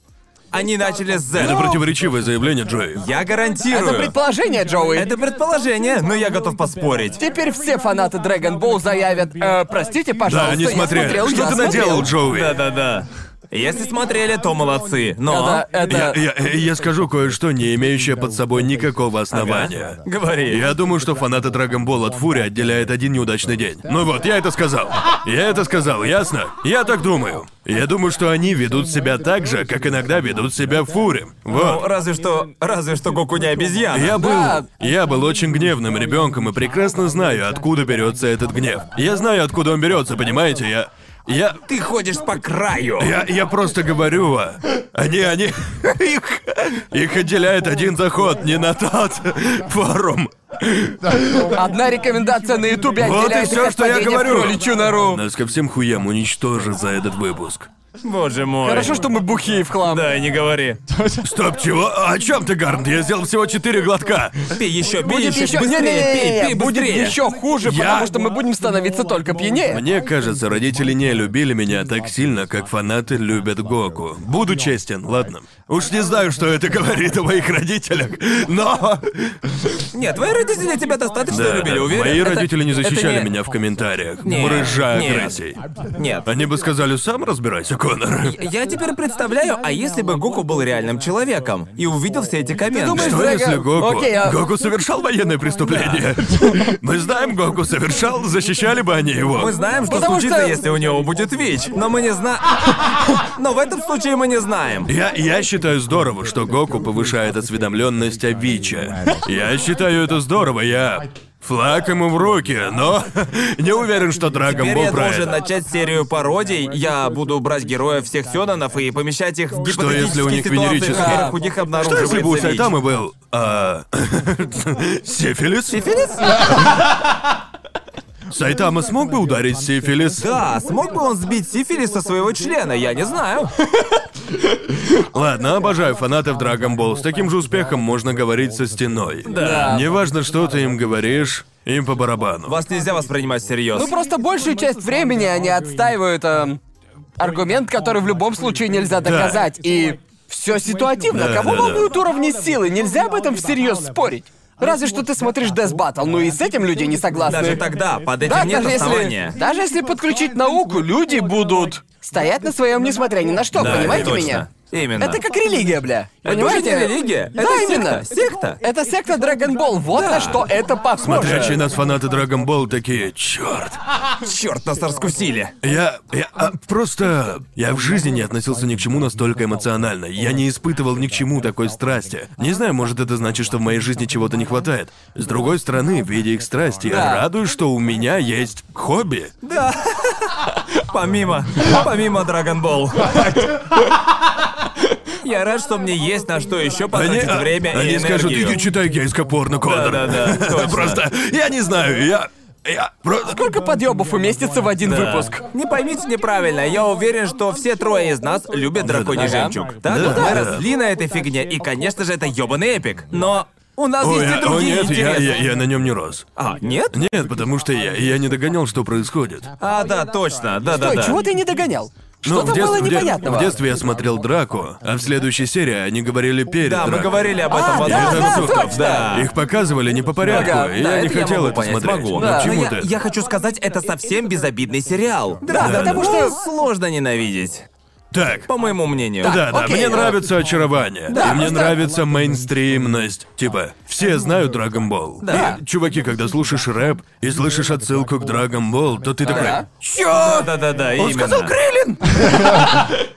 [SPEAKER 1] Они начали с
[SPEAKER 2] Это
[SPEAKER 1] Z.
[SPEAKER 2] противоречивое заявление, Джей.
[SPEAKER 1] Я
[SPEAKER 3] Это
[SPEAKER 1] гарантирую.
[SPEAKER 3] предположение, Джоуи.
[SPEAKER 1] Это предположение, но я готов поспорить.
[SPEAKER 3] Теперь все фанаты Dragon Ball заявят, «Э, простите,
[SPEAKER 2] Да,
[SPEAKER 3] пожалуйста,
[SPEAKER 2] не
[SPEAKER 3] я
[SPEAKER 2] смотрели.
[SPEAKER 3] смотрел,
[SPEAKER 2] Что
[SPEAKER 3] я
[SPEAKER 2] ты
[SPEAKER 3] смотрел».
[SPEAKER 2] наделал, Джоуи?
[SPEAKER 1] Да-да-да. Если смотрели, то молодцы. Но...
[SPEAKER 3] Это, это...
[SPEAKER 2] Я, я- я скажу кое-что, не имеющее под собой никакого основания.
[SPEAKER 1] Говори.
[SPEAKER 2] Я думаю, что фанаты Драгонбол от Фури отделяет один неудачный день. Ну вот, я это сказал. Я это сказал, ясно? Я так думаю. Я думаю, что они ведут себя так же, как иногда ведут себя Фури.
[SPEAKER 1] Ну,
[SPEAKER 2] Вот.
[SPEAKER 1] разве что... Разве что Гоку не обезьяна.
[SPEAKER 2] Я был,
[SPEAKER 3] Да.
[SPEAKER 2] я был очень гневным ребенком и прекрасно знаю, откуда берется этот гнев. Я знаю, откуда он берется, понимаете? Я, я,
[SPEAKER 1] Ты ходишь по краю.
[SPEAKER 2] я, я просто говорю, а, они, они, их, их отделяет один заход, не на тот форум.
[SPEAKER 3] Одна рекомендация на Ютубе
[SPEAKER 2] Вот и
[SPEAKER 3] отделяет
[SPEAKER 2] все,
[SPEAKER 3] их от
[SPEAKER 2] что я
[SPEAKER 3] падения в
[SPEAKER 2] говорю.
[SPEAKER 3] кроличью нору.
[SPEAKER 2] Нас ко всем хуям уничтожат за этот выпуск.
[SPEAKER 1] Боже мой.
[SPEAKER 3] Хорошо, что мы бухие в хлам.
[SPEAKER 1] Да, не говори.
[SPEAKER 2] Стоп, чего? А О чем ты, Гарнт? Я сделал всего четыре глотка.
[SPEAKER 1] Пей еще, пей
[SPEAKER 3] Будет
[SPEAKER 1] еще,
[SPEAKER 3] еще
[SPEAKER 1] быстрее, пей, пей
[SPEAKER 3] будет
[SPEAKER 1] быстрее.
[SPEAKER 3] еще хуже,
[SPEAKER 2] Я-
[SPEAKER 3] потому что мы будем становиться только пьянее.
[SPEAKER 2] Мне кажется, родители не любили меня так сильно, как фанаты любят Гоку. Буду честен, ладно. Уж не знаю, что это говорит о моих родителях, но...
[SPEAKER 1] Нет, твои родители тебя достаточно
[SPEAKER 2] Да,
[SPEAKER 1] любили, уверен.
[SPEAKER 2] мои
[SPEAKER 1] Это-
[SPEAKER 2] родители не
[SPEAKER 1] это
[SPEAKER 2] защищали
[SPEAKER 1] не-
[SPEAKER 2] меня в комментариях,
[SPEAKER 1] Нет,
[SPEAKER 2] выражая
[SPEAKER 1] нет.
[SPEAKER 2] агрессией.
[SPEAKER 1] Нет.
[SPEAKER 2] Они бы сказали, сам разбирайся, Конор.
[SPEAKER 1] Я теперь представляю, а если бы Гуку был реальным человеком и увидел все эти комменты?
[SPEAKER 3] думаешь,
[SPEAKER 2] Что
[SPEAKER 3] Зага-
[SPEAKER 2] если Гоку?
[SPEAKER 3] Окей, а-
[SPEAKER 2] Гоку совершал военное преступление. Мы знаем, Гоку совершал, защищали бы они его.
[SPEAKER 1] Мы знаем, что
[SPEAKER 3] Потому
[SPEAKER 1] случится,
[SPEAKER 3] что-
[SPEAKER 1] если у него будет ВИЧ, но мы не знаем... [laughs] Но в этом случае мы не знаем.
[SPEAKER 2] Я, я считаю здорово, что Гоку повышает осведомленность о Виче. Я считаю это здорово, я... Флаг ему в руки, но [laughs] не уверен, что Драгон
[SPEAKER 1] Теперь я
[SPEAKER 2] Боб про
[SPEAKER 1] должен
[SPEAKER 2] это.
[SPEAKER 1] начать серию пародий. Я буду брать героев всех сёнонов и помещать их в гипотетические
[SPEAKER 2] если у них
[SPEAKER 1] ситуации, в
[SPEAKER 2] венерические?
[SPEAKER 1] которых у них
[SPEAKER 2] Что
[SPEAKER 1] обнаруживается
[SPEAKER 2] если бы у
[SPEAKER 1] ВИЧ?
[SPEAKER 2] Сайтамы был... а, [laughs] сифилис?
[SPEAKER 1] Сифилис?
[SPEAKER 2] Сайтама смог бы ударить сифилис?
[SPEAKER 1] Да, смог бы он сбить сифилис со своего члена, я не знаю.
[SPEAKER 2] Ладно, обожаю фанатов Dragon Ball. С таким же успехом можно говорить со стеной. Да. Неважно, что ты им говоришь, им по барабану.
[SPEAKER 1] Вас нельзя воспринимать всерьез.
[SPEAKER 3] Ну просто большую часть времени они отстаивают эм, аргумент, который в любом случае нельзя доказать. И все ситуативно.
[SPEAKER 2] Да,
[SPEAKER 3] Кого
[SPEAKER 2] да, ну, да.
[SPEAKER 3] волнуют уровни силы? Нельзя об этом всерьез спорить.
[SPEAKER 2] Ну,
[SPEAKER 3] Разве что ты смотришь Death Battle, ну и с этим люди не согласны.
[SPEAKER 1] Даже тогда, под этим
[SPEAKER 3] Да,
[SPEAKER 1] нет
[SPEAKER 3] даже
[SPEAKER 1] основания.
[SPEAKER 3] если, даже если подключить науку, люди будут стоять на своем, несмотря ни на что,
[SPEAKER 2] Да,
[SPEAKER 3] понимаете
[SPEAKER 2] точно.
[SPEAKER 3] меня?
[SPEAKER 1] Именно.
[SPEAKER 3] Это как религия, бля.
[SPEAKER 1] Это
[SPEAKER 3] Понимаете?
[SPEAKER 1] уже не религия,
[SPEAKER 3] Да,
[SPEAKER 1] это секта,
[SPEAKER 3] именно.
[SPEAKER 1] секта.
[SPEAKER 3] Это секта Dragon Ball. Вот на что это похоже.
[SPEAKER 2] Смотрящие нас фанаты Dragon Ball такие, черт.
[SPEAKER 1] Черт, нас раскусили.
[SPEAKER 2] Я, я а, просто... Я в жизни не относился ни к чему настолько эмоционально. Я не испытывал ни к чему такой страсти. Не знаю, может это значит, что в моей жизни чего-то не хватает. С другой стороны, видя их страсти, я
[SPEAKER 3] Да.
[SPEAKER 2] радуюсь, что у меня есть хобби.
[SPEAKER 1] Помимо, помимо Dragon Ball. Я рад, что мне есть на что еще
[SPEAKER 2] Они,
[SPEAKER 1] потратить
[SPEAKER 2] а,
[SPEAKER 1] время
[SPEAKER 2] они
[SPEAKER 1] и
[SPEAKER 2] скажут,
[SPEAKER 1] энергию.
[SPEAKER 2] иди читай гейско-порно, Конор. [laughs]
[SPEAKER 1] Да-да-да, точно. А
[SPEAKER 2] Просто, я не знаю, я... Я просто...
[SPEAKER 3] Сколько подъебов уместится в один выпуск?
[SPEAKER 1] Не поймите неправильно, я уверен, что все трое из нас любят драконий
[SPEAKER 3] Ага.
[SPEAKER 1] жемчуг. Так,
[SPEAKER 2] Да,
[SPEAKER 1] вот мы
[SPEAKER 2] да.
[SPEAKER 1] росли на этой фигне, и, конечно же, это ёбаный эпик. Но у нас
[SPEAKER 2] Ой,
[SPEAKER 1] есть и
[SPEAKER 2] а- о,
[SPEAKER 1] другие
[SPEAKER 2] нет, я,
[SPEAKER 1] интересы.
[SPEAKER 2] я- я на нем не рос.
[SPEAKER 1] А, нет?
[SPEAKER 2] Нет, потому что я, я не догонял, что происходит.
[SPEAKER 1] А, да, точно, да-да-да.
[SPEAKER 3] Ой, чего ты не догонял?
[SPEAKER 2] Ну,
[SPEAKER 3] Что там
[SPEAKER 2] в детстве-
[SPEAKER 3] было
[SPEAKER 2] в дет-
[SPEAKER 3] непонятного?
[SPEAKER 2] В детстве я смотрел драку, а в следующей серии они говорили перед
[SPEAKER 1] Да, мы
[SPEAKER 2] «Дракой».
[SPEAKER 1] говорили об этом
[SPEAKER 3] А,
[SPEAKER 1] в одном
[SPEAKER 3] да,
[SPEAKER 1] из
[SPEAKER 3] да,
[SPEAKER 1] выпусков,
[SPEAKER 3] точно.
[SPEAKER 1] да.
[SPEAKER 2] Их показывали не по порядку,
[SPEAKER 3] Ага,
[SPEAKER 2] и
[SPEAKER 3] да,
[SPEAKER 2] я не
[SPEAKER 1] это я
[SPEAKER 2] хотел
[SPEAKER 1] могу
[SPEAKER 2] это
[SPEAKER 1] понять,
[SPEAKER 2] смотреть.
[SPEAKER 1] могу.
[SPEAKER 2] Ну
[SPEAKER 1] Да.
[SPEAKER 2] к чему
[SPEAKER 1] Но
[SPEAKER 2] ты?
[SPEAKER 1] я, я хочу сказать, это совсем безобидный сериал.
[SPEAKER 3] Да, да, потому
[SPEAKER 1] Ну,
[SPEAKER 3] что-
[SPEAKER 1] сложно ненавидеть,
[SPEAKER 2] Так.
[SPEAKER 1] по моему мнению.
[SPEAKER 2] Да, да,
[SPEAKER 3] окей,
[SPEAKER 2] мне
[SPEAKER 3] да.
[SPEAKER 2] нравится очарование.
[SPEAKER 3] Да,
[SPEAKER 2] и мне
[SPEAKER 3] просто-
[SPEAKER 2] нравится мейнстримность. Типа, все знают Dragon Ball.
[SPEAKER 1] Да.
[SPEAKER 2] И, чуваки, когда слушаешь рэп и слышишь отсылку к Dragon Ball, то ты такой.
[SPEAKER 3] Да.
[SPEAKER 2] Чё?
[SPEAKER 1] да, да, да,
[SPEAKER 2] Он
[SPEAKER 1] именно.
[SPEAKER 2] сказал Крилин!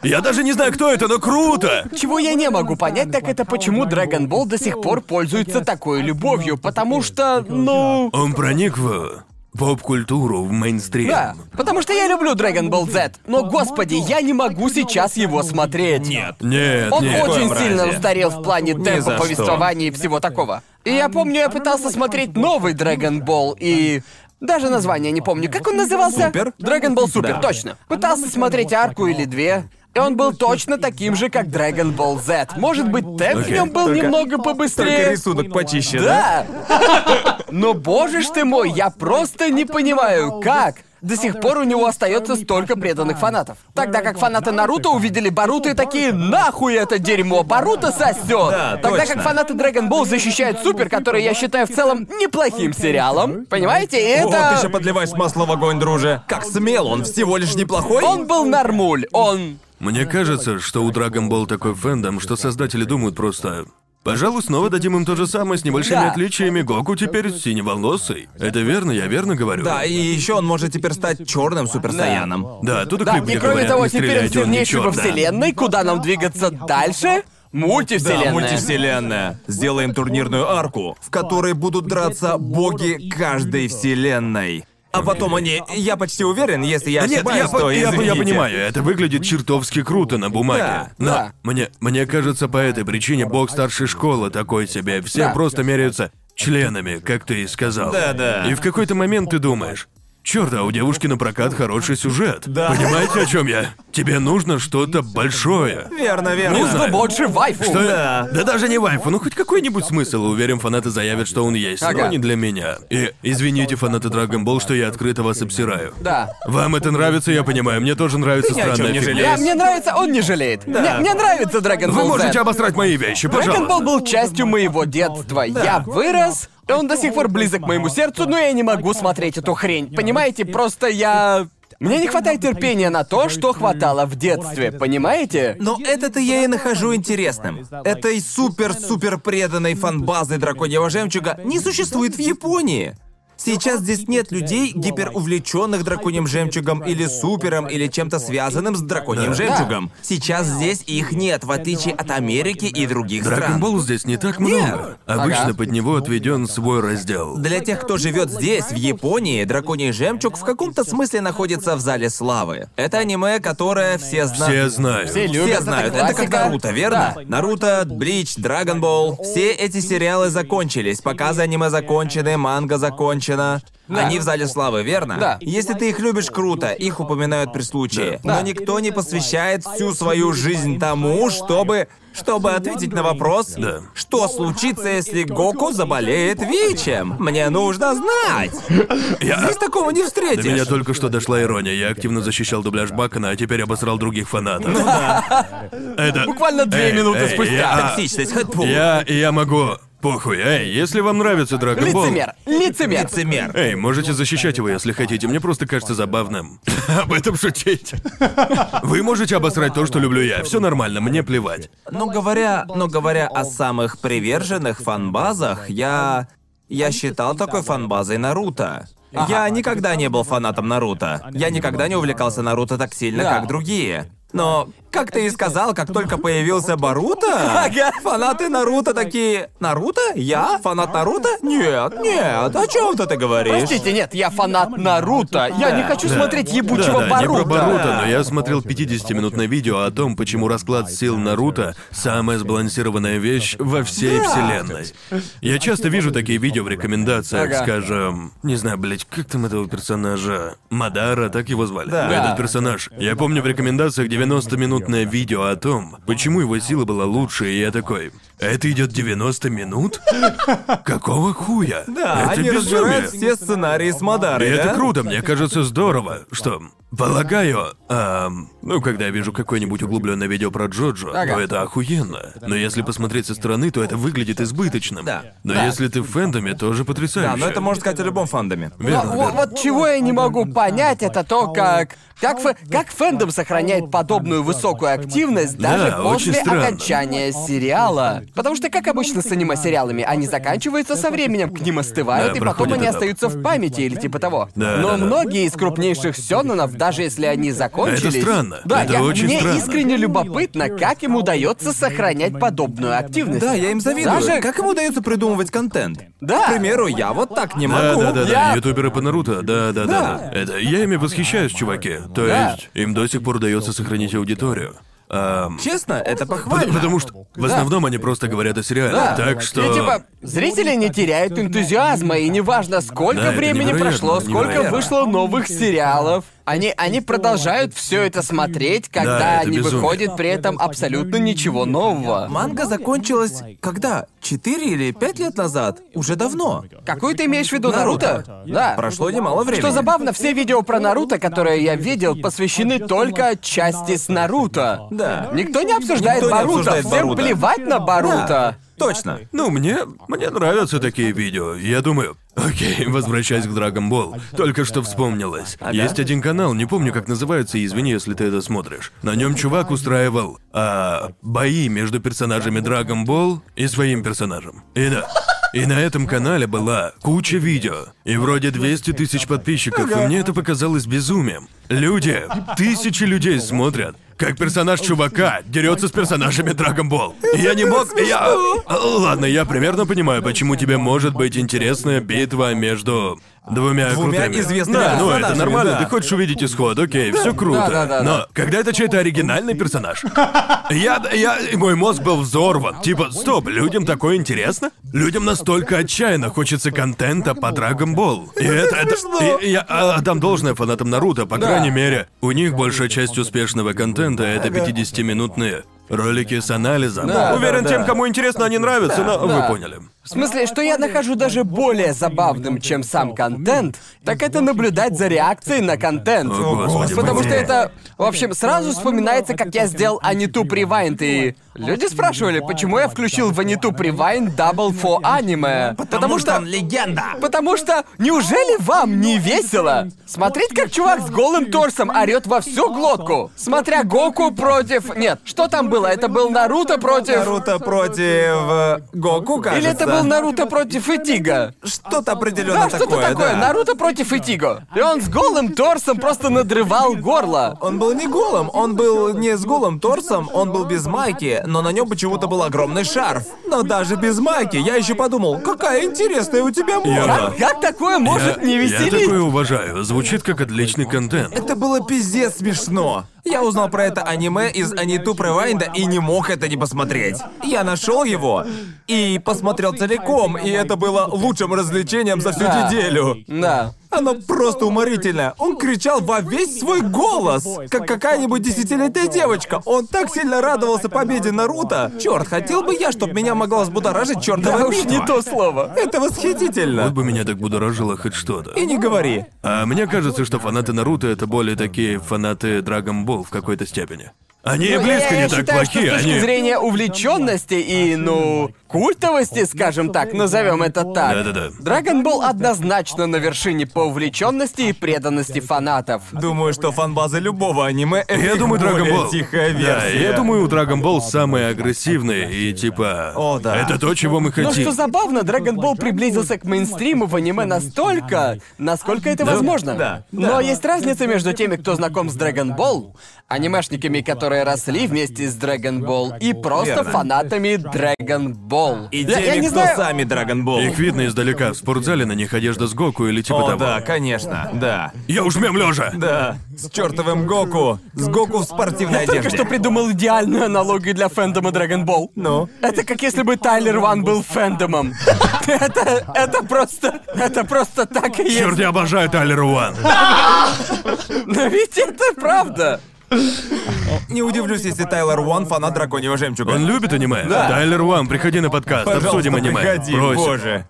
[SPEAKER 2] Я даже не знаю, кто это, но круто!
[SPEAKER 3] Чего я не могу понять, так это почему Dragon Ball до сих пор пользуется такой любовью, потому что, ну...
[SPEAKER 2] Он проник в поп-культуру, в мейнстрим.
[SPEAKER 3] Да, потому что я люблю Dragon Ball Z, но, господи, я не могу сейчас его смотреть. Нет.
[SPEAKER 2] Нет,
[SPEAKER 3] Он
[SPEAKER 2] нет.
[SPEAKER 3] очень
[SPEAKER 1] Безобразие.
[SPEAKER 3] сильно устарел в плане
[SPEAKER 1] за
[SPEAKER 3] темпа
[SPEAKER 1] что.
[SPEAKER 3] повествования и всего такого. И я помню, я пытался смотреть новый Dragon Ball и... Даже название не помню. Как он назывался?
[SPEAKER 1] Супер?
[SPEAKER 3] Dragon Ball Super,
[SPEAKER 1] Да.
[SPEAKER 3] точно. Пытался смотреть арку или две. И он был точно таким же, как Dragon Ball Z. Может быть, темп в
[SPEAKER 2] Окей.
[SPEAKER 3] нем был
[SPEAKER 1] Только-
[SPEAKER 3] немного
[SPEAKER 1] Только
[SPEAKER 3] побыстрее.
[SPEAKER 1] рисунок почище,
[SPEAKER 3] Да! [laughs] Но боже ж ты мой, я просто не понимаю, как до сих пор у него остается столько преданных фанатов. Тогда как фанаты Наруто увидели Баруто и такие «Нахуй это дерьмо! Баруто сосет!»
[SPEAKER 1] Да,
[SPEAKER 3] Тогда
[SPEAKER 1] точно.
[SPEAKER 3] как фанаты Dragon Ball защищают Супер, который я считаю в целом неплохим сериалом. Понимаете? И
[SPEAKER 1] Ого,
[SPEAKER 3] это...
[SPEAKER 1] ты еще подливаешь масло в огонь, друже. Как смел, он всего лишь неплохой.
[SPEAKER 3] Он был нормуль, он...
[SPEAKER 2] Мне кажется, что у Dragon Ball такой фэндом, что создатели думают просто... Пожалуй, снова дадим им то же самое с небольшими
[SPEAKER 3] Да.
[SPEAKER 2] отличиями. Гоку теперь синеволосый. Это верно, я верно говорю.
[SPEAKER 1] Да, и еще он может теперь стать черным суперсаяном.
[SPEAKER 2] Да, тут и
[SPEAKER 3] Да,
[SPEAKER 2] клип, где
[SPEAKER 3] и кроме
[SPEAKER 2] говорят,
[SPEAKER 3] того,
[SPEAKER 2] не
[SPEAKER 3] теперь в
[SPEAKER 2] стреляйте, он не
[SPEAKER 3] сильнейшей во
[SPEAKER 2] чёрт, да.
[SPEAKER 3] вселенной, куда нам двигаться дальше? Мультивселенная.
[SPEAKER 1] Да, мультивселенная. Сделаем турнирную арку, в которой будут драться боги каждой вселенной. А потом они... Я почти уверен, если я
[SPEAKER 2] Да Нет, я,
[SPEAKER 1] ошибаюсь, то
[SPEAKER 2] по- я, я
[SPEAKER 1] извините.
[SPEAKER 2] понимаю, это выглядит чертовски круто на бумаге.
[SPEAKER 1] Да,
[SPEAKER 2] Но
[SPEAKER 3] да.
[SPEAKER 2] мне, мне кажется, по этой причине бог старшей школы такой себе. Все
[SPEAKER 3] Да.
[SPEAKER 2] просто меряются членами, как ты и сказал.
[SPEAKER 1] Да, да.
[SPEAKER 2] И в какой-то момент ты думаешь, Черт, а у девушки на прокат хороший сюжет.
[SPEAKER 1] Да.
[SPEAKER 2] Понимаете, о чем я? Тебе нужно что-то большое.
[SPEAKER 1] Верно, верно.
[SPEAKER 2] Не знаю.
[SPEAKER 3] Нужно больше вайфу.
[SPEAKER 2] Что?
[SPEAKER 1] Да.
[SPEAKER 2] Да даже не вайфу, ну хоть какой-нибудь смысл. Уверен, фанаты заявят, что он есть, но
[SPEAKER 3] Ага.
[SPEAKER 2] не для меня. И извините, фанаты Dragon Ball, что я открыто вас обсираю.
[SPEAKER 3] Да.
[SPEAKER 2] Вам это нравится, я понимаю. Мне тоже нравится
[SPEAKER 1] ни о чем
[SPEAKER 2] странная
[SPEAKER 1] не
[SPEAKER 2] фигня.
[SPEAKER 1] жалею.
[SPEAKER 3] Я, мне нравится, он не жалеет. Мне, мне нравится Dragon Ball
[SPEAKER 2] Вы
[SPEAKER 3] Z.
[SPEAKER 2] можете обосрать мои вещи,
[SPEAKER 3] Dragon Ball
[SPEAKER 2] пожалуйста.
[SPEAKER 3] был частью моего детства. Я вырос, и он до сих пор близок к моему сердцу, но я не могу смотреть эту хрень. Понимаете, просто я... Мне не хватает терпения на то, что хватало в детстве, понимаете?
[SPEAKER 1] Но это-то я и нахожу интересным. Этой супер-супер преданной фанбазы драконьего жемчуга не существует в Японии. Сейчас здесь нет людей, гиперувлеченных драконьим жемчугом или супером, или чем-то связанным с драконьим
[SPEAKER 2] Да.
[SPEAKER 1] жемчугом. Сейчас здесь их нет, в отличие от Америки и других
[SPEAKER 2] Dragon
[SPEAKER 1] стран.
[SPEAKER 2] Ball здесь не так много. Обычно
[SPEAKER 3] Ага.
[SPEAKER 2] под него отведен свой раздел.
[SPEAKER 1] Для тех, кто живет здесь, в Японии, драконий жемчуг в каком-то смысле находится в зале славы. Это аниме, которое все знают.
[SPEAKER 2] Все знают.
[SPEAKER 3] Все любят,
[SPEAKER 1] Все
[SPEAKER 3] это
[SPEAKER 1] знают, это, как
[SPEAKER 3] классика.
[SPEAKER 1] Наруто, верно?
[SPEAKER 3] Да.
[SPEAKER 1] Наруто, Блич, Dragon Ball. Все эти сериалы закончились. Показы аниме закончены, манга закончена. Они в зале славы, верно?
[SPEAKER 3] Да.
[SPEAKER 1] Если ты их любишь, круто. Их упоминают при случае.
[SPEAKER 3] Да.
[SPEAKER 1] Но никто не посвящает всю свою жизнь тому, чтобы... Чтобы ответить на вопрос,
[SPEAKER 2] Да.
[SPEAKER 1] что случится, если Гоку заболеет ВИЧем? Мне нужно знать.
[SPEAKER 2] Я-
[SPEAKER 1] Здесь такого не
[SPEAKER 2] До
[SPEAKER 1] встретишь.
[SPEAKER 2] меня только что дошла ирония. Я активно защищал дубляж Бакана, а теперь обосрал других фанатов. Это...
[SPEAKER 3] Ну Буквально две
[SPEAKER 2] Эй,
[SPEAKER 3] минуты
[SPEAKER 2] эй,
[SPEAKER 3] спустя.
[SPEAKER 2] я-
[SPEAKER 1] Токсичность, хэдпул.
[SPEAKER 2] Я... я могу... Похуй, эй, если вам нравится Dragon Ball...
[SPEAKER 3] Лицемер. Лицемер.
[SPEAKER 1] Лицемер.
[SPEAKER 2] Эй, можете защищать его, если хотите. Мне просто кажется забавным [laughs] об этом шутить. Вы можете обосрать то, что люблю я. Все нормально, мне плевать.
[SPEAKER 1] Но говоря, но говоря о самых приверженных фанбазах, я я считал такой фанбазой Наруто. Я никогда не был фанатом Наруто. Я никогда не увлекался Наруто так сильно,
[SPEAKER 3] Да.
[SPEAKER 1] как другие. Но, как ты и сказал, как только появился [laughs] Баруто,
[SPEAKER 3] Ага.
[SPEAKER 1] фанаты Наруто такие... Наруто? Я? Фанат Наруто? Нет, нет, о чем то ты говоришь?
[SPEAKER 3] Простите, нет, я фанат Наруто. Я не хочу
[SPEAKER 2] Да.
[SPEAKER 3] смотреть
[SPEAKER 2] да,
[SPEAKER 3] ебучего
[SPEAKER 2] да, не
[SPEAKER 3] Баруто.
[SPEAKER 2] про Баруто, но я смотрел 50-минутное видео о том, почему расклад сил Наруто — самая сбалансированная вещь во всей вселенной. Я часто вижу такие видео в рекомендациях,
[SPEAKER 3] Ага.
[SPEAKER 2] скажем... Не знаю, блять, как там этого персонажа? Мадара, так его звали.
[SPEAKER 1] Да.
[SPEAKER 2] Но этот персонаж. Я помню в рекомендациях 90-минутное видео о том, почему его сила была лучше, и я такой... Это идет 90 минут? Какого хуя?
[SPEAKER 1] Да,
[SPEAKER 2] это
[SPEAKER 1] они
[SPEAKER 2] безумие.
[SPEAKER 1] разбирают все сценарии с Мадарой,
[SPEAKER 2] И
[SPEAKER 1] да?
[SPEAKER 2] это круто, мне кажется, здорово, что. Полагаю, ам, ну, когда я вижу какое-нибудь углубленное видео про Джоджо,
[SPEAKER 3] Ага.
[SPEAKER 2] то это охуенно. Но если посмотреть со стороны, то это выглядит избыточным.
[SPEAKER 1] Да.
[SPEAKER 2] Но если ты в фэндоме, тоже потрясающе.
[SPEAKER 1] Да, но это можно сказать о любом фандоме.
[SPEAKER 2] Верно,
[SPEAKER 3] Во- во-
[SPEAKER 2] верно.
[SPEAKER 3] вот чего я не могу понять, это то, как как, фэ- как фэндом сохраняет подобную высокую активность
[SPEAKER 2] Да,
[SPEAKER 3] даже
[SPEAKER 2] очень
[SPEAKER 3] после
[SPEAKER 2] странно.
[SPEAKER 3] окончания сериала. Потому что, как обычно с аниме-сериалами, они заканчиваются со временем, к ним остывают,
[SPEAKER 2] Да,
[SPEAKER 3] и потом
[SPEAKER 2] проходит
[SPEAKER 3] они
[SPEAKER 2] этап.
[SPEAKER 3] остаются в памяти или типа того.
[SPEAKER 2] Да,
[SPEAKER 3] Но
[SPEAKER 2] да, да.
[SPEAKER 3] многие из крупнейших сёнэнов, даже если они закончились...
[SPEAKER 2] Это странно.
[SPEAKER 3] Да,
[SPEAKER 2] Это
[SPEAKER 3] я-
[SPEAKER 2] очень
[SPEAKER 3] мне
[SPEAKER 2] странно.
[SPEAKER 3] искренне любопытно, как им удается сохранять подобную активность.
[SPEAKER 1] Да, я им завидую.
[SPEAKER 3] Даже-
[SPEAKER 1] Как им удается придумывать контент?
[SPEAKER 3] Да.
[SPEAKER 1] К примеру, я вот так не
[SPEAKER 2] Да,
[SPEAKER 1] могу.
[SPEAKER 2] да, да,
[SPEAKER 3] я-
[SPEAKER 2] да, ютуберы по Наруто, да, да, да, да. Это я ими восхищаюсь, чуваки. То
[SPEAKER 3] Да.
[SPEAKER 2] есть им до сих пор удается сохранить аудиторию. Ам,
[SPEAKER 1] Честно, это похвально.
[SPEAKER 2] Потому потому что в основном они просто говорят о сериале.
[SPEAKER 3] Да.
[SPEAKER 2] Так что.
[SPEAKER 3] И типа, зрители не теряют энтузиазма, и неважно, сколько
[SPEAKER 2] Да, это
[SPEAKER 3] времени
[SPEAKER 2] невероятно,
[SPEAKER 3] прошло, сколько
[SPEAKER 2] невероятно.
[SPEAKER 3] вышло новых сериалов. Они, они продолжают все это смотреть, когда
[SPEAKER 2] Да, это
[SPEAKER 3] не
[SPEAKER 2] безумие.
[SPEAKER 3] выходит при этом абсолютно ничего нового.
[SPEAKER 1] Манга закончилась когда? Четыре или пять лет назад? Уже давно.
[SPEAKER 3] Какую ты имеешь в виду, Наруто? Да.
[SPEAKER 1] Прошло немало времени.
[SPEAKER 3] Что забавно, все видео про Наруто, которые я видел, посвящены только части с Наруто.
[SPEAKER 1] Да.
[SPEAKER 3] Никто не обсуждает
[SPEAKER 1] Никто не
[SPEAKER 3] Баруто,
[SPEAKER 1] обсуждает
[SPEAKER 3] всем
[SPEAKER 1] Боруто.
[SPEAKER 3] плевать
[SPEAKER 1] Да,
[SPEAKER 3] на Баруто.
[SPEAKER 1] точно.
[SPEAKER 2] Ну, мне, мне нравятся такие видео. Я думаю, окей, [laughs] возвращаясь к Dragon Ball. Только что вспомнилось. Есть один канал, не помню, как называется, и извини, если ты это смотришь. На нем чувак устраивал а, бои между персонажами Dragon Ball и своим персонажем. И да. И на этом канале была куча видео. И вроде 200 тысяч подписчиков, и мне это показалось безумием. Люди, тысячи людей смотрят, как персонаж чувака дерется с персонажами Dragon Ball. Я не мог. Я. Ладно, я примерно понимаю, почему тебе может быть интересная битва между двумя,
[SPEAKER 1] Двумя
[SPEAKER 2] крутыми.
[SPEAKER 1] известными
[SPEAKER 2] Да, ну это
[SPEAKER 1] персонажами,
[SPEAKER 2] нормально.
[SPEAKER 1] да.
[SPEAKER 2] Ты хочешь увидеть исход, окей, все круто.
[SPEAKER 3] да, да,
[SPEAKER 2] Но
[SPEAKER 3] да.
[SPEAKER 2] когда это чей-то оригинальный персонаж, я, я, и мой мозг был взорван. Типа, стоп, людям такое интересно? Людям настолько отчаянно хочется контента по Dragon Ball. И это, это, и- и я а, отдам должное фанатам Наруто, по крайней мере. У них большая часть успешного контента — это 50-минутные ролики с анализом.
[SPEAKER 3] Да,
[SPEAKER 2] Уверен,
[SPEAKER 3] да,
[SPEAKER 2] тем,
[SPEAKER 3] да.
[SPEAKER 2] кому интересно, они нравятся, но вы
[SPEAKER 3] да.
[SPEAKER 2] поняли.
[SPEAKER 3] В смысле, что я нахожу даже более забавным, чем сам контент, так это наблюдать за реакцией на контент.
[SPEAKER 2] О, господи,
[SPEAKER 3] Потому
[SPEAKER 2] мой
[SPEAKER 3] что
[SPEAKER 2] дед.
[SPEAKER 3] это... В общем, сразу вспоминается, как я сделал Аниту Привайнд, и... Люди спрашивали, почему я включил в Аниту Привайнд дабл фо аниме. Потому что...
[SPEAKER 1] он легенда.
[SPEAKER 3] Потому что неужели вам не весело? Смотреть, как чувак с голым торсом орет во всю глотку. Смотря Гоку против... Нет, что там было? Это был Наруто против...
[SPEAKER 1] Наруто против э, Гоку, кажется.
[SPEAKER 3] Или это был Наруто против Итига?
[SPEAKER 1] Что-то определенно
[SPEAKER 3] Да, что-то
[SPEAKER 1] такое,
[SPEAKER 3] такое.
[SPEAKER 1] да.
[SPEAKER 3] Наруто против Итиго. И он с голым торсом просто надрывал горло.
[SPEAKER 1] Он был не голым, он был не с голым торсом, он был без майки, но на нем почему-то был огромный шарф. Но даже без майки я еще подумал, какая интересная у тебя морда.
[SPEAKER 2] Я-
[SPEAKER 3] Как, как такое может
[SPEAKER 2] Я-
[SPEAKER 3] не
[SPEAKER 2] Я
[SPEAKER 3] веселить?
[SPEAKER 2] такое уважаю. Звучит как отличный контент.
[SPEAKER 1] Это было пиздец смешно. Я узнал про это аниме из Аниту Превайнда и не мог это не посмотреть. Я нашел его и посмотрел целиком, и это было лучшим развлечением за всю
[SPEAKER 3] Да.
[SPEAKER 1] неделю.
[SPEAKER 3] Да.
[SPEAKER 1] Оно просто уморительно. Он кричал во весь свой голос, как какая-нибудь десятилетняя девочка. Он так сильно радовался победе Наруто. Черт, хотел бы я, чтобы меня могла взбудоражить чертова
[SPEAKER 3] Да уж не
[SPEAKER 1] битва.
[SPEAKER 3] то слово.
[SPEAKER 1] Это
[SPEAKER 2] Вот
[SPEAKER 1] восхитительно.
[SPEAKER 2] бы меня так будоражило хоть что-то.
[SPEAKER 1] И не говори.
[SPEAKER 2] А мне кажется, что фанаты Наруто это более такие фанаты Dragon Ball в какой-то степени. Они и
[SPEAKER 3] Ну,
[SPEAKER 2] близко
[SPEAKER 3] я- я
[SPEAKER 2] не так
[SPEAKER 3] считаю,
[SPEAKER 2] плохие,
[SPEAKER 3] что с точки
[SPEAKER 2] они.
[SPEAKER 3] зрения увлеченности и, ну, культовости, скажем так, назовем это так.
[SPEAKER 2] Да-да-да.
[SPEAKER 3] Dragon Ball однозначно на вершине по увлеченности и преданности фанатов.
[SPEAKER 1] Думаю, что фанбазы любого аниме это
[SPEAKER 2] Я
[SPEAKER 1] их
[SPEAKER 2] думаю, Dragon
[SPEAKER 1] более
[SPEAKER 2] Ball.
[SPEAKER 1] тихая
[SPEAKER 2] Да,
[SPEAKER 1] версия.
[SPEAKER 2] я думаю, у Dragon Ball самые агрессивные и типа.
[SPEAKER 1] О, да.
[SPEAKER 2] Это то, чего мы хотим.
[SPEAKER 3] Но Ну, что забавно, Dragon Ball приблизился к мейнстриму в аниме настолько, насколько это возможно.
[SPEAKER 1] да, да.
[SPEAKER 3] Но есть разница между теми, кто знаком с Dragon Ball, анимешниками, которые росли вместе с Dragon Ball, и просто
[SPEAKER 1] Верно.
[SPEAKER 3] фанатами Dragon Ball.
[SPEAKER 1] И
[SPEAKER 3] я,
[SPEAKER 1] теми,
[SPEAKER 3] я не
[SPEAKER 1] кто
[SPEAKER 3] знаю...
[SPEAKER 1] сами Dragon Ball.
[SPEAKER 2] Их видно издалека в спортзале на них одежда с Гоку или типа
[SPEAKER 1] О,
[SPEAKER 2] того.
[SPEAKER 1] да, конечно, да.
[SPEAKER 2] Я уж мем лежа!
[SPEAKER 1] Да, с чертовым Гоку. С Гоку в спортивной
[SPEAKER 3] Я
[SPEAKER 1] одежде.
[SPEAKER 3] только что придумал идеальную аналогию для фэндома Dragon Ball.
[SPEAKER 1] Ну?
[SPEAKER 3] Это как если бы Тайлер Ван был фэндомом. [laughs] Это, это просто, это просто так и
[SPEAKER 2] Черт,
[SPEAKER 3] есть.
[SPEAKER 2] я обожаю Тайлер Уан.
[SPEAKER 3] Но ведь это правда.
[SPEAKER 1] Не удивлюсь, если Тайлер Уан фанат драконьего жемчуга.
[SPEAKER 2] Он любит аниме? Тайлер Уан, приходи на подкаст,
[SPEAKER 1] Пожалуйста,
[SPEAKER 2] обсудим аниме.
[SPEAKER 1] приходи,
[SPEAKER 2] Просим.
[SPEAKER 1] боже.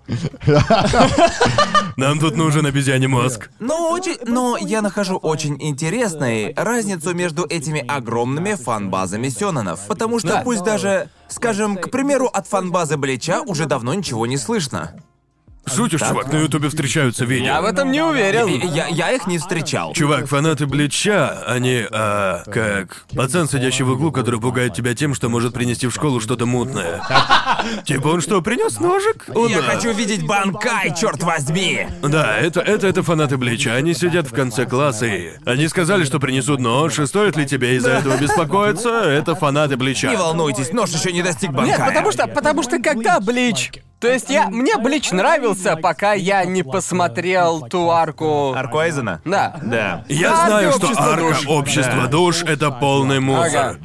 [SPEAKER 2] Нам тут нужен обезьяний мозг.
[SPEAKER 1] Но очень, но я нахожу очень интересной разницу между этими огромными фанбазами Сёнонов. Потому что
[SPEAKER 3] Да.
[SPEAKER 1] пусть даже, скажем, к примеру, от фанбазы Блича уже давно ничего не слышно.
[SPEAKER 2] Шутишь, чувак, на Ютубе встречаются видео.
[SPEAKER 3] Я А в этом не
[SPEAKER 1] И
[SPEAKER 3] уверен.
[SPEAKER 1] я, я их не встречал.
[SPEAKER 2] Чувак, фанаты Блича, они, а, как пацан, сидящий в углу, который пугает тебя тем, что может принести в школу
[SPEAKER 1] [laughs]
[SPEAKER 2] что-то мутное. Типа он что, принес ножик? О,
[SPEAKER 1] Я
[SPEAKER 2] да.
[SPEAKER 1] хочу видеть Банкай, черт возьми!
[SPEAKER 2] Да, это, это, это фанаты Блича. Они сидят в конце класса и... Они сказали, что принесут нож, и стоит ли тебе из-за этого беспокоиться? Это фанаты Блича.
[SPEAKER 1] Не волнуйтесь, нож еще не достиг Банкая.
[SPEAKER 3] Нет, потому что, потому что когда Блич... То есть я, мне Блич нравился, пока я не посмотрел ту арку...
[SPEAKER 1] Арку Айзена?
[SPEAKER 3] Да.
[SPEAKER 1] Да.
[SPEAKER 2] Я
[SPEAKER 3] Арка
[SPEAKER 2] знаю, что
[SPEAKER 3] общества
[SPEAKER 2] арка
[SPEAKER 3] душ.
[SPEAKER 2] общества душ — это полный мусор.
[SPEAKER 3] Ага.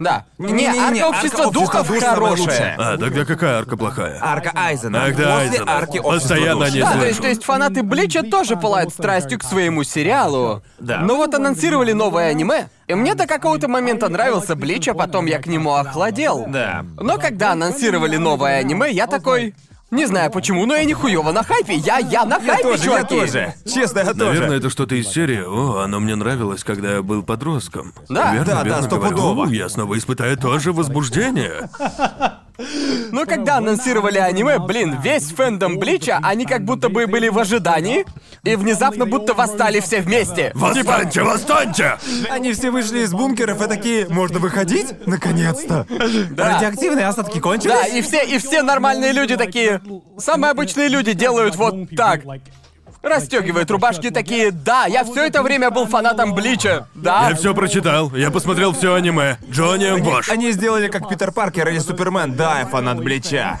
[SPEAKER 3] Да. Не,
[SPEAKER 1] Не-не-не,
[SPEAKER 3] Ну, арка общества духов
[SPEAKER 1] душ самая лучшая.
[SPEAKER 3] хорошая.
[SPEAKER 2] А, тогда какая арка плохая?
[SPEAKER 1] Арка Айзена.
[SPEAKER 2] Ах, да,
[SPEAKER 1] После
[SPEAKER 2] Айзена.
[SPEAKER 1] арки общества
[SPEAKER 2] Постоянно
[SPEAKER 1] душ.
[SPEAKER 2] они
[SPEAKER 3] Да, то
[SPEAKER 2] слышу.
[SPEAKER 3] есть, то есть фанаты Блича тоже пылают страстью к своему сериалу.
[SPEAKER 1] Да.
[SPEAKER 3] Но вот анонсировали новое аниме, и мне до какого-то момента нравился Блич, а потом я к нему охладел.
[SPEAKER 1] Да.
[SPEAKER 3] Но когда анонсировали новое аниме, я такой... Не знаю почему, но я нихуево на хайпе. Я, я на хайпе,
[SPEAKER 1] Я тоже, я
[SPEAKER 3] чуваки.
[SPEAKER 1] тоже. Честно, я тоже.
[SPEAKER 2] Наверное, это что-то из серии. О, оно мне нравилось, когда я был подростком.
[SPEAKER 3] Да,
[SPEAKER 2] верно,
[SPEAKER 1] да, да,
[SPEAKER 2] верно говорю.
[SPEAKER 1] стопудово.
[SPEAKER 2] «О, Я снова испытаю то же возбуждение.
[SPEAKER 3] Но Ну, когда анонсировали аниме, блин, весь фэндом Блича, они как будто бы были в ожидании, и внезапно будто восстали все вместе.
[SPEAKER 2] Восстаньте, восстаньте!
[SPEAKER 1] Они все вышли из бункеров и такие, можно выходить? Наконец-то. Радиоактивные остатки кончились?
[SPEAKER 3] Да, и все, и все нормальные люди такие. Самые обычные люди делают вот так. Расстегивают рубашки такие, да, я все это время был фанатом Блича. Да.
[SPEAKER 2] Я все прочитал, я посмотрел все аниме. Джонни М. Бош.
[SPEAKER 1] А. Они сделали как Питер Паркер или Супермен. Да, я фанат Блича.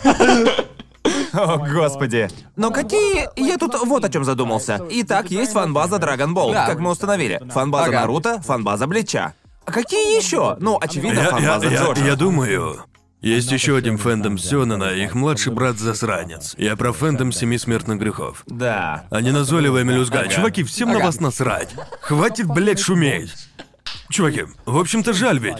[SPEAKER 1] О, господи. Но какие... Я тут вот о чем задумался. Итак, есть фанбаза Dragon Ball,
[SPEAKER 3] Да.
[SPEAKER 1] как мы установили. Фанбаза
[SPEAKER 3] Ага.
[SPEAKER 1] Наруто, фанбаза Блича. А какие еще? Ну, очевидно,
[SPEAKER 2] Я, я,
[SPEAKER 1] фанбаза
[SPEAKER 2] я,
[SPEAKER 1] Джорджа.
[SPEAKER 2] я думаю. Есть еще один фэндом Сёнэна, их младший брат засранец. Я про фэндом Семи Смертных Грехов.
[SPEAKER 1] Да.
[SPEAKER 2] Они назойливые А мелюзга. Чуваки, всем на
[SPEAKER 3] Ага.
[SPEAKER 2] вас насрать. Хватит, блядь, шуметь. Чуваки, в общем-то жаль ведь.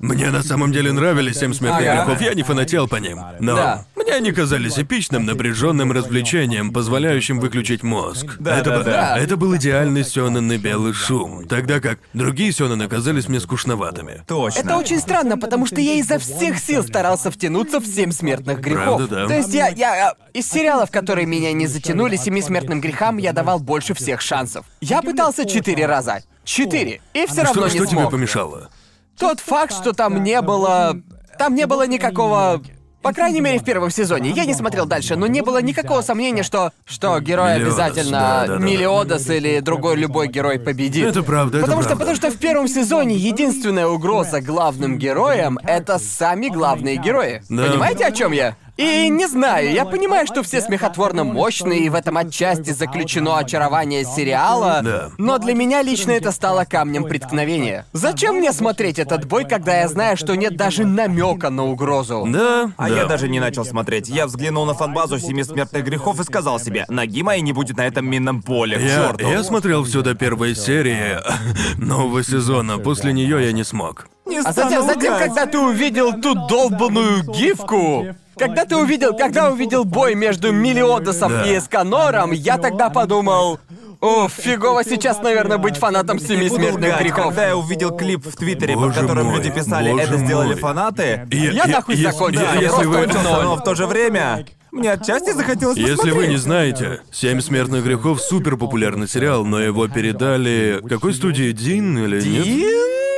[SPEAKER 2] Мне на самом деле нравились «Семь смертных
[SPEAKER 3] Ага.
[SPEAKER 2] грехов», я не фанател по ним. Но
[SPEAKER 3] Да.
[SPEAKER 2] мне они казались эпичным, напряженным развлечением, позволяющим выключить мозг.
[SPEAKER 1] Да,
[SPEAKER 2] это,
[SPEAKER 1] да,
[SPEAKER 2] бы-
[SPEAKER 1] да.
[SPEAKER 2] это был идеальный сёнэнный белый шум, тогда как другие сёнэны казались мне скучноватыми.
[SPEAKER 1] Точно.
[SPEAKER 3] Это очень странно, потому что я изо всех сил старался втянуться в семь смертных грехов.
[SPEAKER 2] Правда, да.
[SPEAKER 3] То есть я, я а, из сериалов, которые меня не затянули, семи смертным грехам я давал больше всех шансов. Я пытался четыре раза. Четыре. И все равно
[SPEAKER 2] Ну Что,
[SPEAKER 3] не
[SPEAKER 2] что тебе
[SPEAKER 3] смог.
[SPEAKER 2] помешало?
[SPEAKER 3] Тот факт, что там не было... Там не было никакого... По крайней мере, в первом сезоне. Я не смотрел дальше, но не было никакого сомнения, что... Что герой
[SPEAKER 2] Мелиодас, да, да,
[SPEAKER 3] обязательно...
[SPEAKER 2] да.
[SPEAKER 3] Мелиодас или другой любой герой победит.
[SPEAKER 2] Это правда, это
[SPEAKER 3] Потому что,
[SPEAKER 2] правда.
[SPEAKER 3] потому что в первом сезоне единственная угроза главным героям — это сами главные герои.
[SPEAKER 2] Да.
[SPEAKER 3] Понимаете, о чем я? И не знаю, я понимаю, что все смехотворно мощные, и в этом отчасти заключено очарование сериала,
[SPEAKER 2] Да.
[SPEAKER 3] но для меня лично это стало камнем преткновения. Зачем мне смотреть этот бой, когда я знаю, что нет даже намека на угрозу?
[SPEAKER 2] Да,
[SPEAKER 1] А
[SPEAKER 2] да.
[SPEAKER 1] я даже не начал смотреть. Я взглянул на фанбазу Семи Смертных Грехов и сказал себе, ноги моей не будет на этом минном поле, к
[SPEAKER 2] Я,
[SPEAKER 1] черту.
[SPEAKER 2] я смотрел все до первой серии [laughs] нового сезона, после нее я не смог.
[SPEAKER 1] Не
[SPEAKER 3] А
[SPEAKER 1] стану
[SPEAKER 3] затем, затем,
[SPEAKER 1] лгать.
[SPEAKER 3] когда ты увидел ту долбанную гифку, когда ты увидел, когда увидел бой между Мелиодосом
[SPEAKER 2] Да.
[SPEAKER 3] и Эсканором, я тогда подумал, о, фигово сейчас, наверное, быть фанатом Семи
[SPEAKER 1] Буду
[SPEAKER 3] Смертных
[SPEAKER 1] лгать,
[SPEAKER 3] Грехов.
[SPEAKER 1] Когда я увидел клип в Твиттере, под
[SPEAKER 2] Боже
[SPEAKER 1] которым
[SPEAKER 2] мой,
[SPEAKER 1] люди писали,
[SPEAKER 2] боже
[SPEAKER 1] это сделали
[SPEAKER 2] мой».
[SPEAKER 1] фанаты,
[SPEAKER 2] И-
[SPEAKER 3] Я
[SPEAKER 2] и-
[SPEAKER 3] нахуй
[SPEAKER 2] если-
[SPEAKER 3] закончил,
[SPEAKER 2] да,
[SPEAKER 3] я
[SPEAKER 2] если
[SPEAKER 3] просто
[SPEAKER 2] вы,
[SPEAKER 3] кончил.
[SPEAKER 1] но в то же время мне отчасти захотелось
[SPEAKER 2] [laughs] если
[SPEAKER 1] посмотреть.
[SPEAKER 2] вы не знаете, Семь смертных грехов супер популярный сериал, но его передали какой студии Дин или нет?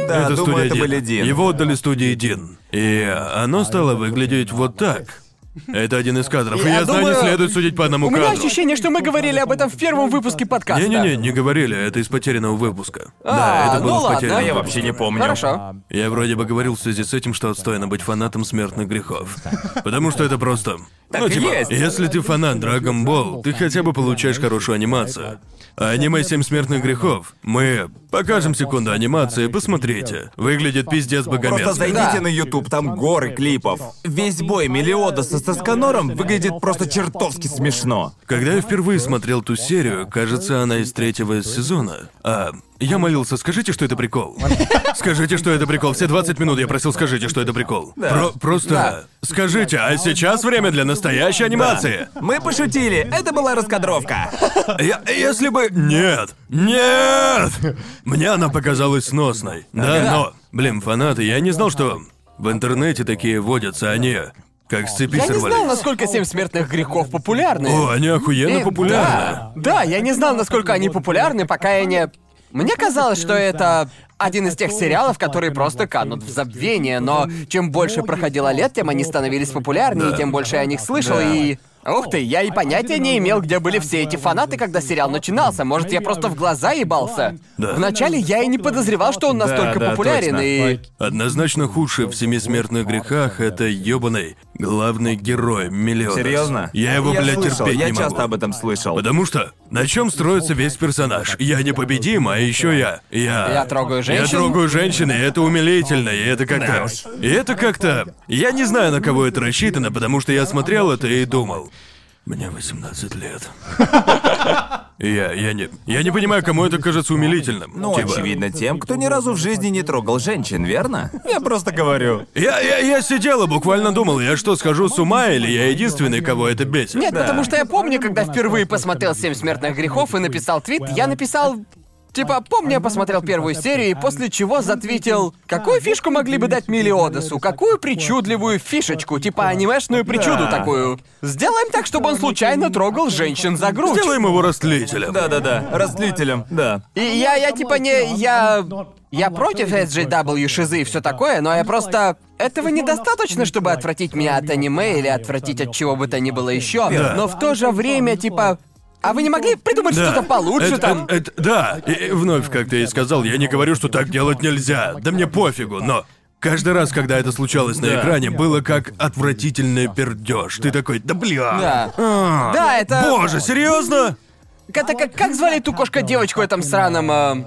[SPEAKER 1] Да, думаю,
[SPEAKER 2] это студия
[SPEAKER 1] это
[SPEAKER 2] Дин.
[SPEAKER 1] были Дин.
[SPEAKER 2] Его отдали студии Дин. И
[SPEAKER 3] А,
[SPEAKER 2] оно стало выглядеть вот так. Это один из кадров. И
[SPEAKER 3] Я
[SPEAKER 2] я знаю, не
[SPEAKER 3] думаю-
[SPEAKER 2] следует судить по одному
[SPEAKER 3] У меня
[SPEAKER 2] кадру.
[SPEAKER 3] ощущение, что мы говорили об этом в первом выпуске подкаста.
[SPEAKER 2] Не-не-не, не говорили, это из потерянного выпуска.
[SPEAKER 3] А,
[SPEAKER 2] да, это
[SPEAKER 3] ну
[SPEAKER 2] было в
[SPEAKER 3] ладно.
[SPEAKER 2] потерянном
[SPEAKER 1] Я
[SPEAKER 2] выпуске.
[SPEAKER 1] вообще не помню.
[SPEAKER 3] Хорошо.
[SPEAKER 2] Я вроде бы говорил в связи с этим, что отстойно быть фанатом смертных грехов. Потому что это просто. ну,
[SPEAKER 1] и
[SPEAKER 2] типа,
[SPEAKER 1] есть.
[SPEAKER 2] если ты фанат Dragon Ball, ты хотя бы получаешь хорошую анимацию. А аниме «Семь смертных грехов» мы покажем секунду анимации, посмотрите. Выглядит пиздец
[SPEAKER 1] Просто
[SPEAKER 2] богомерзко.
[SPEAKER 1] зайдите
[SPEAKER 3] Да.
[SPEAKER 1] на YouTube, там горы клипов. Весь бой Мелиодаса с Эсканором выглядит просто чертовски смешно.
[SPEAKER 2] Когда я впервые смотрел ту серию, кажется, она из третьего сезона. А, я молился, скажите, что это прикол. Скажите, что это прикол. Все 20 минут я просил, скажите, что это прикол. Про- просто скажите, а сейчас время для настоящей анимации.
[SPEAKER 1] Мы пошутили, это была раскадровка.
[SPEAKER 2] Я- если бы... Нет! Нет! Мне она показалась сносной. Да, но... Блин, фанаты, я не знал, что в интернете такие водятся, они как с цепи
[SPEAKER 3] Я не знал,
[SPEAKER 2] сорвались.
[SPEAKER 3] насколько Семь Смертных Грехов популярны.
[SPEAKER 2] О, они охуенно
[SPEAKER 3] Э,
[SPEAKER 2] популярны.
[SPEAKER 3] Да, да, я не знал, насколько они популярны, пока я не... Мне казалось, что это один из тех сериалов, которые просто канут в забвение, но чем больше проходило лет, тем они становились популярнее,
[SPEAKER 2] Да.
[SPEAKER 3] тем больше я о них слышал, и... Ух ты, я и понятия не имел, где были все эти фанаты, когда сериал начинался. Может, я просто в глаза ебался.
[SPEAKER 2] Да.
[SPEAKER 3] Вначале я и не подозревал, что он настолько
[SPEAKER 1] да,
[SPEAKER 3] популярен,
[SPEAKER 1] точно.
[SPEAKER 3] и...
[SPEAKER 2] Однозначно худшее в «Семи смертных грехах» — это ёбаный главный герой Миллион.
[SPEAKER 1] Серьезно?
[SPEAKER 2] Я его, блядь,
[SPEAKER 1] слышал,
[SPEAKER 2] терпеть
[SPEAKER 1] я
[SPEAKER 2] не могу.
[SPEAKER 1] часто об этом слышал.
[SPEAKER 2] Потому что на чем строится весь персонаж? Я непобедим, а еще я. Я.
[SPEAKER 3] Я трогаю женщин.
[SPEAKER 2] Я трогаю женщин, и это умилительно, и это как-то. И это как-то. Я не знаю, на кого это рассчитано, потому что я смотрел это и думал. Мне 18 лет. Я, я не, я не понимаю, кому это кажется умилительным.
[SPEAKER 1] Ну,
[SPEAKER 2] Типа,
[SPEAKER 1] очевидно, тем, кто ни разу в жизни не трогал женщин, верно? Я просто говорю.
[SPEAKER 2] Я, я, я сидел и буквально думал, я что, схожу с ума, или я единственный, кого это бесит?
[SPEAKER 3] Нет, потому что я помню, когда впервые посмотрел «Семь смертных грехов» и написал твит, я написал... Типа, помню, я посмотрел первую серию, и после чего затвитил, какую фишку могли бы дать Мелиодесу, какую причудливую фишечку, типа анимешную причуду такую. Сделаем так, чтобы он случайно трогал женщин за грудь.
[SPEAKER 2] Сделаем его растлителем.
[SPEAKER 1] Да-да-да, раздлителем, да.
[SPEAKER 3] И я, я типа не, я... Я против SJW, шизы и все такое, но я просто... Этого недостаточно, чтобы отвратить меня от аниме или отвратить от чего бы то ни было еще. Но в то же время, типа... А вы не могли придумать
[SPEAKER 2] Да.
[SPEAKER 3] что-то
[SPEAKER 2] Э,
[SPEAKER 3] получше
[SPEAKER 2] Это-
[SPEAKER 3] там?
[SPEAKER 2] это- это- да, и и вновь, как ты и сказал, я не говорю, что так делать нельзя. Да мне пофигу, но... Каждый раз, когда это случалось на
[SPEAKER 3] Да.
[SPEAKER 2] экране, было как отвратительный пердеж. Ты такой, да бля.
[SPEAKER 3] Да.
[SPEAKER 2] А,
[SPEAKER 3] Да, это-
[SPEAKER 2] Боже, серьезно?
[SPEAKER 3] Это как, как звали ту кошка-девочку в этом сраном... э,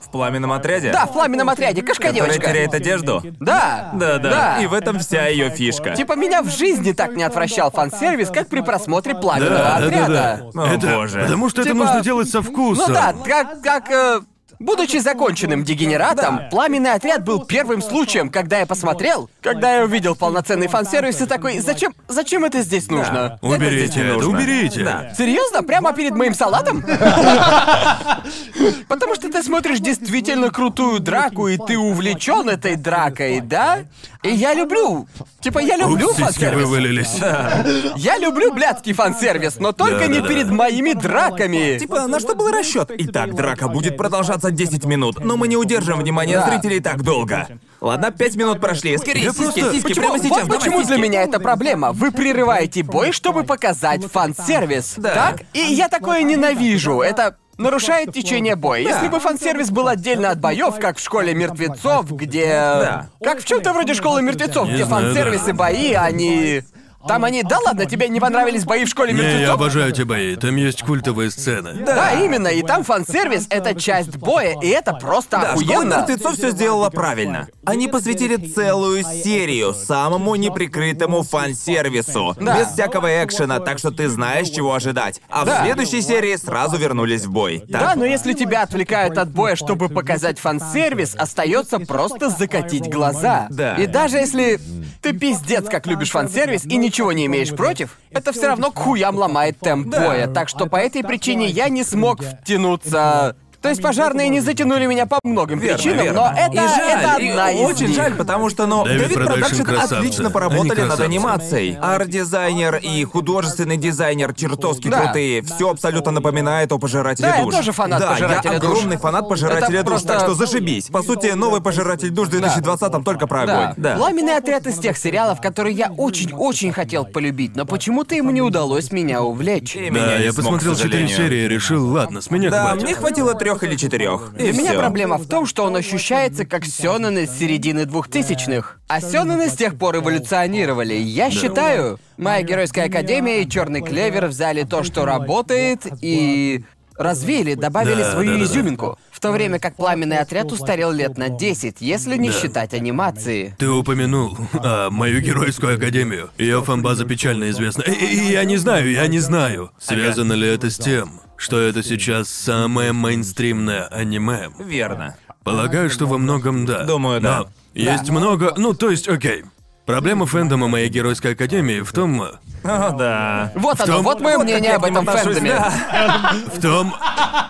[SPEAKER 1] В пламенном отряде?
[SPEAKER 3] Да, в пламенном отряде,
[SPEAKER 1] Которая
[SPEAKER 3] кошка-девочка.
[SPEAKER 1] теряет одежду?
[SPEAKER 3] Да.
[SPEAKER 1] Да, да.
[SPEAKER 3] Да.
[SPEAKER 1] И в этом вся ее фишка.
[SPEAKER 3] Типа меня в жизни так не отвращал фан-сервис, как при просмотре пламенного
[SPEAKER 2] Да, да, да,
[SPEAKER 3] отряда.
[SPEAKER 2] да.
[SPEAKER 1] О,
[SPEAKER 2] это,
[SPEAKER 1] боже.
[SPEAKER 2] Потому что это
[SPEAKER 3] Типа-
[SPEAKER 2] нужно делать со вкусом.
[SPEAKER 3] Ну да, как, как э, будучи законченным дегенератом,
[SPEAKER 5] Да.
[SPEAKER 3] пламенный отряд был первым случаем, когда я посмотрел, когда я увидел полноценный фан-сервис и такой, зачем, зачем это здесь нужно?
[SPEAKER 1] здесь не
[SPEAKER 2] Уберите это,
[SPEAKER 1] нужно.
[SPEAKER 2] уберите.
[SPEAKER 1] Да.
[SPEAKER 3] Серьезно, прямо перед
[SPEAKER 2] [laughs]
[SPEAKER 3] моим салатом? Потому что ты смотришь действительно крутую драку, и ты увлечен этой дракой, да? И я люблю. Типа, я люблю
[SPEAKER 2] Упс, сиськи
[SPEAKER 3] фан-сервис.
[SPEAKER 2] вывалились.
[SPEAKER 3] Я люблю блядский фан-сервис, но только не
[SPEAKER 2] Да-да-да.
[SPEAKER 3] перед моими драками.
[SPEAKER 1] Типа, на что был расчет? Итак, драка будет продолжаться 10 минут, но мы не удержим внимание
[SPEAKER 3] Да.
[SPEAKER 1] зрителей так долго. Ладно, 5 минут прошли. Скорее,
[SPEAKER 2] Я
[SPEAKER 1] сиськи,
[SPEAKER 2] просто-
[SPEAKER 1] сиськи,
[SPEAKER 3] Почему,
[SPEAKER 1] прямо
[SPEAKER 3] вот
[SPEAKER 1] сейчас. давай,
[SPEAKER 3] почему для
[SPEAKER 1] сиськи.
[SPEAKER 3] меня это проблема? Вы прерываете бой, чтобы показать фан-сервис.
[SPEAKER 1] Да.
[SPEAKER 3] Так? И я такое ненавижу. Это нарушает течение боя. Если бы фан-сервис был отдельно от боев, как в школе мертвецов, где.
[SPEAKER 5] Да.
[SPEAKER 3] Как в чем-то вроде школы мертвецов,
[SPEAKER 2] Не
[SPEAKER 3] где
[SPEAKER 2] знаю,
[SPEAKER 3] фан-сервис
[SPEAKER 2] да.
[SPEAKER 3] и бои, они. Там они. Да ладно, тебе не понравились бои в школе
[SPEAKER 2] Не, я
[SPEAKER 3] мертвецов?
[SPEAKER 2] обожаю тебя, бои. Там есть культовые сцены.
[SPEAKER 3] Да. именно, и там фан-сервис это часть боя, и это просто
[SPEAKER 1] Да, школа
[SPEAKER 3] охуенно.
[SPEAKER 1] мертвецов все сделала правильно. Они посвятили целую серию самому неприкрытому фан-сервису.
[SPEAKER 5] Да.
[SPEAKER 1] Без всякого экшена, так что ты знаешь, чего ожидать. А
[SPEAKER 3] Да.
[SPEAKER 1] в следующей серии сразу вернулись в бой. Так.
[SPEAKER 3] Да, ну но если тебя отвлекают от боя, чтобы показать фан-сервис, остается просто закатить глаза.
[SPEAKER 1] Да.
[SPEAKER 3] И даже если ты пиздец как любишь фан-сервис и ничего не имеешь против, это все равно к хуям ломает темп
[SPEAKER 5] Да.
[SPEAKER 3] боя. Так что по этой причине я не смог втянуться. То есть пожарные не затянули меня по многим
[SPEAKER 1] Верно,
[SPEAKER 3] причинам,
[SPEAKER 1] верно.
[SPEAKER 3] но это,
[SPEAKER 1] И жаль,
[SPEAKER 3] это
[SPEAKER 1] и
[SPEAKER 3] одна из
[SPEAKER 1] очень
[SPEAKER 3] них.
[SPEAKER 1] жаль, потому что, ну,
[SPEAKER 2] Дэвид
[SPEAKER 1] Дэвид
[SPEAKER 2] Продакшн
[SPEAKER 1] Продакшн
[SPEAKER 2] красавцы.
[SPEAKER 1] отлично
[SPEAKER 2] Они
[SPEAKER 1] поработали над
[SPEAKER 2] красавцы.
[SPEAKER 1] анимацией. Арт-дизайнер и художественный дизайнер чертовски
[SPEAKER 3] Да.
[SPEAKER 1] крутые. Все абсолютно напоминает о пожирателе
[SPEAKER 3] Да, я
[SPEAKER 1] душ.
[SPEAKER 3] тоже фанат
[SPEAKER 1] да,
[SPEAKER 3] «Пожирателя
[SPEAKER 1] я
[SPEAKER 3] душ».
[SPEAKER 1] огромный фанат пожирателя
[SPEAKER 3] Это
[SPEAKER 1] душ, так
[SPEAKER 3] просто-
[SPEAKER 1] что зашибись. По сути, новый пожиратель душ в 2020 только про огонь.
[SPEAKER 3] Да.
[SPEAKER 1] Да.
[SPEAKER 3] «Пламенный отряд» из тех сериалов, которые я очень-очень хотел полюбить, но почему-то ему не удалось меня увлечь.
[SPEAKER 1] И
[SPEAKER 2] Да,
[SPEAKER 1] меня не смог,
[SPEAKER 2] я
[SPEAKER 1] к
[SPEAKER 2] посмотрел четыре
[SPEAKER 1] сожалению.
[SPEAKER 2] серии и решил, ладно, с меня
[SPEAKER 1] Да,
[SPEAKER 2] хватит.
[SPEAKER 1] мне хватило трех или четырех. И
[SPEAKER 3] Для меня
[SPEAKER 1] всё.
[SPEAKER 3] проблема в том, что он ощущается как сёнэн из середины двухтысячных. А сёнэны с тех пор эволюционировали. Я считаю, моя Геройская Академия и Черный Клевер взяли то, что работает, и развили, добавили
[SPEAKER 2] Да,
[SPEAKER 3] свою
[SPEAKER 2] да, да, да.
[SPEAKER 3] изюминку. В то время как Пламенный Отряд устарел лет на 10, если не считать анимации.
[SPEAKER 2] Ты упомянул а, мою геройскую академию. Ее фанбаза печально известна. И, и- я не знаю, я не знаю, связано ли это с тем, что это сейчас самое мейнстримное аниме.
[SPEAKER 1] Верно.
[SPEAKER 2] Полагаю, что во многом да.
[SPEAKER 1] Думаю, да.
[SPEAKER 2] Но есть много. Ну, то есть, окей. Проблема фэндома моей геройской академии в том. э,
[SPEAKER 1] О, да.
[SPEAKER 3] Вот оно,
[SPEAKER 2] том-
[SPEAKER 3] вот мое мнение
[SPEAKER 1] как я
[SPEAKER 3] об
[SPEAKER 1] к ним
[SPEAKER 3] этом
[SPEAKER 1] отношусь,
[SPEAKER 3] фэндоме.
[SPEAKER 1] да.
[SPEAKER 2] В том.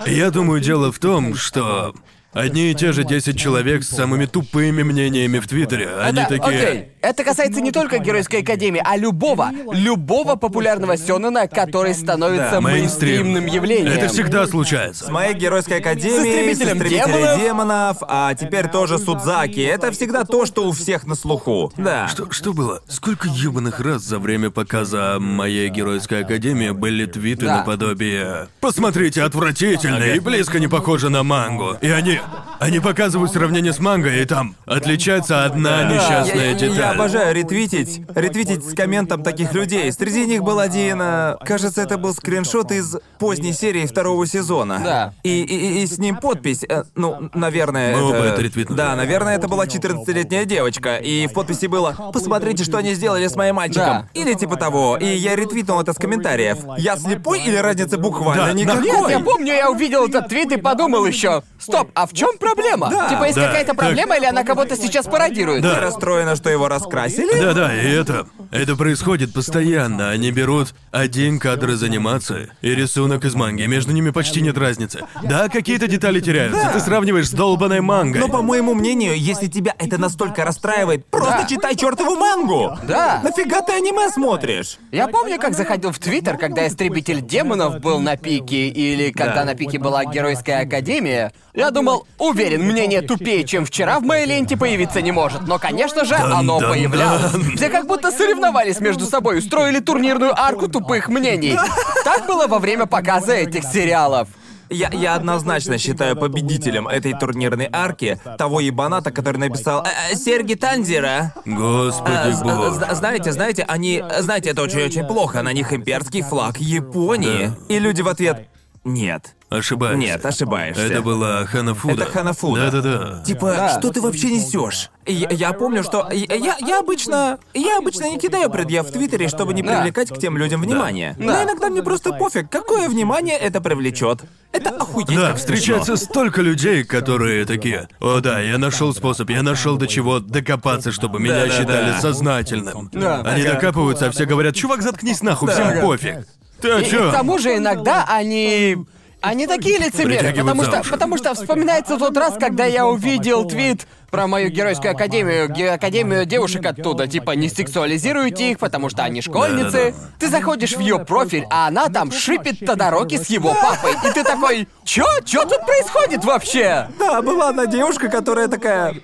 [SPEAKER 2] Я думаю, дело в том, что. Одни и те же 10 человек с самыми тупыми мнениями в Твиттере. Они
[SPEAKER 3] Да,
[SPEAKER 2] такие.
[SPEAKER 3] окей. Это касается не только Геройской Академии, а любого, любого популярного сёнэна, который становится
[SPEAKER 2] Да, мейнстрим.
[SPEAKER 3] мейнстримным явлением.
[SPEAKER 2] Это всегда случается.
[SPEAKER 1] Моей геройской академии,
[SPEAKER 3] С истребителем
[SPEAKER 1] истребителей
[SPEAKER 3] демонов.
[SPEAKER 1] демонов, а теперь тоже Судзаки. Это всегда то, что у всех на слуху. Да.
[SPEAKER 2] Что, что было? Сколько ебаных раз за время показа моей геройской академии были твиты
[SPEAKER 3] Да.
[SPEAKER 2] наподобие «Посмотрите, отвратительно и близко не похоже на мангу». И они... Они показывают сравнение с мангой, и там отличается одна несчастная
[SPEAKER 1] я,
[SPEAKER 2] деталь.
[SPEAKER 1] я обожаю ретвитить, ретвитить с комментом таких людей. Среди них был один, э, кажется, это был скриншот из поздней серии второго сезона.
[SPEAKER 3] Да.
[SPEAKER 1] И, и, и с ним подпись, э, ну, наверное,
[SPEAKER 2] Мы
[SPEAKER 1] это...
[SPEAKER 2] оба это ретвитнули.
[SPEAKER 1] Да, наверное, это была 14-летняя девочка, и в подписи было «Посмотрите, что они сделали с моим мальчиком».
[SPEAKER 3] Да.
[SPEAKER 1] Или типа того, и я ретвитнул это с комментариев. Я слепой или разница буквально
[SPEAKER 2] Да,
[SPEAKER 1] никакой?
[SPEAKER 3] Нет, я помню, я увидел этот твит и подумал еще. Стоп, а в чем проблема? Типа есть
[SPEAKER 2] Да,
[SPEAKER 3] какая-то
[SPEAKER 2] так.
[SPEAKER 3] проблема, или она кого-то сейчас пародирует?
[SPEAKER 1] Ты расстроена, что его раскрасили?
[SPEAKER 2] Да-да, и это... Это происходит постоянно. Они берут один кадр из анимации и рисунок из манги. Между ними почти нет разницы. Да, какие-то детали теряются. Ты сравниваешь с долбаной мангой.
[SPEAKER 1] Но, по моему мнению, если тебя это настолько расстраивает, просто
[SPEAKER 3] Да.
[SPEAKER 1] читай чертову мангу!
[SPEAKER 3] Да.
[SPEAKER 1] Нафига ты аниме смотришь?
[SPEAKER 3] Я помню, как заходил в Твиттер, когда истребитель демонов был на пике, или когда
[SPEAKER 1] Да.
[SPEAKER 3] на пике была Геройская Академия. Я думал, уверен, мнение тупее, чем вчера, в моей ленте появиться не может. Но, конечно же, оно
[SPEAKER 2] Дан-дан-дан.
[SPEAKER 3] появлялось. Все как будто соревновались между собой, устроили турнирную арку тупых мнений. Так было во время показа этих сериалов.
[SPEAKER 1] Я, я однозначно считаю победителем этой турнирной арки того ебаната, который написал «Э, э, «Серги Танзера». А,
[SPEAKER 2] Господи
[SPEAKER 1] з-
[SPEAKER 2] бог.
[SPEAKER 1] з- Знаете, знаете, они... Знаете, это очень-очень плохо. На них имперский флаг Японии. И люди в ответ... Нет.
[SPEAKER 2] Ошибаюсь.
[SPEAKER 1] Нет, ошибаешься.
[SPEAKER 2] Это была Ханафуда.
[SPEAKER 1] Это Ханафуда.
[SPEAKER 2] Да-да-да.
[SPEAKER 1] Типа,
[SPEAKER 3] Да.
[SPEAKER 1] что ты вообще несешь? Я, я помню, что я, я- я обычно я обычно не кидаю предъяв в Твиттере, чтобы не
[SPEAKER 3] Да.
[SPEAKER 1] привлекать к тем людям внимание.
[SPEAKER 3] Да.
[SPEAKER 1] Но иногда мне просто пофиг, какое внимание это привлечет. Это охуеть.
[SPEAKER 2] Да,
[SPEAKER 1] как
[SPEAKER 2] встречается
[SPEAKER 1] смешно.
[SPEAKER 2] столько людей, которые такие. О да, я нашел способ, я нашел до чего докопаться, чтобы меня
[SPEAKER 1] Да-да-да.
[SPEAKER 2] считали сознательным.
[SPEAKER 3] Да,
[SPEAKER 2] Они
[SPEAKER 3] ага.
[SPEAKER 2] докапываются, а все говорят, чувак, заткнись нахуй, всем
[SPEAKER 3] Ага.
[SPEAKER 2] пофиг. Ты о
[SPEAKER 3] И, и к тому же иногда они... Они такие лицемеры,
[SPEAKER 2] Притягивают
[SPEAKER 3] потому
[SPEAKER 2] за
[SPEAKER 3] что,
[SPEAKER 2] уши.
[SPEAKER 3] потому что вспоминается тот раз, когда я увидел твит про мою геройскую академию, ге- академию девушек оттуда, типа не сексуализируйте их, потому что они школьницы. Ты заходишь в ее профиль, а она там шипит Тодороки с его папой, и ты такой, чё, чё тут происходит вообще?
[SPEAKER 1] Да, была одна девушка, которая такая...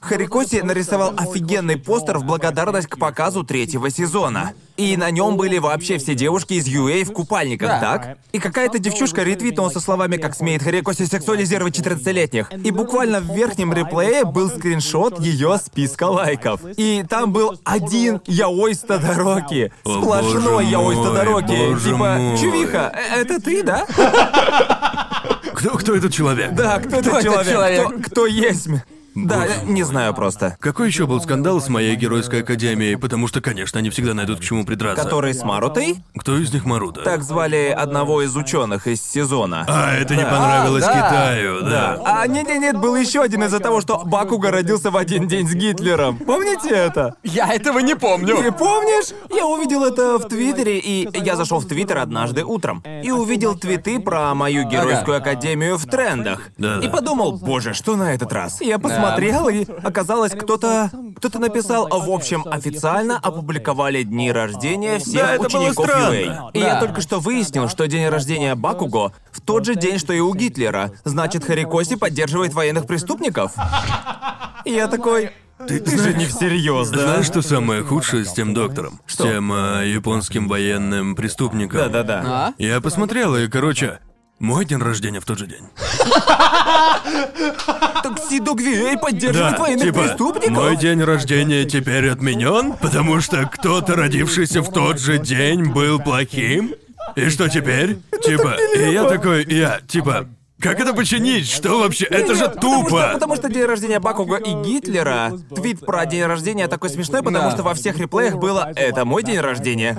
[SPEAKER 1] Харикоси нарисовал офигенный постер в благодарность к показу третьего сезона. И на нем были вообще все девушки из UA в купальниках,
[SPEAKER 3] Да.
[SPEAKER 1] так? И какая-то девчушка ретвитнула со словами, как смеет Харикоси сексуализировать 14-летних. И буквально в верхнем реплее был скриншот ее списка лайков. И там был один яой с Тодороки.
[SPEAKER 2] О,
[SPEAKER 1] Сплошной
[SPEAKER 2] боже
[SPEAKER 1] яой с
[SPEAKER 2] мой,
[SPEAKER 1] Тодороки.
[SPEAKER 2] боже
[SPEAKER 1] Типа,
[SPEAKER 2] мой.
[SPEAKER 1] чувиха, э, это ты, да?
[SPEAKER 2] Кто, кто этот человек?
[SPEAKER 1] Да, кто,
[SPEAKER 3] Кто
[SPEAKER 1] этот
[SPEAKER 3] этот
[SPEAKER 1] человек?
[SPEAKER 3] человек?
[SPEAKER 1] Кто, кто есть? Да, я не знаю просто.
[SPEAKER 2] Какой еще был скандал с моей геройской академией? Потому что, конечно, они всегда найдут к чему придраться.
[SPEAKER 1] Который с Марутой?
[SPEAKER 2] Кто из них Маруда?
[SPEAKER 1] Так звали одного из ученых из сезона.
[SPEAKER 2] А, это не понравилось
[SPEAKER 3] А, да.
[SPEAKER 2] Китаю, да.
[SPEAKER 1] А, нет-нет-нет, был еще один из-за того, что Бакуга родился в один день с Гитлером. Помните это?
[SPEAKER 3] Я этого не
[SPEAKER 1] Ты
[SPEAKER 3] помню.
[SPEAKER 1] помнишь? Я увидел это в Твиттере, и я зашел в Твиттер однажды утром и увидел твиты про мою геройскую академию в трендах.
[SPEAKER 2] Да-да.
[SPEAKER 1] И подумал, боже, что на этот раз? Я посмотрел, и оказалось, кто-то... Кто-то написал, а в общем, официально опубликовали дни рождения всех
[SPEAKER 2] Да, это было
[SPEAKER 1] учеников
[SPEAKER 2] странно.
[SPEAKER 1] UA. И я
[SPEAKER 3] Да.
[SPEAKER 1] только что выяснил, что день рождения Бакуго в тот же день, что и у Гитлера. Значит, Харикоси поддерживает военных
[SPEAKER 2] [laughs]
[SPEAKER 1] преступников? И я такой... Ты, же не всерьез, да?
[SPEAKER 2] Знаешь, что самое худшее с тем доктором? С тем э, японским военным преступником.
[SPEAKER 1] Да-да-да.
[SPEAKER 2] Я посмотрел, и, короче, мой день рождения в тот же день.
[SPEAKER 1] Таксидо Гвей поддерживает военных
[SPEAKER 2] типа,
[SPEAKER 1] преступников?
[SPEAKER 2] мой день рождения теперь отменен, потому что кто-то, родившийся в тот же день, был плохим. И что теперь? типа, и я такой, и я, типа, как это починить? Что вообще? это же
[SPEAKER 1] Нет, потому
[SPEAKER 2] тупо!
[SPEAKER 1] что- Потому что день рождения Бакуга и Гитлера, твит про день рождения такой смешной, потому
[SPEAKER 3] Да.
[SPEAKER 1] что во всех реплеях было «Это мой день рождения».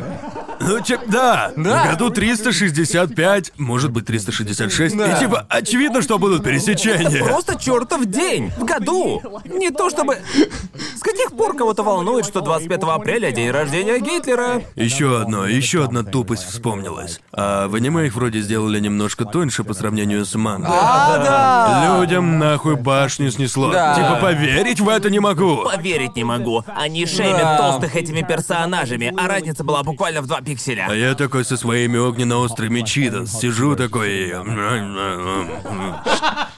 [SPEAKER 2] Ну, тип, да, в году 365, может быть, 366. И типа, очевидно, что будут пересечения.
[SPEAKER 1] Просто чертов день! В году! Не то чтобы... С каких пор кого-то волнует, что 25 апреля день рождения Гитлера?
[SPEAKER 2] Еще одно, еще одна тупость вспомнилась. А в аниме их вроде сделали немножко тоньше по сравнению с мангой.
[SPEAKER 3] А, да.
[SPEAKER 2] Людям нахуй башню снесло.
[SPEAKER 3] Да.
[SPEAKER 2] Типа поверить в это не могу.
[SPEAKER 1] Поверить не могу. Они шеймят
[SPEAKER 3] Да.
[SPEAKER 1] толстых этими персонажами, а разница была буквально в два пикселя.
[SPEAKER 2] А я такой со своими огненно-острыми читос сижу такой и...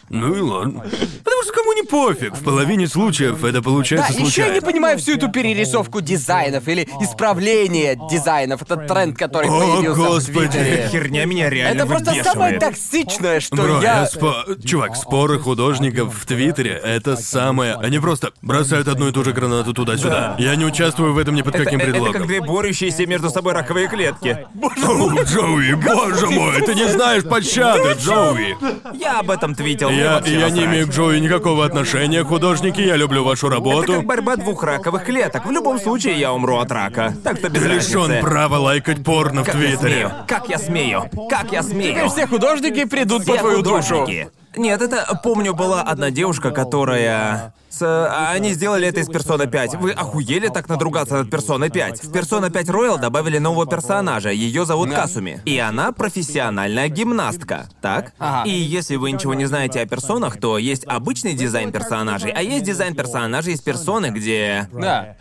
[SPEAKER 2] Ну и ладно. Потому что кому не пофиг. В половине случаев это
[SPEAKER 3] Да,
[SPEAKER 2] получается
[SPEAKER 3] еще я не
[SPEAKER 2] случайно.
[SPEAKER 3] понимаю всю эту перерисовку дизайнов или исправление дизайнов. Этот тренд, который
[SPEAKER 2] О,
[SPEAKER 3] появился в
[SPEAKER 2] господи.
[SPEAKER 3] Твиттере.
[SPEAKER 1] Херня меня реально
[SPEAKER 3] Это просто самое
[SPEAKER 1] выбешивает.
[SPEAKER 3] токсичное, что
[SPEAKER 2] Бро,
[SPEAKER 3] я...
[SPEAKER 2] я спо- Чувак, споры художников в Твиттере — это самое... Они просто бросают одну и ту же гранату туда-сюда. Я не участвую в этом ни под каким
[SPEAKER 1] это, это
[SPEAKER 2] предлогом.
[SPEAKER 1] как две борющиеся между собой раковые клетки.
[SPEAKER 3] [laughs]
[SPEAKER 2] О, Джоуи, боже мой, ты не знаешь пощады, Джоуи!
[SPEAKER 1] Я об этом твитил. мне
[SPEAKER 2] Я,
[SPEAKER 1] вообще
[SPEAKER 2] я не
[SPEAKER 1] насрать. Ну,
[SPEAKER 2] имею к Джоуи никакого отношения, художники, я люблю вашу
[SPEAKER 1] Это как
[SPEAKER 2] работу.
[SPEAKER 1] борьба двух раковых клеток. В любом случае я умру от рака. Так что без
[SPEAKER 2] Ты лишён
[SPEAKER 1] разницы.
[SPEAKER 2] права лайкать порно в
[SPEAKER 1] Как я смею?
[SPEAKER 2] Твиттере.
[SPEAKER 1] Как я смею? Как я
[SPEAKER 3] Теперь
[SPEAKER 1] смею?
[SPEAKER 3] все художники придут
[SPEAKER 1] Все
[SPEAKER 3] по твою душу.
[SPEAKER 1] художники. Нет, это помню, была одна девушка, которая. с- а Они сделали это из персона 5. Вы охуели так надругаться над персоной 5. В персона 5 Royal добавили нового персонажа. Ее зовут Касуми. И она профессиональная гимнастка, так?
[SPEAKER 3] Ага.
[SPEAKER 1] И если вы ничего не знаете о персонах, то есть обычный дизайн персонажей, а есть дизайн персонажей из персоны, где.
[SPEAKER 3] Да.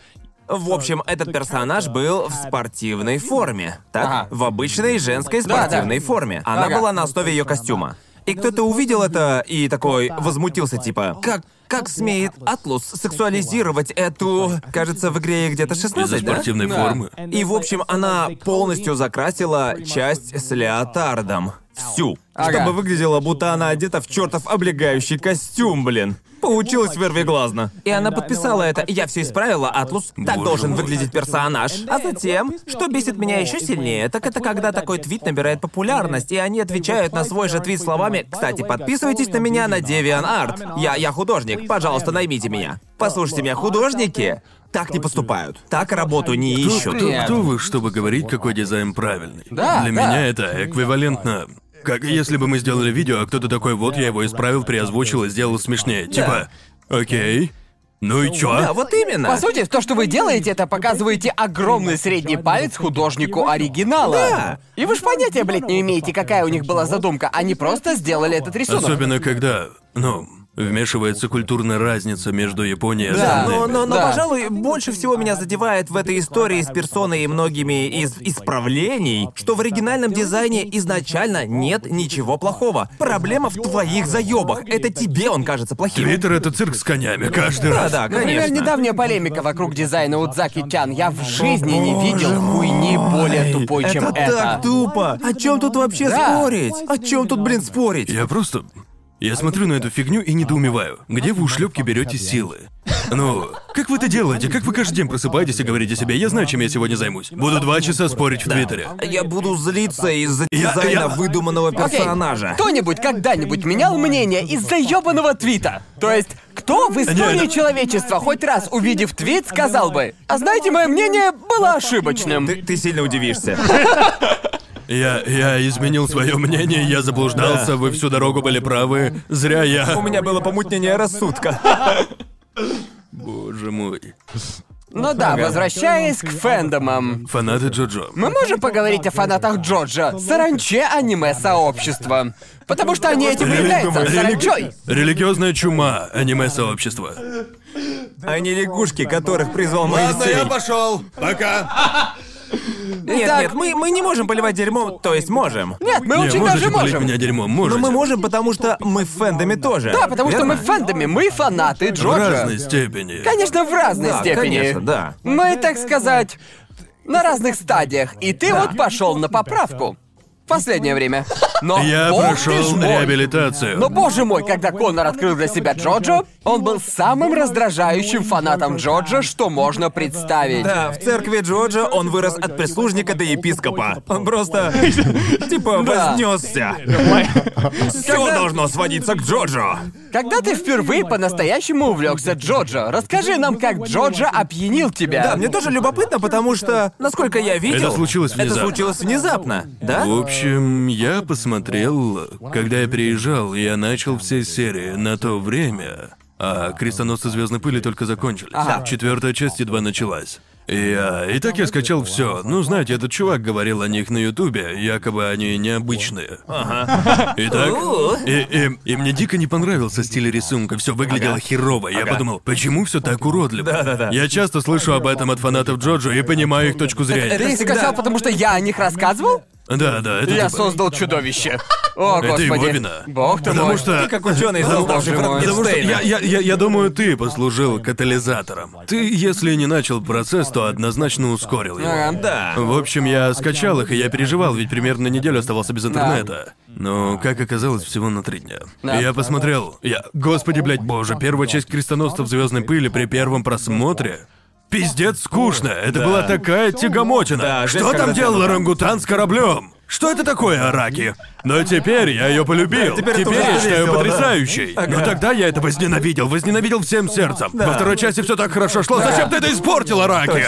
[SPEAKER 1] В общем, этот персонаж был в спортивной форме, так?
[SPEAKER 3] Ага.
[SPEAKER 1] В обычной женской
[SPEAKER 3] Да, да.
[SPEAKER 1] спортивной форме. Она
[SPEAKER 3] Ага.
[SPEAKER 1] была на основе ее костюма. И кто-то увидел это и такой возмутился, типа, как как смеет Атлус сексуализировать эту... Кажется, в игре ей где-то
[SPEAKER 2] Из-за
[SPEAKER 1] 16, да?
[SPEAKER 2] спортивной
[SPEAKER 3] Да.
[SPEAKER 2] формы.
[SPEAKER 1] И, в общем, она полностью закрасила часть с леотардом. Всю.
[SPEAKER 3] Ага.
[SPEAKER 1] Чтобы выглядело, будто она одета в чертов облегающий костюм, блин. Получилось вервиглазно. И она подписала это. Я все исправила, Атлус. Так
[SPEAKER 2] Боже
[SPEAKER 1] должен
[SPEAKER 2] мой.
[SPEAKER 1] выглядеть персонаж. А затем, что бесит меня еще сильнее, так это когда такой твит набирает популярность, и они отвечают на свой же твит словами «Кстати, подписывайтесь на меня на DeviantArt. Я, я художник, пожалуйста, наймите меня». Послушайте меня, художники так не поступают. Так работу не
[SPEAKER 2] Кто,
[SPEAKER 1] ищут.
[SPEAKER 2] кто-
[SPEAKER 3] Нет.
[SPEAKER 2] кто вы, чтобы говорить, какой дизайн правильный?
[SPEAKER 3] Да,
[SPEAKER 2] Для
[SPEAKER 3] да.
[SPEAKER 2] меня это эквивалентно. Как если бы мы сделали видео, а кто-то такой, вот я его исправил, переозвучил и сделал смешнее. Типа, окей. Ну и чё?
[SPEAKER 1] Да, вот именно.
[SPEAKER 3] По сути, то, что вы делаете, это показываете огромный средний палец художнику оригинала.
[SPEAKER 1] Да.
[SPEAKER 3] И вы ж понятия, блядь, не имеете, какая у них была задумка. Они просто сделали этот рисунок.
[SPEAKER 2] Особенно когда, ну, вмешивается культурная разница между Японией и
[SPEAKER 3] Да,
[SPEAKER 1] Но,
[SPEAKER 2] остальными.
[SPEAKER 1] но, но,
[SPEAKER 3] Да.
[SPEAKER 1] пожалуй, больше всего меня задевает в этой истории с персоной и многими из исправлений, что в оригинальном дизайне изначально нет ничего плохого. Проблема в твоих заебах. Это тебе он кажется плохим.
[SPEAKER 2] Твиттер это цирк с конями каждый
[SPEAKER 1] Да,
[SPEAKER 2] раз.
[SPEAKER 1] да,
[SPEAKER 3] Например,
[SPEAKER 1] конечно.
[SPEAKER 3] недавняя полемика вокруг дизайна Удзаки Чан. Я в жизни не видел хуйни более тупой, чем
[SPEAKER 1] это так тупо. О чем тут вообще
[SPEAKER 3] Да.
[SPEAKER 1] спорить? О чем тут, блин, спорить?
[SPEAKER 2] Я просто... Я смотрю на эту фигню и недоумеваю, где вы у шлепки берете силы. Ну, как вы это делаете? Как вы каждый день просыпаетесь и говорите себе, я знаю, чем я сегодня займусь. Буду два часа спорить в Твиттере.
[SPEAKER 1] Я буду злиться из-за
[SPEAKER 2] Я-
[SPEAKER 1] дизайна
[SPEAKER 2] я-
[SPEAKER 1] выдуманного
[SPEAKER 3] Окей,
[SPEAKER 1] персонажа.
[SPEAKER 3] Кто-нибудь когда-нибудь менял мнение из-за ёбаного твита? То есть, кто в истории
[SPEAKER 2] Нет.
[SPEAKER 3] человечества хоть раз, увидев твит, сказал бы, а знаете, мое мнение было ошибочным.
[SPEAKER 1] Ты, ты сильно удивишься.
[SPEAKER 2] Я, я изменил свое мнение, я заблуждался, вы всю дорогу были правы. Зря я...
[SPEAKER 1] У меня было помутнение рассудка.
[SPEAKER 2] Боже мой.
[SPEAKER 3] Ну да, возвращаясь к фэндомам.
[SPEAKER 2] Фанаты Джоджо.
[SPEAKER 1] Ну,
[SPEAKER 3] Мы можем поговорить о фанатах Джорджа, саранче аниме-сообщества. Потому что они этим являются, саранчой.
[SPEAKER 2] Религиозная чума аниме-сообщества.
[SPEAKER 1] А не лягушки, которых призвал
[SPEAKER 3] Ну,
[SPEAKER 1] Моисей.
[SPEAKER 2] пошел. Пока.
[SPEAKER 1] Нет,
[SPEAKER 3] Итак-
[SPEAKER 1] нет, мы, мы не можем поливать дерьмом, то есть можем.
[SPEAKER 3] Нет, мы
[SPEAKER 2] Не,
[SPEAKER 3] очень
[SPEAKER 2] можете
[SPEAKER 3] даже
[SPEAKER 2] полить
[SPEAKER 3] можем.
[SPEAKER 2] меня дерьмом, можете.
[SPEAKER 1] Но Ну, мы можем, потому что мы в фэндоме тоже.
[SPEAKER 3] Да, потому что мы
[SPEAKER 1] верно?
[SPEAKER 3] в фэндоме, мы фанаты
[SPEAKER 2] В
[SPEAKER 3] Джорджа.
[SPEAKER 2] разной степени.
[SPEAKER 3] Конечно, в разной
[SPEAKER 1] Да,
[SPEAKER 3] степени.
[SPEAKER 1] конечно, да.
[SPEAKER 3] Мы, так сказать, на разных стадиях. И ты вот пошел на поправку. В последнее время. Но
[SPEAKER 2] Я
[SPEAKER 3] бог ты ж
[SPEAKER 2] прошел
[SPEAKER 3] мой.
[SPEAKER 2] реабилитацию.
[SPEAKER 3] Но боже мой, когда Коннор открыл для себя Джоджо, он был самым раздражающим фанатом Джорджа, что можно представить.
[SPEAKER 1] Да, в церкви Джорджа он вырос от прислужника до епископа. Он просто, типа,
[SPEAKER 3] Да.
[SPEAKER 1] вознесся. Все должно сводиться к Джорджу.
[SPEAKER 3] Когда ты впервые по-настоящему увлекся Джоджо, расскажи нам, как Джоджо опьянил тебя.
[SPEAKER 1] Да, мне тоже любопытно, потому что, насколько я видел...
[SPEAKER 2] Это случилось
[SPEAKER 1] Это
[SPEAKER 2] внезапно.
[SPEAKER 1] случилось внезапно, да?
[SPEAKER 2] В общем, я посмотрел, когда я приезжал, я начал все серии на то время, а крестоносцы звездной пыли только закончились. Четвертая часть едва началась. И, я... и так я скачал все. Ну, знаете, этот чувак говорил о них на Ютубе, якобы они необычные. Итак,
[SPEAKER 1] У.
[SPEAKER 2] и, и- и мне дико не понравился стиль рисунка, все выглядело херово. Я подумал, почему все так уродливо?
[SPEAKER 1] Да-да-да.
[SPEAKER 2] Я часто слышу об этом от фанатов Джоджо и понимаю их точку зрения.
[SPEAKER 3] Ты
[SPEAKER 1] всегда-
[SPEAKER 3] скачал, потому что я о них рассказывал?
[SPEAKER 2] Да, да, это
[SPEAKER 3] Я
[SPEAKER 2] типа-
[SPEAKER 3] создал чудовище. О,
[SPEAKER 2] Это
[SPEAKER 3] господи.
[SPEAKER 2] его вина.
[SPEAKER 3] Бог ты
[SPEAKER 2] Потому
[SPEAKER 3] мой.
[SPEAKER 2] что-
[SPEAKER 1] Ты как ученый, создавший
[SPEAKER 3] боже мой.
[SPEAKER 2] Потому что я,
[SPEAKER 1] Франкенштейна.
[SPEAKER 2] я, я, я думаю, ты послужил катализатором. Ты, если не начал процесс, то однозначно ускорил его.
[SPEAKER 3] Ага.
[SPEAKER 1] А, Да.
[SPEAKER 2] В общем, я скачал их, и я переживал, ведь примерно неделю оставался без интернета. Но, как оказалось, всего на три дня.
[SPEAKER 3] Да.
[SPEAKER 2] Я посмотрел. Я. Господи, блядь, боже, первая часть крестоносцев звездной пыли при первом просмотре. Пиздец скучно. Это была такая тягомотина.
[SPEAKER 1] Да, жесть,
[SPEAKER 2] Что там
[SPEAKER 1] когда
[SPEAKER 2] делал орангутан с кораблем? Что это такое, Араки? Но теперь я ее полюбил.
[SPEAKER 1] теперь это
[SPEAKER 2] теперь
[SPEAKER 1] уже
[SPEAKER 2] я считаю
[SPEAKER 1] весело, да.
[SPEAKER 2] потрясающей. Но тогда я это возненавидел, возненавидел всем сердцем. Во второй части все так хорошо шло. Зачем ты это испортил, Араки?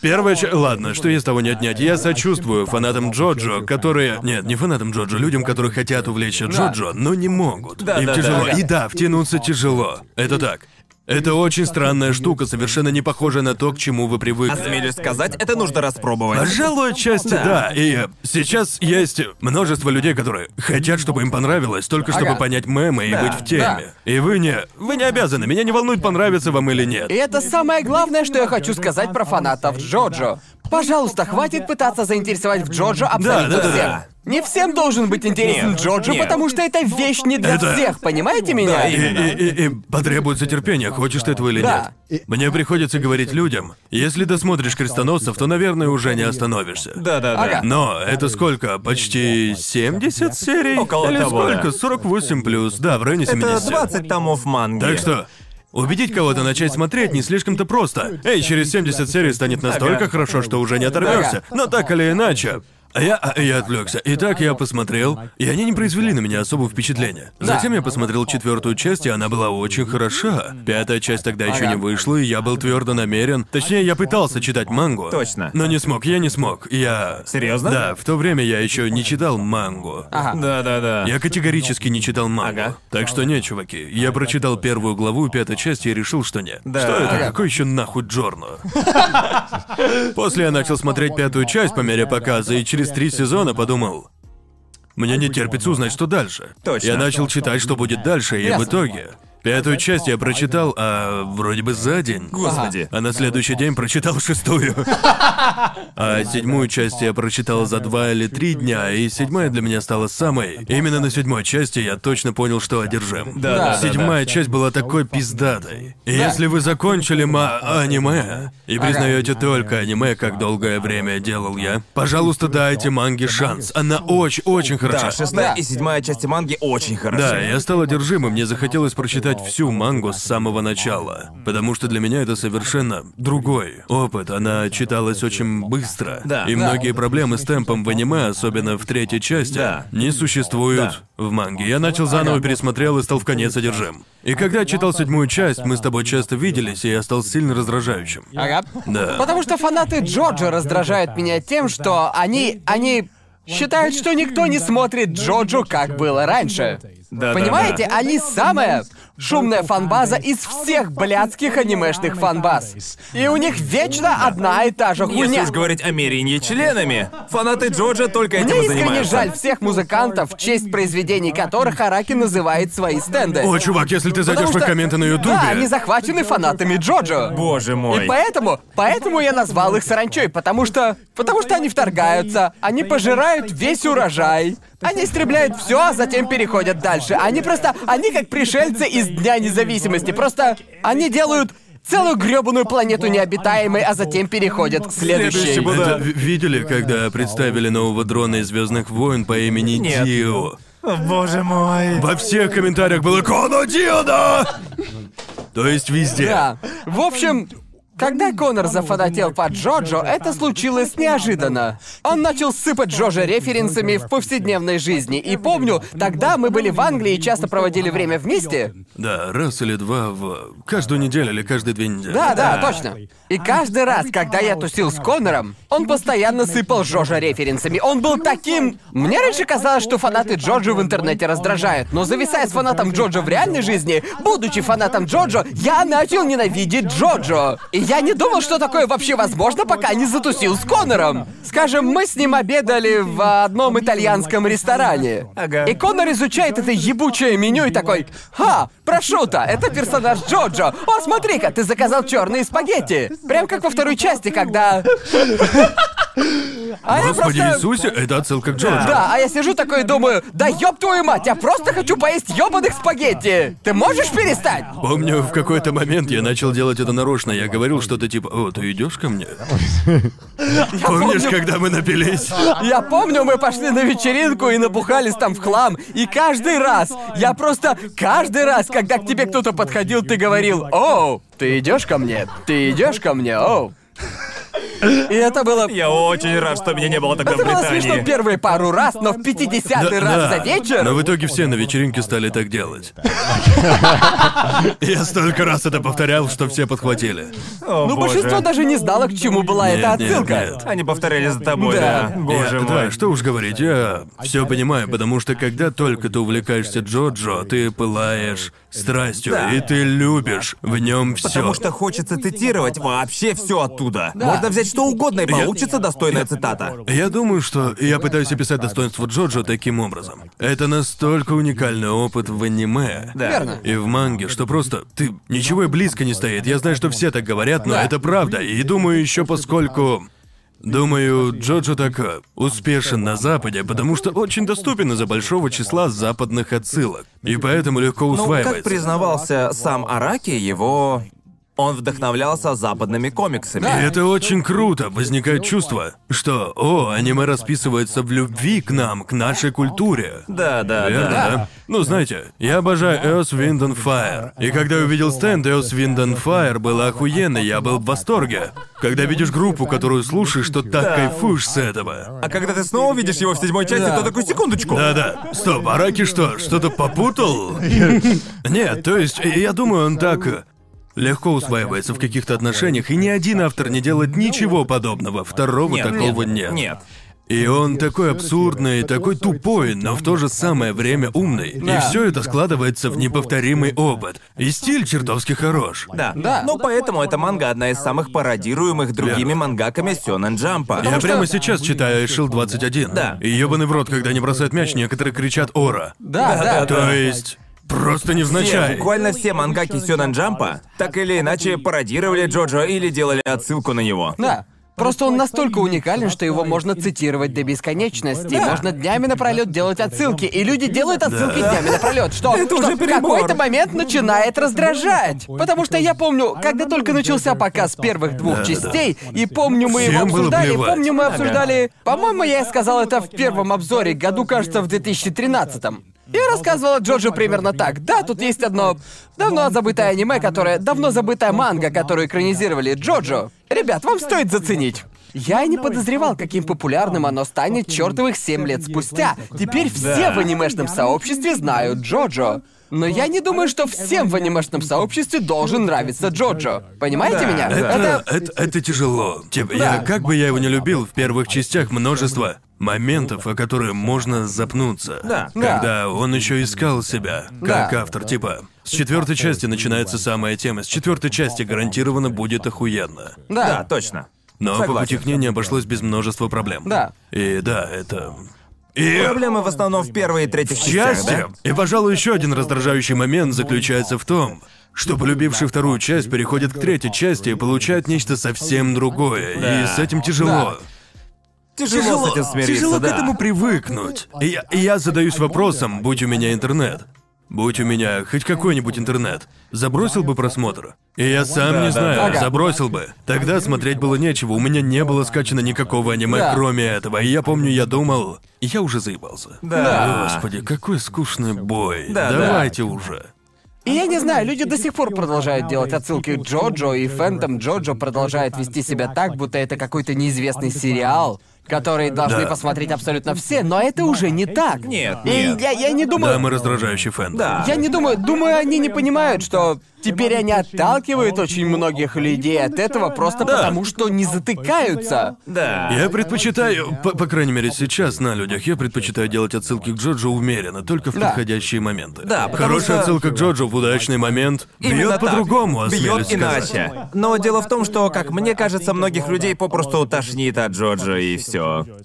[SPEAKER 2] Первая часть... Ладно, что есть того не отнять. Я сочувствую фанатам Джоджо, которые... Нет, не фанатам Джоджо, людям, которые хотят увлечься Джоджо, но не могут.
[SPEAKER 1] Да,
[SPEAKER 2] Им
[SPEAKER 1] да, да.
[SPEAKER 2] тяжело.
[SPEAKER 1] Ага.
[SPEAKER 2] И да, втянуться тяжело. Это так. Это очень странная штука, совершенно не похожая на то, к чему вы привыкли.
[SPEAKER 1] Осмелюсь А сказать, это нужно распробовать.
[SPEAKER 2] Пожалуй, отчасти да. И э, сейчас есть множество людей, которые хотят, чтобы им понравилось, только чтобы
[SPEAKER 3] Ага.
[SPEAKER 2] понять мемы и быть в теме. И вы не... Вы не обязаны. Меня не волнует, понравится вам или нет.
[SPEAKER 3] И это самое главное, что я хочу сказать про фанатов Джоджо. Пожалуйста, хватит пытаться заинтересовать в Джоджо абсолютно
[SPEAKER 2] Да, да, да,
[SPEAKER 3] всех.
[SPEAKER 2] да.
[SPEAKER 3] Не всем должен быть интересен
[SPEAKER 1] Нет,
[SPEAKER 3] Джоджо,
[SPEAKER 1] нет.
[SPEAKER 3] потому что это вещь не для
[SPEAKER 2] Это-
[SPEAKER 3] всех, понимаете меня?
[SPEAKER 2] И, и- и- и потребуется терпение, хочешь ты этого или
[SPEAKER 3] Да.
[SPEAKER 2] нет. Мне приходится говорить людям, если досмотришь крестоносцев, то, наверное, уже не остановишься.
[SPEAKER 1] Да, да, да.
[SPEAKER 3] Ага.
[SPEAKER 2] Но это сколько? Почти 70 серий?
[SPEAKER 1] Около
[SPEAKER 2] Или
[SPEAKER 1] того, да.
[SPEAKER 2] сколько? 48 плюс, да, в районе 70.
[SPEAKER 1] Это 20 томов манги.
[SPEAKER 2] Так что, убедить кого-то начать смотреть не слишком-то просто. Эй, через 70 серий станет настолько
[SPEAKER 1] Ага.
[SPEAKER 2] хорошо, что уже не оторвешься.
[SPEAKER 3] Ага.
[SPEAKER 2] Но так или иначе. а Я, а, я отвлекся. Итак, я посмотрел, и они не произвели на меня особого впечатления.
[SPEAKER 3] Да.
[SPEAKER 2] Затем я посмотрел четвертую часть, и она была очень хороша. Пятая часть тогда еще
[SPEAKER 3] Ага.
[SPEAKER 2] не вышла, и я был твердо намерен. Точнее, я пытался читать мангу.
[SPEAKER 1] Точно.
[SPEAKER 2] Но не смог, я не смог. Я.
[SPEAKER 1] Серьезно?
[SPEAKER 2] Да, в то время я еще не читал мангу.
[SPEAKER 3] Ага.
[SPEAKER 1] Да, да, да.
[SPEAKER 2] Я категорически не читал мангу.
[SPEAKER 1] Ага.
[SPEAKER 2] Так что нет, чуваки. Я прочитал первую главу пятой части и решил, что нет.
[SPEAKER 1] Да.
[SPEAKER 2] Что это?
[SPEAKER 1] Ага.
[SPEAKER 2] Какой еще нахуй Джорно? После я начал смотреть пятую часть по мере показа и через три сезона подумал... Мне не терпится узнать, что дальше.
[SPEAKER 1] Точно.
[SPEAKER 2] Я начал читать, что будет дальше, и в
[SPEAKER 3] Ясно.
[SPEAKER 2] итоге... Пятую часть я прочитал, а вроде бы за день.
[SPEAKER 1] Господи.
[SPEAKER 2] А на следующий день прочитал шестую. А седьмую часть я прочитал за два или три дня, и седьмая для меня стала самой. Именно на седьмой части я точно понял, что одержим.
[SPEAKER 1] Да, да, да,
[SPEAKER 2] Седьмая часть была такой пиздатой. И Если вы закончили ма- аниме и признаете только аниме, как долгое время делал я, пожалуйста, дайте манге шанс. Она очень-очень хороша.
[SPEAKER 1] Да, шестая
[SPEAKER 3] Да.
[SPEAKER 1] и седьмая части манги очень хороши.
[SPEAKER 2] Да, я стал одержимым, мне захотелось прочитать всю мангу с самого начала. Потому что для меня это совершенно другой опыт. Она читалась очень быстро.
[SPEAKER 1] Да.
[SPEAKER 2] И
[SPEAKER 1] Да.
[SPEAKER 2] многие проблемы с темпом в аниме, особенно в третьей части,
[SPEAKER 1] Да.
[SPEAKER 2] не существуют в манге. Я начал заново пересмотрел и стал в конец одержим. И когда я читал седьмую часть, мы с тобой часто виделись, и я стал сильно раздражающим.
[SPEAKER 1] Э,
[SPEAKER 3] Ага.
[SPEAKER 2] Да.
[SPEAKER 3] Потому что фанаты Джорджа раздражают меня тем, что они... они считают, что никто не смотрит Джоджо, как было раньше.
[SPEAKER 1] Да, да,
[SPEAKER 3] Понимаете,
[SPEAKER 1] да.
[SPEAKER 3] они самая шумная фанбаза из всех блядских анимешных фанбаз. И у них вечно одна и та же
[SPEAKER 1] Если
[SPEAKER 3] хуйня.
[SPEAKER 1] уж говорить о мерении членами, фанаты Джорджа только этим
[SPEAKER 3] Мне
[SPEAKER 1] и
[SPEAKER 3] искренне
[SPEAKER 1] занимаются.
[SPEAKER 3] жаль всех музыкантов, в честь произведений которых Араки называет свои стенды.
[SPEAKER 2] О, чувак, если ты зайдешь
[SPEAKER 3] Потому
[SPEAKER 2] в
[SPEAKER 3] что-
[SPEAKER 2] комменты на Ютубе.
[SPEAKER 3] Да, они захвачены фанатами Джоджо.
[SPEAKER 1] Боже мой.
[SPEAKER 3] И поэтому, поэтому я назвал их саранчой, потому что, потому что они вторгаются, они пожирают весь урожай, они истребляют все, а затем переходят дальше. Они просто, они как пришельцы из Дня Независимости, просто они делают целую грёбаную планету необитаемой, а затем переходят к следующей.
[SPEAKER 1] Следующий
[SPEAKER 2] Это
[SPEAKER 1] Да.
[SPEAKER 2] ви- видели, когда представили нового дрона из Звездных войн по имени
[SPEAKER 1] Нет.
[SPEAKER 2] Дио?
[SPEAKER 1] О, Боже мой.
[SPEAKER 2] Во всех комментариях было «Коно Диода!» То есть везде.
[SPEAKER 3] Да. В общем, когда Конор зафанател по Джоджо, это случилось неожиданно. Он начал сыпать Джоджо референсами в повседневной жизни. И помню, тогда мы были в Англии и часто проводили время вместе.
[SPEAKER 2] Да, раз или два в... Каждую неделю или каждые две недели.
[SPEAKER 3] Да, да, точно. И каждый раз, когда я тусил с Конором, он постоянно сыпал Джоджо референсами. Он был таким... Мне раньше казалось, что фанаты Джоджо в интернете раздражают, но зависая с фанатом Джоджо в реальной жизни, будучи фанатом Джоджо, я начал ненавидеть Джоджо. И я не думал, что такое вообще возможно, пока не затусил с Конором. Скажем, мы с ним обедали в одном итальянском ресторане.
[SPEAKER 1] Ага.
[SPEAKER 3] И Конор изучает это ебучее меню и такой, «Ха, прошута, это персонаж Джоджо. О, смотри-ка, ты заказал черные спагетти. Прям как во второй части, когда... А я
[SPEAKER 2] Господи
[SPEAKER 3] просто...
[SPEAKER 2] Иисусе, это отсылка к Джорджу.
[SPEAKER 3] Да, а я сижу такой и думаю, да ёб твою мать, я просто хочу поесть ёбаных спагетти. Ты можешь перестать?
[SPEAKER 2] Помню, в какой-то момент я начал делать это нарочно. Я говорил что-то типа «О, ты идешь ко мне?» Помнишь,
[SPEAKER 3] помню.
[SPEAKER 2] когда мы напились?
[SPEAKER 3] Я помню, мы пошли на вечеринку и набухались там в хлам, и каждый раз, я просто каждый раз, когда к тебе кто-то подходил, ты говорил, «Оу, ты идешь ко мне? Ты идешь ко мне? Оу». И это было...
[SPEAKER 1] Я очень рад, что меня не было тогда в
[SPEAKER 3] Это было смешно
[SPEAKER 1] Британии.
[SPEAKER 3] первые пару раз, но в 50-й раз
[SPEAKER 2] Да, Ну да.
[SPEAKER 3] за вечер...
[SPEAKER 2] Но в итоге все на вечеринке стали так
[SPEAKER 3] [laughs]
[SPEAKER 2] делать. Я столько раз это повторял, что все подхватили.
[SPEAKER 1] О,
[SPEAKER 3] Ну,
[SPEAKER 1] боже.
[SPEAKER 3] большинство даже не знало, к чему была эта
[SPEAKER 2] Нет, нет,
[SPEAKER 3] отсылка.
[SPEAKER 2] нет.
[SPEAKER 1] Они повторяли за тобой, да.
[SPEAKER 3] Да.
[SPEAKER 1] Боже
[SPEAKER 2] Я-
[SPEAKER 1] мой.
[SPEAKER 2] Да, Э, что уж говорить, я все понимаю, потому что когда только ты увлекаешься Джоджо, ты пылаешь страстью, и ты любишь в нем все.
[SPEAKER 1] Потому что хочется цитировать вообще все оттуда. Можно взять что угодно и получится достойная цитата.
[SPEAKER 2] Я думаю, что я пытаюсь описать достоинство Джоджо таким образом. Это настолько уникальный опыт в аниме.
[SPEAKER 1] Да.
[SPEAKER 3] Верно.
[SPEAKER 2] И в манге, что просто ты ничего и близко не стоит. Я знаю, что все так говорят, но это правда. И думаю, еще поскольку Думаю, Джоджо так э, успешен на Западе, потому что очень доступен из-за большого числа западных отсылок. И поэтому легко
[SPEAKER 1] Ну,
[SPEAKER 2] усваивается.
[SPEAKER 1] как признавался сам Араки, его... Он вдохновлялся западными комиксами.
[SPEAKER 2] И это очень круто, возникает чувство, что, о, аниме расписывается в любви к нам, к нашей культуре.
[SPEAKER 1] Да, да,
[SPEAKER 2] Верно,
[SPEAKER 1] да.
[SPEAKER 2] да? Ну, знаете, я обожаю Earth, Wind and Fire. И когда я увидел стенд Earth, Wind and Fire, было охуенно, я был в восторге. Когда видишь группу, которую слушаешь, что так кайфуешь с этого.
[SPEAKER 1] А когда ты снова видишь его в седьмой части,
[SPEAKER 2] Да.
[SPEAKER 1] то такой секундочку.
[SPEAKER 2] Да-да. Стоп, Араки что, что-то попутал? Нет, то есть, я думаю, он так э, легко усваивается в каких-то отношениях, и ни один автор не делает ничего подобного. Второго
[SPEAKER 1] Нет,
[SPEAKER 2] такого
[SPEAKER 1] нет,
[SPEAKER 2] нет.
[SPEAKER 1] нет.
[SPEAKER 2] И он такой абсурдный, такой тупой, но в то же самое время умный. И
[SPEAKER 3] Да.
[SPEAKER 2] все это складывается в неповторимый опыт. И стиль чертовски хорош.
[SPEAKER 1] Да.
[SPEAKER 3] Да.
[SPEAKER 1] Но поэтому эта манга одна из самых пародируемых другими
[SPEAKER 2] Верно.
[SPEAKER 1] мангаками Сёнэн Джампа.
[SPEAKER 2] Я
[SPEAKER 3] что-
[SPEAKER 2] прямо сейчас читаю Эшил 21.
[SPEAKER 1] Да.
[SPEAKER 2] И ебаный в рот, когда они бросают мяч, некоторые кричат «Ора».
[SPEAKER 3] Да, да,
[SPEAKER 2] То есть... Просто
[SPEAKER 1] Все,
[SPEAKER 2] невзначай.
[SPEAKER 1] буквально все мангаки Сёнэн Джампа так или иначе пародировали Джоджо или делали отсылку на него.
[SPEAKER 3] Да. Просто он настолько уникален, что его можно цитировать до бесконечности.
[SPEAKER 1] Да.
[SPEAKER 3] Можно днями напролет делать отсылки. И люди делают отсылки днями напролет, что,
[SPEAKER 1] Это
[SPEAKER 3] что
[SPEAKER 1] уже
[SPEAKER 3] в
[SPEAKER 1] перебор. Ну,
[SPEAKER 3] какой-то момент начинает раздражать. Потому что я помню, когда только
[SPEAKER 1] ну,
[SPEAKER 3] начался показ первых двух
[SPEAKER 2] Да-да-да.
[SPEAKER 3] частей, и помню, мы его
[SPEAKER 2] Всем было
[SPEAKER 3] обсуждали,
[SPEAKER 2] плевать.
[SPEAKER 3] помню, мы обсуждали. По-моему, я сказал это в первом обзоре, году, кажется, в 2013-м. Я рассказывала Джорджу примерно так. Да, тут есть одно давно забытое аниме, которое... Давно забытая манга, которую экранизировали Джоджо. Ребят, вам стоит заценить. Я и не подозревал, каким популярным оно станет чертовых семь лет спустя. Теперь все в анимешном сообществе знают Джоджо. Но я не думаю, что всем в анимешном сообществе должен нравиться Джоджо. Понимаете
[SPEAKER 1] Да,
[SPEAKER 3] меня?
[SPEAKER 1] да.
[SPEAKER 2] Это, это, это тяжело. Типа, я, как бы я его не любил, в первых частях множество моментов, о которые можно запнуться.
[SPEAKER 1] Да.
[SPEAKER 2] Когда он еще искал себя, как
[SPEAKER 3] Да.
[SPEAKER 2] автор, типа. С четвертой части начинается самая тема. С четвертой части гарантированно будет охуенно.
[SPEAKER 1] Да,
[SPEAKER 3] Да.
[SPEAKER 1] точно.
[SPEAKER 2] Но по
[SPEAKER 1] Согласен.
[SPEAKER 2] пути к ней не обошлось без множества проблем.
[SPEAKER 3] Да.
[SPEAKER 2] И да, это. И
[SPEAKER 1] Проблемы в основном в первой и третьих частях, да?
[SPEAKER 2] Счастье! И, пожалуй, еще один раздражающий момент заключается в том, что полюбивший вторую часть переходит к третьей части и получает нечто совсем другое. И с этим тяжело.
[SPEAKER 1] Тяжело, с этим смириться,
[SPEAKER 2] тяжело
[SPEAKER 1] да.
[SPEAKER 2] к этому привыкнуть. И я, и я задаюсь вопросом, будь у меня интернет. Будь у меня хоть какой-нибудь интернет, забросил бы просмотр. И я сам не знаю,
[SPEAKER 3] Ага.
[SPEAKER 2] забросил бы. Тогда смотреть было нечего, у меня не было скачано никакого аниме,
[SPEAKER 3] Да.
[SPEAKER 2] кроме этого. И я помню, я думал, я уже заебался.
[SPEAKER 1] Да.
[SPEAKER 2] Господи, какой скучный бой.
[SPEAKER 1] Да, да.
[SPEAKER 2] Давайте уже.
[SPEAKER 3] И я не знаю, люди до сих пор продолжают делать отсылки к Джоджо, и Фэнтом Джоджо продолжает вести себя так, будто это какой-то неизвестный сериал, который должны
[SPEAKER 2] Да.
[SPEAKER 3] посмотреть абсолютно все, но это уже не так.
[SPEAKER 1] Нет,
[SPEAKER 3] И
[SPEAKER 1] нет.
[SPEAKER 3] Я, я не думаю...
[SPEAKER 2] Да, мы раздражающий фэн.
[SPEAKER 1] Да.
[SPEAKER 3] Я не думаю, думаю, они не понимают, что теперь они отталкивают очень многих людей от этого просто потому, что не затыкаются.
[SPEAKER 1] Да.
[SPEAKER 2] Я предпочитаю, по, по крайней мере сейчас на людях, я предпочитаю делать отсылки к Джоджо умеренно, только в
[SPEAKER 3] Да.
[SPEAKER 2] подходящие моменты.
[SPEAKER 1] Да, потому
[SPEAKER 2] Хорошая
[SPEAKER 1] что-
[SPEAKER 2] отсылка к Джоджо в удачный момент
[SPEAKER 1] Именно
[SPEAKER 2] бьет
[SPEAKER 1] так.
[SPEAKER 2] по-другому, осмелюсь
[SPEAKER 1] Бьет
[SPEAKER 2] сказать.
[SPEAKER 1] иначе. Но дело в том, что, как мне кажется, многих людей попросту тошнит от Джоджо и все.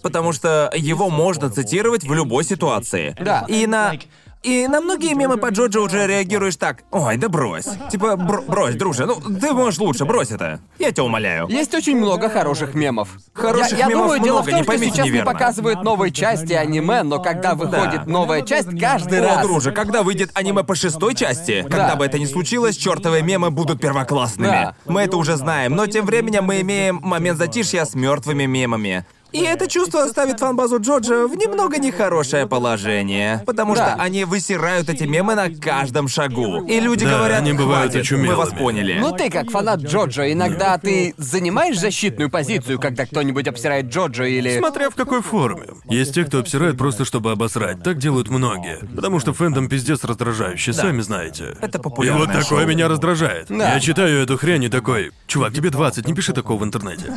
[SPEAKER 1] Потому что его можно цитировать в любой ситуации.
[SPEAKER 3] Да.
[SPEAKER 1] И на. И на многие мемы по Джоджо уже реагируешь так. Ой, да брось. Типа, бр- брось, друже, ну ты можешь лучше, брось это. Я тебя умоляю.
[SPEAKER 3] Есть очень много хороших мемов.
[SPEAKER 1] Хороших
[SPEAKER 3] я, я
[SPEAKER 1] мемов
[SPEAKER 3] думаю, дело
[SPEAKER 1] много,
[SPEAKER 3] в том,
[SPEAKER 1] не
[SPEAKER 3] что
[SPEAKER 1] поймите
[SPEAKER 3] сейчас
[SPEAKER 1] неверно.
[SPEAKER 3] не показывают новые части аниме, но когда выходит новая часть, каждый раз.
[SPEAKER 1] О, друже, когда выйдет аниме по шестой части, когда бы это ни случилось, чертовые мемы будут первоклассными.
[SPEAKER 3] Да.
[SPEAKER 1] Мы это уже знаем, но тем временем мы имеем момент затишья с мертвыми мемами. И это чувство ставит фанбазу Джорджа в немного нехорошее положение, потому
[SPEAKER 3] Да.
[SPEAKER 1] что они высирают эти мемы на каждом шагу. И люди
[SPEAKER 2] Да,
[SPEAKER 1] говорят,
[SPEAKER 2] они бывают
[SPEAKER 1] «Хватит, мы
[SPEAKER 2] очумелыми».
[SPEAKER 1] вас поняли.
[SPEAKER 3] Ну ты как фанат Джоджо, иногда ты занимаешь защитную позицию, когда кто-нибудь обсирает Джоджо или...
[SPEAKER 2] Смотря в какой форме. Есть те, кто обсирает просто чтобы обосрать. Так делают многие. Потому что фэндом пиздец раздражающий, сами знаете.
[SPEAKER 1] Это
[SPEAKER 2] И
[SPEAKER 1] популярное
[SPEAKER 2] вот такое
[SPEAKER 1] шоу.
[SPEAKER 2] меня раздражает.
[SPEAKER 3] Да.
[SPEAKER 2] Я читаю эту хрень и такой, чувак, тебе 20, не пиши такого
[SPEAKER 1] [laughs]
[SPEAKER 2] в интернете.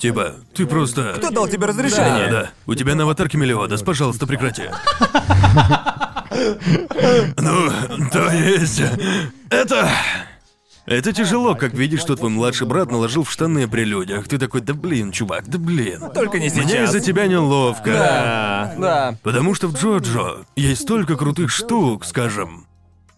[SPEAKER 2] Типа, ты просто...
[SPEAKER 1] Кто дал тебе
[SPEAKER 2] Да,
[SPEAKER 1] разрешение?
[SPEAKER 2] да. У тебя на аватарке Мелиодас,
[SPEAKER 1] [laughs]
[SPEAKER 2] пожалуйста, прекрати. Ну, то есть... Это... Это тяжело, как видишь, что твой младший брат наложил в штаны при людях. Ты такой, да блин, чувак, да блин.
[SPEAKER 1] Только не
[SPEAKER 2] Мне
[SPEAKER 1] сейчас.
[SPEAKER 2] из-за тебя неловко.
[SPEAKER 3] Да.
[SPEAKER 2] Потому что в Джоджо есть столько крутых штук, скажем.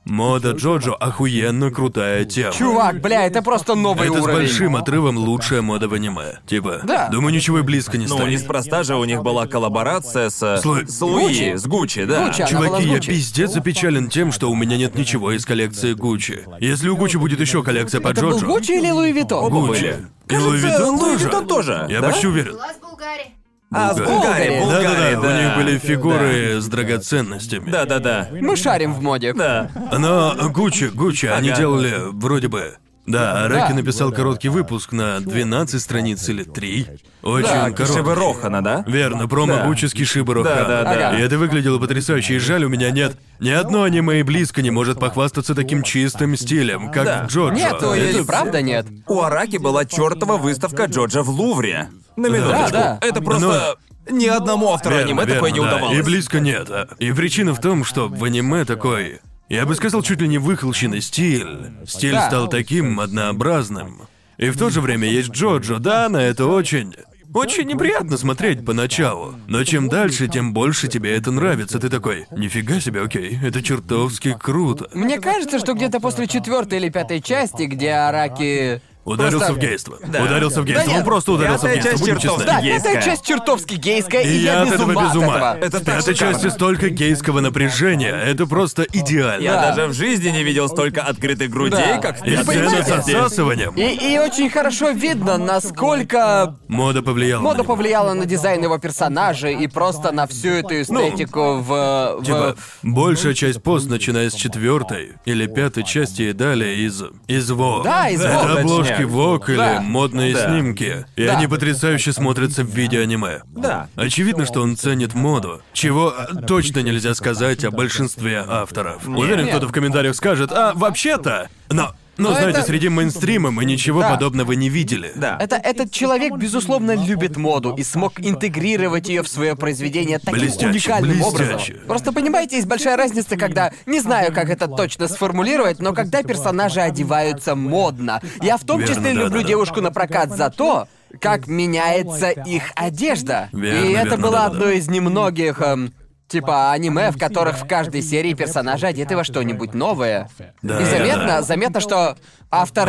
[SPEAKER 2] Мода Джоджо охуенно крутая тема.
[SPEAKER 3] Чувак, бля, это просто новый
[SPEAKER 2] Это с
[SPEAKER 3] уровень.
[SPEAKER 2] большим отрывом лучшая мода в аниме. Типа,
[SPEAKER 3] Да.
[SPEAKER 2] думаю, ничего и близко не
[SPEAKER 1] Ну,
[SPEAKER 2] станет.
[SPEAKER 1] неспроста же у них была коллаборация с...
[SPEAKER 2] С Лу-
[SPEAKER 1] С Луи,
[SPEAKER 3] Гуччи?
[SPEAKER 1] с Гуччи, да.
[SPEAKER 3] Гуччи, она была
[SPEAKER 2] Чуваки, я
[SPEAKER 3] Гуччи.
[SPEAKER 2] пиздец запечален тем, что у меня нет ничего из коллекции Гуччи. Если у Гуччи будет еще коллекция по
[SPEAKER 3] Это был
[SPEAKER 2] Джоджо...
[SPEAKER 3] Гуччи или Луи Витон?
[SPEAKER 1] Гу-
[SPEAKER 2] Гуччи.
[SPEAKER 1] были.
[SPEAKER 2] И Луи
[SPEAKER 1] Кажется,
[SPEAKER 2] Виттон
[SPEAKER 1] Луи
[SPEAKER 2] тоже.
[SPEAKER 1] Виттон тоже,
[SPEAKER 2] Я
[SPEAKER 1] да?
[SPEAKER 2] почти уверен.
[SPEAKER 4] Глаз Булгари.
[SPEAKER 1] А, с Булгари,
[SPEAKER 3] Булгари.
[SPEAKER 1] Булгари,
[SPEAKER 2] Да-да-да,
[SPEAKER 1] да.
[SPEAKER 2] у них были фигуры с драгоценностями.
[SPEAKER 1] Да-да-да.
[SPEAKER 3] Мы шарим в моде.
[SPEAKER 1] Да.
[SPEAKER 2] Но Гуччи, Гуччи, они делали вроде бы... Да, Араки
[SPEAKER 3] Да.
[SPEAKER 2] написал короткий выпуск на 12 страниц или 3.
[SPEAKER 1] Да, Кишибы
[SPEAKER 2] Очень короткий.
[SPEAKER 1] А Рохана, да?
[SPEAKER 2] Верно, промо
[SPEAKER 1] Да.
[SPEAKER 2] Гуччи с Кишибы Рохана.
[SPEAKER 1] Да, да, да.
[SPEAKER 2] И это выглядело потрясающе, и жаль, у меня нет... Ни одно аниме и близко не может похвастаться таким чистым стилем, как
[SPEAKER 1] Да.
[SPEAKER 2] Джоджо.
[SPEAKER 3] Нет, то
[SPEAKER 2] Это
[SPEAKER 3] есть правда нет.
[SPEAKER 1] У Араки была чертова выставка Джорджа в Лувре. На минуточку.
[SPEAKER 3] да.
[SPEAKER 1] Это просто... Ни одному автору
[SPEAKER 2] Ну, Верно,
[SPEAKER 1] аниме такое
[SPEAKER 2] верно,
[SPEAKER 1] не
[SPEAKER 2] да.
[SPEAKER 1] удавалось.
[SPEAKER 2] И близко нет. а. И причина в том, что в аниме такой... Я бы сказал, чуть ли не выхолщенный стиль. Стиль
[SPEAKER 3] Да.
[SPEAKER 2] стал таким однообразным. И в то же время есть Джоджо. Да, на это очень... Очень неприятно смотреть поначалу. Но чем дальше, тем больше тебе это нравится. Ты такой, нифига себе, окей, это чертовски круто.
[SPEAKER 3] Мне кажется, что где-то после четвертой или пятой части, где Араки...
[SPEAKER 2] Ударился
[SPEAKER 3] Просто-
[SPEAKER 2] в гейство. Ударился в гейство.
[SPEAKER 3] Да
[SPEAKER 2] Он
[SPEAKER 3] нет,
[SPEAKER 2] просто ударился в
[SPEAKER 1] пятая
[SPEAKER 2] гейство,
[SPEAKER 1] часть
[SPEAKER 2] будем честны.
[SPEAKER 1] чертовски
[SPEAKER 3] Да,
[SPEAKER 1] Гейская.
[SPEAKER 3] пятая часть чертовски гейская, и,
[SPEAKER 2] И я от
[SPEAKER 3] без
[SPEAKER 2] этого
[SPEAKER 3] ума
[SPEAKER 2] без ума.
[SPEAKER 3] от этого.
[SPEAKER 1] Это
[SPEAKER 2] в
[SPEAKER 1] так
[SPEAKER 2] пятой
[SPEAKER 1] шикарно.
[SPEAKER 2] части столько гейского напряжения. Это просто идеально.
[SPEAKER 1] Я
[SPEAKER 3] Да.
[SPEAKER 1] даже в жизни не видел столько открытых грудей,
[SPEAKER 3] Да.
[SPEAKER 1] как в
[SPEAKER 2] И
[SPEAKER 1] пятой
[SPEAKER 2] сцена с
[SPEAKER 1] части.
[SPEAKER 2] отсасыванием.
[SPEAKER 3] И, и очень хорошо видно, насколько
[SPEAKER 2] Мода повлияла. на
[SPEAKER 3] мода
[SPEAKER 2] него.
[SPEAKER 3] повлияла на дизайн его персонажа и просто на всю эту эстетику в... в-
[SPEAKER 2] Ну, Типа, большая часть пост, начиная с четвертой или пятой части и далее из... из ВОК.
[SPEAKER 3] Да, из
[SPEAKER 2] Это
[SPEAKER 3] Vogue.
[SPEAKER 2] обложки
[SPEAKER 1] Точнее.
[SPEAKER 2] ВОК или
[SPEAKER 3] Да.
[SPEAKER 2] модные
[SPEAKER 1] Да.
[SPEAKER 2] снимки. И
[SPEAKER 3] Да.
[SPEAKER 2] они потрясающе смотрятся в виде аниме.
[SPEAKER 1] Да.
[SPEAKER 2] Очевидно, что он ценит моду, чего э, точно нельзя сказать о большинстве авторов. Уверен, кто-то в комментариях скажет, а вообще-то... Но... Но,
[SPEAKER 3] Но
[SPEAKER 2] знаете,
[SPEAKER 3] это-
[SPEAKER 2] среди мейнстрима мы ничего
[SPEAKER 3] Да.
[SPEAKER 2] подобного не видели.
[SPEAKER 1] Да.
[SPEAKER 3] Это, этот человек, безусловно, любит моду и смог интегрировать ее в свое произведение таким
[SPEAKER 2] Блестяще,
[SPEAKER 3] уникальным
[SPEAKER 2] блестяще.
[SPEAKER 3] образом. Просто понимаете, есть большая разница, когда не знаю, как это точно сформулировать, но когда персонажи одеваются модно. Я в том
[SPEAKER 2] Верно,
[SPEAKER 3] числе
[SPEAKER 2] да,
[SPEAKER 3] люблю
[SPEAKER 2] да, да.
[SPEAKER 3] девушку на прокат за то, как меняется их одежда.
[SPEAKER 2] Верно,
[SPEAKER 3] и это
[SPEAKER 2] верно,
[SPEAKER 3] было
[SPEAKER 2] да, да.
[SPEAKER 3] одно из немногих. эм, Типа аниме, в которых в каждой серии персонажи одеты во что-нибудь новое.
[SPEAKER 2] Да,
[SPEAKER 3] и заметно,
[SPEAKER 2] да.
[SPEAKER 3] заметно, что автор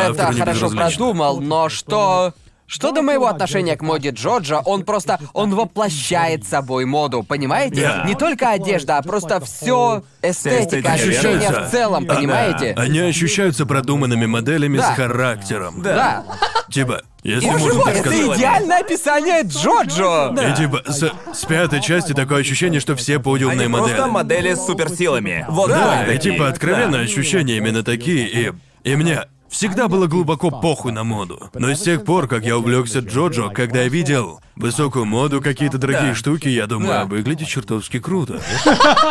[SPEAKER 2] Автор
[SPEAKER 3] это
[SPEAKER 2] не
[SPEAKER 3] хорошо
[SPEAKER 2] безразличен.
[SPEAKER 3] продумал, но что... Что до моего отношения к моде Джорджа, он просто... Он воплощает собой моду, понимаете?
[SPEAKER 2] Да.
[SPEAKER 3] Не только одежда, а просто все эстетика,
[SPEAKER 1] Эстетика,
[SPEAKER 3] ощущения
[SPEAKER 2] верно.
[SPEAKER 3] в целом,
[SPEAKER 2] Да. А
[SPEAKER 3] понимаете?
[SPEAKER 2] Они ощущаются продуманными моделями
[SPEAKER 3] Да.
[SPEAKER 2] с характером.
[SPEAKER 3] Да.
[SPEAKER 2] Типа, если
[SPEAKER 3] Боже
[SPEAKER 2] можно
[SPEAKER 3] мой,
[SPEAKER 2] так сказать.
[SPEAKER 3] это идеальное описание Джорджо!
[SPEAKER 2] И типа, с, с пятой части такое ощущение, что все
[SPEAKER 1] Они
[SPEAKER 2] подиумные модели.
[SPEAKER 1] просто модели с суперсилами. Вот
[SPEAKER 2] Да,
[SPEAKER 1] они
[SPEAKER 2] и
[SPEAKER 1] такие.
[SPEAKER 2] типа откровенно
[SPEAKER 1] Да.
[SPEAKER 2] ощущения именно такие, и. И мне всегда было глубоко похуй на моду. Но с тех пор, как я увлекся Джоджо, когда я видел высокую моду, какие-то дорогие
[SPEAKER 1] Да.
[SPEAKER 2] штуки, я думаю, а
[SPEAKER 3] Да.
[SPEAKER 2] выглядит чертовски
[SPEAKER 1] [laughs]
[SPEAKER 2] круто.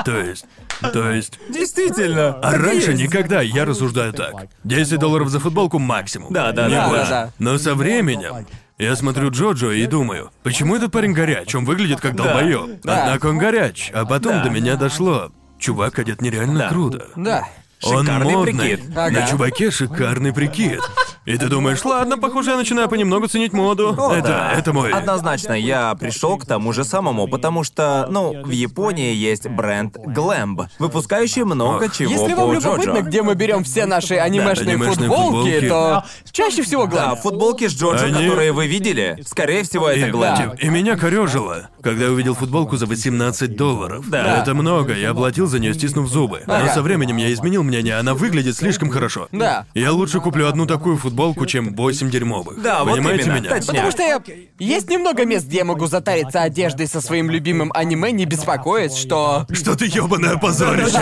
[SPEAKER 2] То есть. То есть.
[SPEAKER 1] Действительно.
[SPEAKER 2] А
[SPEAKER 1] Так и
[SPEAKER 2] раньше
[SPEAKER 1] есть.
[SPEAKER 2] никогда я рассуждаю так. 10 долларов за футболку максимум.
[SPEAKER 1] Да, да,
[SPEAKER 2] не
[SPEAKER 1] да.
[SPEAKER 2] больше.
[SPEAKER 3] Да, да.
[SPEAKER 2] Но со временем я смотрю Джоджо и думаю, почему этот парень горяч? Он выглядит как долбоёб.
[SPEAKER 3] Да.
[SPEAKER 2] Однако он горяч. А потом
[SPEAKER 1] Да.
[SPEAKER 2] до меня дошло. Чувак одет нереально
[SPEAKER 1] Да.
[SPEAKER 2] круто.
[SPEAKER 3] Да.
[SPEAKER 2] Он
[SPEAKER 1] Шикарный
[SPEAKER 2] модный.
[SPEAKER 1] прикид.
[SPEAKER 3] Ага.
[SPEAKER 2] На чуваке шикарный прикид. И ты думаешь, ладно, похоже, я начинаю понемногу ценить моду. это,
[SPEAKER 1] да. А
[SPEAKER 2] это мой.
[SPEAKER 1] Однозначно, я пришел к тому же самому, потому что, ну, в Японии есть бренд Glamb, выпускающий много чего
[SPEAKER 3] Если
[SPEAKER 1] по
[SPEAKER 3] вам любопытно,
[SPEAKER 1] Джоджо.
[SPEAKER 3] где мы берем все наши анимешные,
[SPEAKER 2] анимешные
[SPEAKER 3] футболки,
[SPEAKER 2] футболки.
[SPEAKER 3] то чаще всего
[SPEAKER 1] Да,
[SPEAKER 3] глаз.
[SPEAKER 1] футболки с Джорджа,
[SPEAKER 2] Они-
[SPEAKER 1] которые вы видели, скорее всего, это
[SPEAKER 2] И,
[SPEAKER 1] Glamb.
[SPEAKER 2] типа, и меня корежило, когда я увидел футболку за 18 долларов.
[SPEAKER 1] Да.
[SPEAKER 2] Это много, я платил за нее, стиснув зубы. Но
[SPEAKER 3] Ага.
[SPEAKER 2] со временем я изменил мнение, она выглядит слишком хорошо.
[SPEAKER 3] Да.
[SPEAKER 2] Я лучше куплю одну такую футболку, чем 8 дерьмовых.
[SPEAKER 1] Да, вот
[SPEAKER 2] Понимаете
[SPEAKER 1] именно.
[SPEAKER 2] меня?
[SPEAKER 1] Точняк.
[SPEAKER 3] Потому что я... есть немного мест, где я могу затариться одеждой со своим любимым аниме, не беспокоясь, что...
[SPEAKER 2] Что ты ёбаное позорище?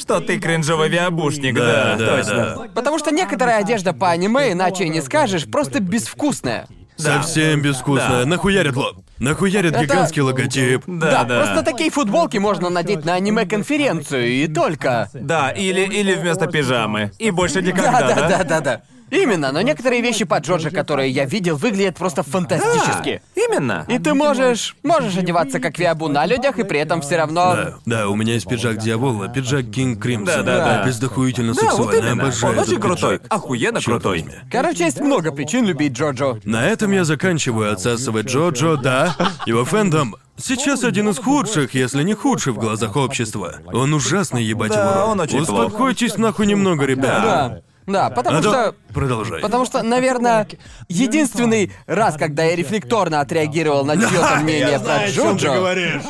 [SPEAKER 1] Что ты кринжовый виабушник, да,
[SPEAKER 2] Да, да,
[SPEAKER 1] точно.
[SPEAKER 2] да.
[SPEAKER 3] Потому что некоторая одежда по аниме, иначе и не скажешь, просто безвкусная.
[SPEAKER 2] Совсем безвкусно.
[SPEAKER 1] Да.
[SPEAKER 2] Нахуярит лоб. Нахуярит
[SPEAKER 3] Это-
[SPEAKER 2] гигантский логотип.
[SPEAKER 1] Да, да.
[SPEAKER 3] просто такие футболки можно надеть на аниме-конференцию и только.
[SPEAKER 1] Да, или, или вместо пижамы. И больше никогда, да?
[SPEAKER 3] да, да, да, да. Именно, но некоторые вещи по Джорджа, которые я видел, выглядят просто фантастически.
[SPEAKER 1] Да, А, именно.
[SPEAKER 3] И ты можешь... Можешь одеваться как Виабу на людях, и при этом все равно...
[SPEAKER 2] Да, да, у меня есть пиджак Дьявола, пиджак Кинг Кримсон.
[SPEAKER 1] Да, да, да.
[SPEAKER 2] Бездохуительно
[SPEAKER 1] да, вот
[SPEAKER 2] сексуальный,
[SPEAKER 1] именно.
[SPEAKER 2] обожаю
[SPEAKER 1] Он
[SPEAKER 2] этот
[SPEAKER 1] очень крутой.
[SPEAKER 2] пиджак.
[SPEAKER 1] Охуенно
[SPEAKER 2] Чёрт
[SPEAKER 1] крутой.
[SPEAKER 2] возьми.
[SPEAKER 3] Короче, есть много причин любить Джорджо.
[SPEAKER 2] На этом я заканчиваю отсасывать Джоджо, да. Его фэндом сейчас один из худших, если не худший в глазах общества. Он ужасный, ебать
[SPEAKER 1] Да,
[SPEAKER 2] его рот.
[SPEAKER 1] он очень плох.
[SPEAKER 2] Успокойтесь нахуй немного, ребят.
[SPEAKER 3] Да. Да, потому
[SPEAKER 2] А то-
[SPEAKER 3] что...
[SPEAKER 2] Продолжай.
[SPEAKER 3] Потому что, наверное, единственный раз, когда я рефлекторно отреагировал на чье-то мнение про Джорджо,
[SPEAKER 2] говоришь.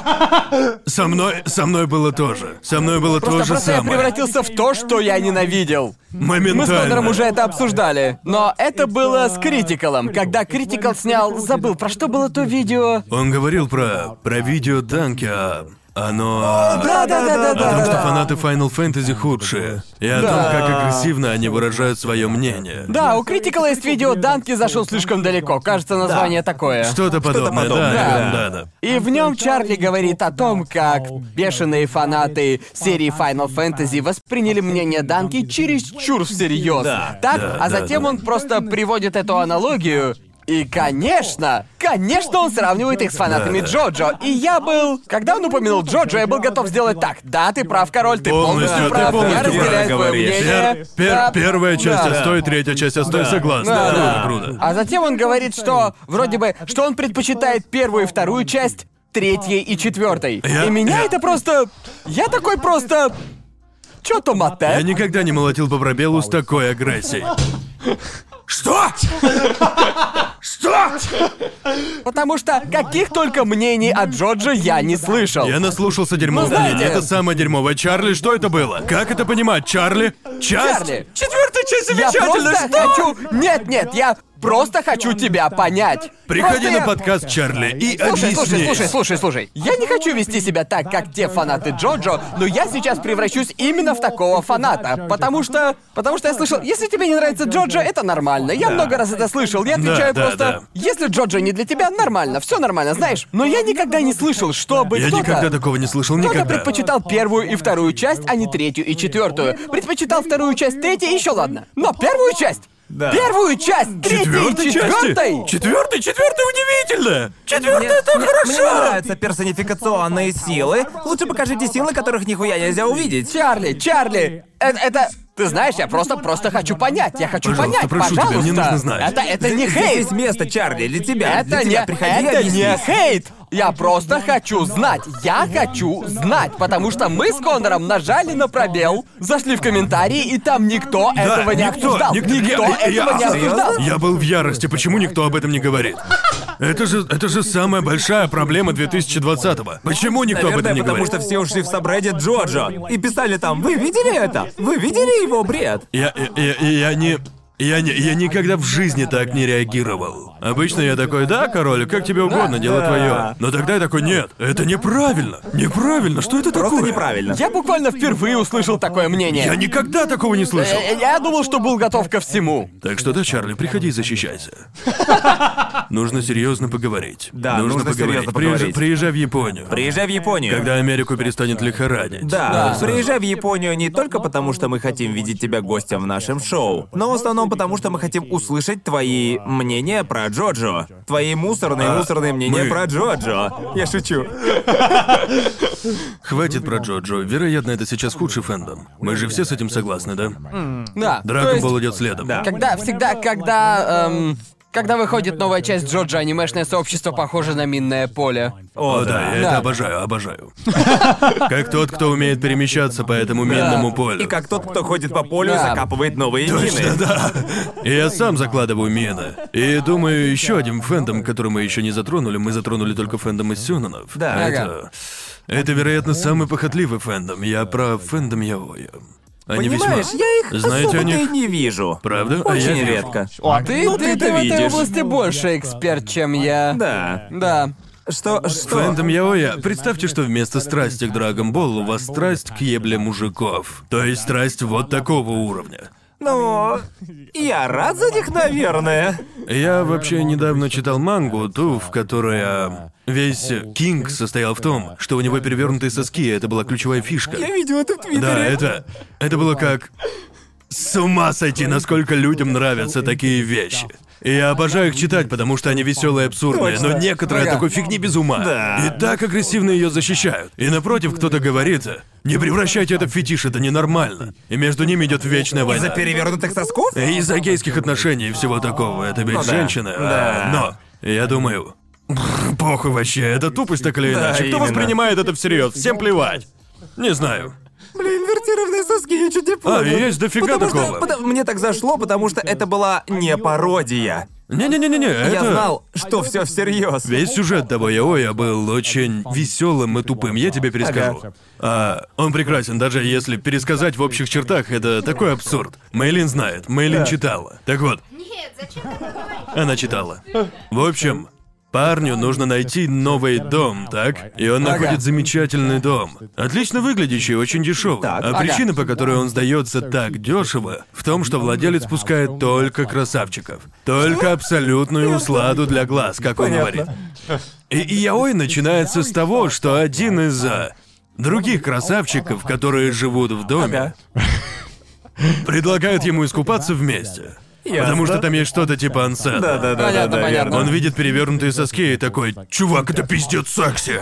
[SPEAKER 2] Со мной, со мной было тоже. Со мной было то
[SPEAKER 3] просто,
[SPEAKER 2] же
[SPEAKER 3] просто я
[SPEAKER 2] самое.
[SPEAKER 3] превратился в то, что я ненавидел. Мы с
[SPEAKER 2] Моментально.
[SPEAKER 3] Тодором уже это обсуждали. Но это было с Критикалом. Когда Критикал снял... Забыл, про что было то видео...
[SPEAKER 2] Он говорил про про видео Данки, а оно о том,
[SPEAKER 3] Да-да-да-да-да-да.
[SPEAKER 2] что фанаты Final Fantasy худшие, и о том,
[SPEAKER 3] Да.
[SPEAKER 2] как агрессивно они выражают свое мнение.
[SPEAKER 3] Да, у Критикала есть видео «Данки зашел слишком далеко». Кажется, название такое.
[SPEAKER 2] Что-то подобное,
[SPEAKER 1] подобное,
[SPEAKER 2] да,
[SPEAKER 1] да.
[SPEAKER 2] да, да.
[SPEAKER 3] И в нем Чарли говорит о том, как бешеные фанаты серии Final Fantasy восприняли мнение Данки чересчур всерьез.
[SPEAKER 1] Да,
[SPEAKER 3] так?
[SPEAKER 2] да,
[SPEAKER 3] а
[SPEAKER 2] да,
[SPEAKER 3] затем
[SPEAKER 2] да.
[SPEAKER 3] он просто приводит эту аналогию. И, конечно, конечно, он сравнивает их с фанатами
[SPEAKER 2] Да.
[SPEAKER 3] Джоджо. И я был... Когда он упомянул Джоджо, я был готов сделать так. Да, ты прав, король, ты полностью,
[SPEAKER 2] Полностью, ты
[SPEAKER 3] прав. я
[SPEAKER 2] полностью
[SPEAKER 3] разделяю
[SPEAKER 1] прав,
[SPEAKER 3] твое
[SPEAKER 1] говоришь.
[SPEAKER 3] мнение.
[SPEAKER 2] Пер- пер-
[SPEAKER 3] Э, Да.
[SPEAKER 2] первая часть
[SPEAKER 3] Да.
[SPEAKER 2] отстой, третья часть отстой, согласна.
[SPEAKER 3] Да,
[SPEAKER 2] круто,
[SPEAKER 3] да.
[SPEAKER 2] круто.
[SPEAKER 3] А затем он говорит, что вроде бы, что он предпочитает первую и вторую часть третьей и четвертой.
[SPEAKER 2] Я-
[SPEAKER 3] И меня
[SPEAKER 2] я-
[SPEAKER 3] это просто... Я такой просто... Чё то
[SPEAKER 2] Я
[SPEAKER 3] мате?
[SPEAKER 2] никогда не молотил по пробелу с такой агрессией. Что? Что?
[SPEAKER 3] Потому что каких только мнений от Джорджа я не слышал.
[SPEAKER 2] Я наслушался дерьмовых
[SPEAKER 3] Ну, знаете-
[SPEAKER 2] мнений. Это самое дерьмовое. Чарли, что это было? Как это понимать, Чарли? Часть?
[SPEAKER 3] Чарли,
[SPEAKER 2] А, Четвертая часть
[SPEAKER 3] Я
[SPEAKER 2] замечательно,
[SPEAKER 3] просто
[SPEAKER 2] что?
[SPEAKER 3] хочу... Нет, нет, я просто хочу тебя понять.
[SPEAKER 2] Приходи
[SPEAKER 3] Просто
[SPEAKER 2] на
[SPEAKER 3] я-
[SPEAKER 2] подкаст, Чарли, и
[SPEAKER 3] Слушай,
[SPEAKER 2] объясни.
[SPEAKER 3] слушай, слушай, слушай, слушай. Я не хочу вести себя так, как те фанаты Джоджо, но я сейчас превращусь именно в такого фаната. Потому что... Потому что я слышал, если тебе не нравится Джоджо, это нормально. Я много раз это слышал. Я отвечаю
[SPEAKER 2] да,
[SPEAKER 3] просто...
[SPEAKER 2] да.
[SPEAKER 3] Если Джоджо не для тебя, нормально, все нормально, знаешь. Но я никогда не слышал, чтобы
[SPEAKER 2] Я
[SPEAKER 3] кто-то...
[SPEAKER 2] никогда такого не слышал,
[SPEAKER 3] Кто-то
[SPEAKER 2] никогда.
[SPEAKER 3] предпочитал первую и вторую часть, а не третью и четвертую. Предпочитал вторую часть, третью еще ладно. Но первую часть!
[SPEAKER 1] Да.
[SPEAKER 3] Первую часть! Третью и
[SPEAKER 2] Четвертой части?
[SPEAKER 3] четвертой!
[SPEAKER 2] Четвертой, четвертой удивительно! Четвертая
[SPEAKER 1] Мне-
[SPEAKER 2] это
[SPEAKER 1] мне-
[SPEAKER 2] хорошо!
[SPEAKER 1] Мне не нравятся персонификационные силы. Лучше покажите силы, которых нихуя нельзя увидеть.
[SPEAKER 3] Чарли, Чарли, это, это- Ты знаешь, я просто просто хочу понять, я хочу
[SPEAKER 2] Пожалуйста,
[SPEAKER 3] понять,
[SPEAKER 2] прошу тебя,
[SPEAKER 3] пожалуйста.
[SPEAKER 2] мне нужно знать.
[SPEAKER 3] Это это не
[SPEAKER 1] Здесь
[SPEAKER 3] хейт,
[SPEAKER 1] есть место, Чарли, для тебя.
[SPEAKER 3] это
[SPEAKER 1] для тебя.
[SPEAKER 3] не
[SPEAKER 1] Приходи,
[SPEAKER 3] это
[SPEAKER 1] объясни.
[SPEAKER 3] не хейт. Я просто хочу знать, я хочу знать, потому что мы с Конором нажали на пробел, зашли в комментарии и там никто
[SPEAKER 2] Да,
[SPEAKER 3] этого не
[SPEAKER 2] никто,
[SPEAKER 3] обсуждал,
[SPEAKER 2] никто, я- я-
[SPEAKER 3] этого не обсуждал.
[SPEAKER 2] Я был в ярости, почему никто об этом не говорит? Это же, это же самая большая проблема 2020-го. Почему никто об этом
[SPEAKER 1] Наверное,
[SPEAKER 2] не
[SPEAKER 1] потому
[SPEAKER 2] говорит?
[SPEAKER 1] что все ушли в собрейде Джоджо и писали там, вы видели это? Вы видели его бред?
[SPEAKER 2] Я, я, я- я не... Я, не, я никогда в жизни так не реагировал. Обычно я такой, да, король, как тебе угодно, дело твое. Но тогда я такой, нет, это неправильно. Неправильно, что это
[SPEAKER 1] Просто
[SPEAKER 2] такое?
[SPEAKER 1] неправильно.
[SPEAKER 3] Я буквально впервые услышал такое мнение.
[SPEAKER 2] Я никогда такого не слышал.
[SPEAKER 3] Э, я думал, что был готов ко всему.
[SPEAKER 2] Так что да, Чарли, приходи и защищайся. Нужно серьезно поговорить.
[SPEAKER 1] Да, нужно
[SPEAKER 2] поговорить.
[SPEAKER 1] серьезно
[SPEAKER 2] Приезжай-
[SPEAKER 1] поговорить.
[SPEAKER 2] Приезжай в Японию.
[SPEAKER 1] Приезжай в Японию.
[SPEAKER 2] Когда Америку перестанет лихорадить.
[SPEAKER 1] Да,
[SPEAKER 3] Да.
[SPEAKER 1] приезжай в Японию не только потому, что мы хотим видеть тебя гостем в нашем шоу, но в основном потому, что мы хотим услышать твои мнения про Джоджо. Твои мусорные, мусорные мнения
[SPEAKER 2] А, мы-
[SPEAKER 1] про Джоджо. Я шучу.
[SPEAKER 2] Хватит про Джоджо. Вероятно, это сейчас худший фэндом. Мы же все с этим согласны, да?
[SPEAKER 3] Да. то
[SPEAKER 2] Дракон
[SPEAKER 3] есть-
[SPEAKER 2] Болл идет следом.
[SPEAKER 1] Да.
[SPEAKER 3] Когда всегда, когда. эм, когда выходит новая часть Джорджа, анимешное сообщество похоже на минное поле.
[SPEAKER 2] О, да, я
[SPEAKER 3] Да.
[SPEAKER 2] это обожаю,
[SPEAKER 1] [laughs]
[SPEAKER 2] обожаю. Как тот, кто умеет перемещаться по этому минному полю.
[SPEAKER 1] И как тот, кто ходит по полю и
[SPEAKER 3] Да.
[SPEAKER 1] закапывает новые
[SPEAKER 2] Точно,
[SPEAKER 1] мины.
[SPEAKER 2] да. И я сам закладываю мины. И думаю, еще один фэндом, который мы еще не затронули, мы затронули только фэндом из Сюнонов.
[SPEAKER 1] Да.
[SPEAKER 2] А
[SPEAKER 3] Ага.
[SPEAKER 2] Это, это, вероятно, самый похотливый фэндом. Я про фэндом я... ой, Они
[SPEAKER 1] Понимаешь,
[SPEAKER 2] весьма...
[SPEAKER 1] я их
[SPEAKER 2] Знаете о
[SPEAKER 1] особо-то и
[SPEAKER 2] них?
[SPEAKER 1] не вижу.
[SPEAKER 2] Правда? А я
[SPEAKER 1] Очень
[SPEAKER 2] вижу.
[SPEAKER 1] редко.
[SPEAKER 3] А ты, ты,
[SPEAKER 1] ты-то
[SPEAKER 3] ты в этой
[SPEAKER 1] видишь.
[SPEAKER 3] области больше эксперт, чем я.
[SPEAKER 1] Да.
[SPEAKER 3] Да.
[SPEAKER 1] Что, что?
[SPEAKER 2] Фэндом Яоя. Представьте, что вместо страсти к Dragon Ball у вас страсть к ебле мужиков. То есть страсть вот такого уровня.
[SPEAKER 1] Ну, я рад за них, наверное.
[SPEAKER 2] Я вообще недавно читал мангу, ту, в которой а, весь Кинг состоял в том, что у него перевернутые соски, и это была ключевая фишка.
[SPEAKER 1] Я видел это в Твиттере.
[SPEAKER 2] Да, это... Это было как... С ума сойти, насколько людям нравятся такие вещи. И Я обожаю их читать, потому что они веселые и абсурдные, но некоторые от
[SPEAKER 3] Ага.
[SPEAKER 2] такой фигни без ума.
[SPEAKER 1] Да.
[SPEAKER 2] И так агрессивно ее защищают. И напротив, кто-то говорит, не превращайте это в фетиш, это ненормально. И между ними идет вечная война.
[SPEAKER 1] Из-за перевернутых сосков?
[SPEAKER 2] И Из-за гейских отношений и всего такого. Это ведь
[SPEAKER 1] Ну да.
[SPEAKER 2] женщина. а, Но, я думаю, [laughs] похуй вообще, это тупость так или
[SPEAKER 1] Да,
[SPEAKER 2] иначе. Кто
[SPEAKER 1] именно.
[SPEAKER 2] воспринимает это всерьез? Всем плевать. Не знаю.
[SPEAKER 1] Блин, инвертированные соски, я чуть не понял.
[SPEAKER 2] А, есть дофига
[SPEAKER 1] Потому что-
[SPEAKER 2] такого.
[SPEAKER 1] пота- мне так зашло, потому что это была не пародия.
[SPEAKER 2] Не-не-не-не, это...
[SPEAKER 1] Я знал, что все всерьез.
[SPEAKER 2] Весь сюжет того Яоя был очень веселым и тупым, я тебе перескажу.
[SPEAKER 1] Ага.
[SPEAKER 2] А, он прекрасен, даже если пересказать в общих чертах, это такой абсурд. Мейлин знает, Мейлин читала. Так вот,
[SPEAKER 4] Нет, зачем ты так говоришь?
[SPEAKER 2] Она читала. В общем, парню нужно найти новый дом, так? И он находит замечательный дом. Отлично выглядящий, очень дешевый. А
[SPEAKER 3] Ага.
[SPEAKER 2] причина, по которой он сдается так дешево, в том, что владелец пускает только красавчиков. Только абсолютную усладу для глаз, как он
[SPEAKER 1] Понятно.
[SPEAKER 2] говорит. И, и Яой начинается с того, что один из а, других красавчиков, которые живут в доме, предлагает ему искупаться вместе. Потому что там есть что-то типа ансета.
[SPEAKER 1] Да-да-да,
[SPEAKER 3] Понятно, понятно.
[SPEAKER 2] Он видит перевернутые соски и такой, чувак, это пиздец секси.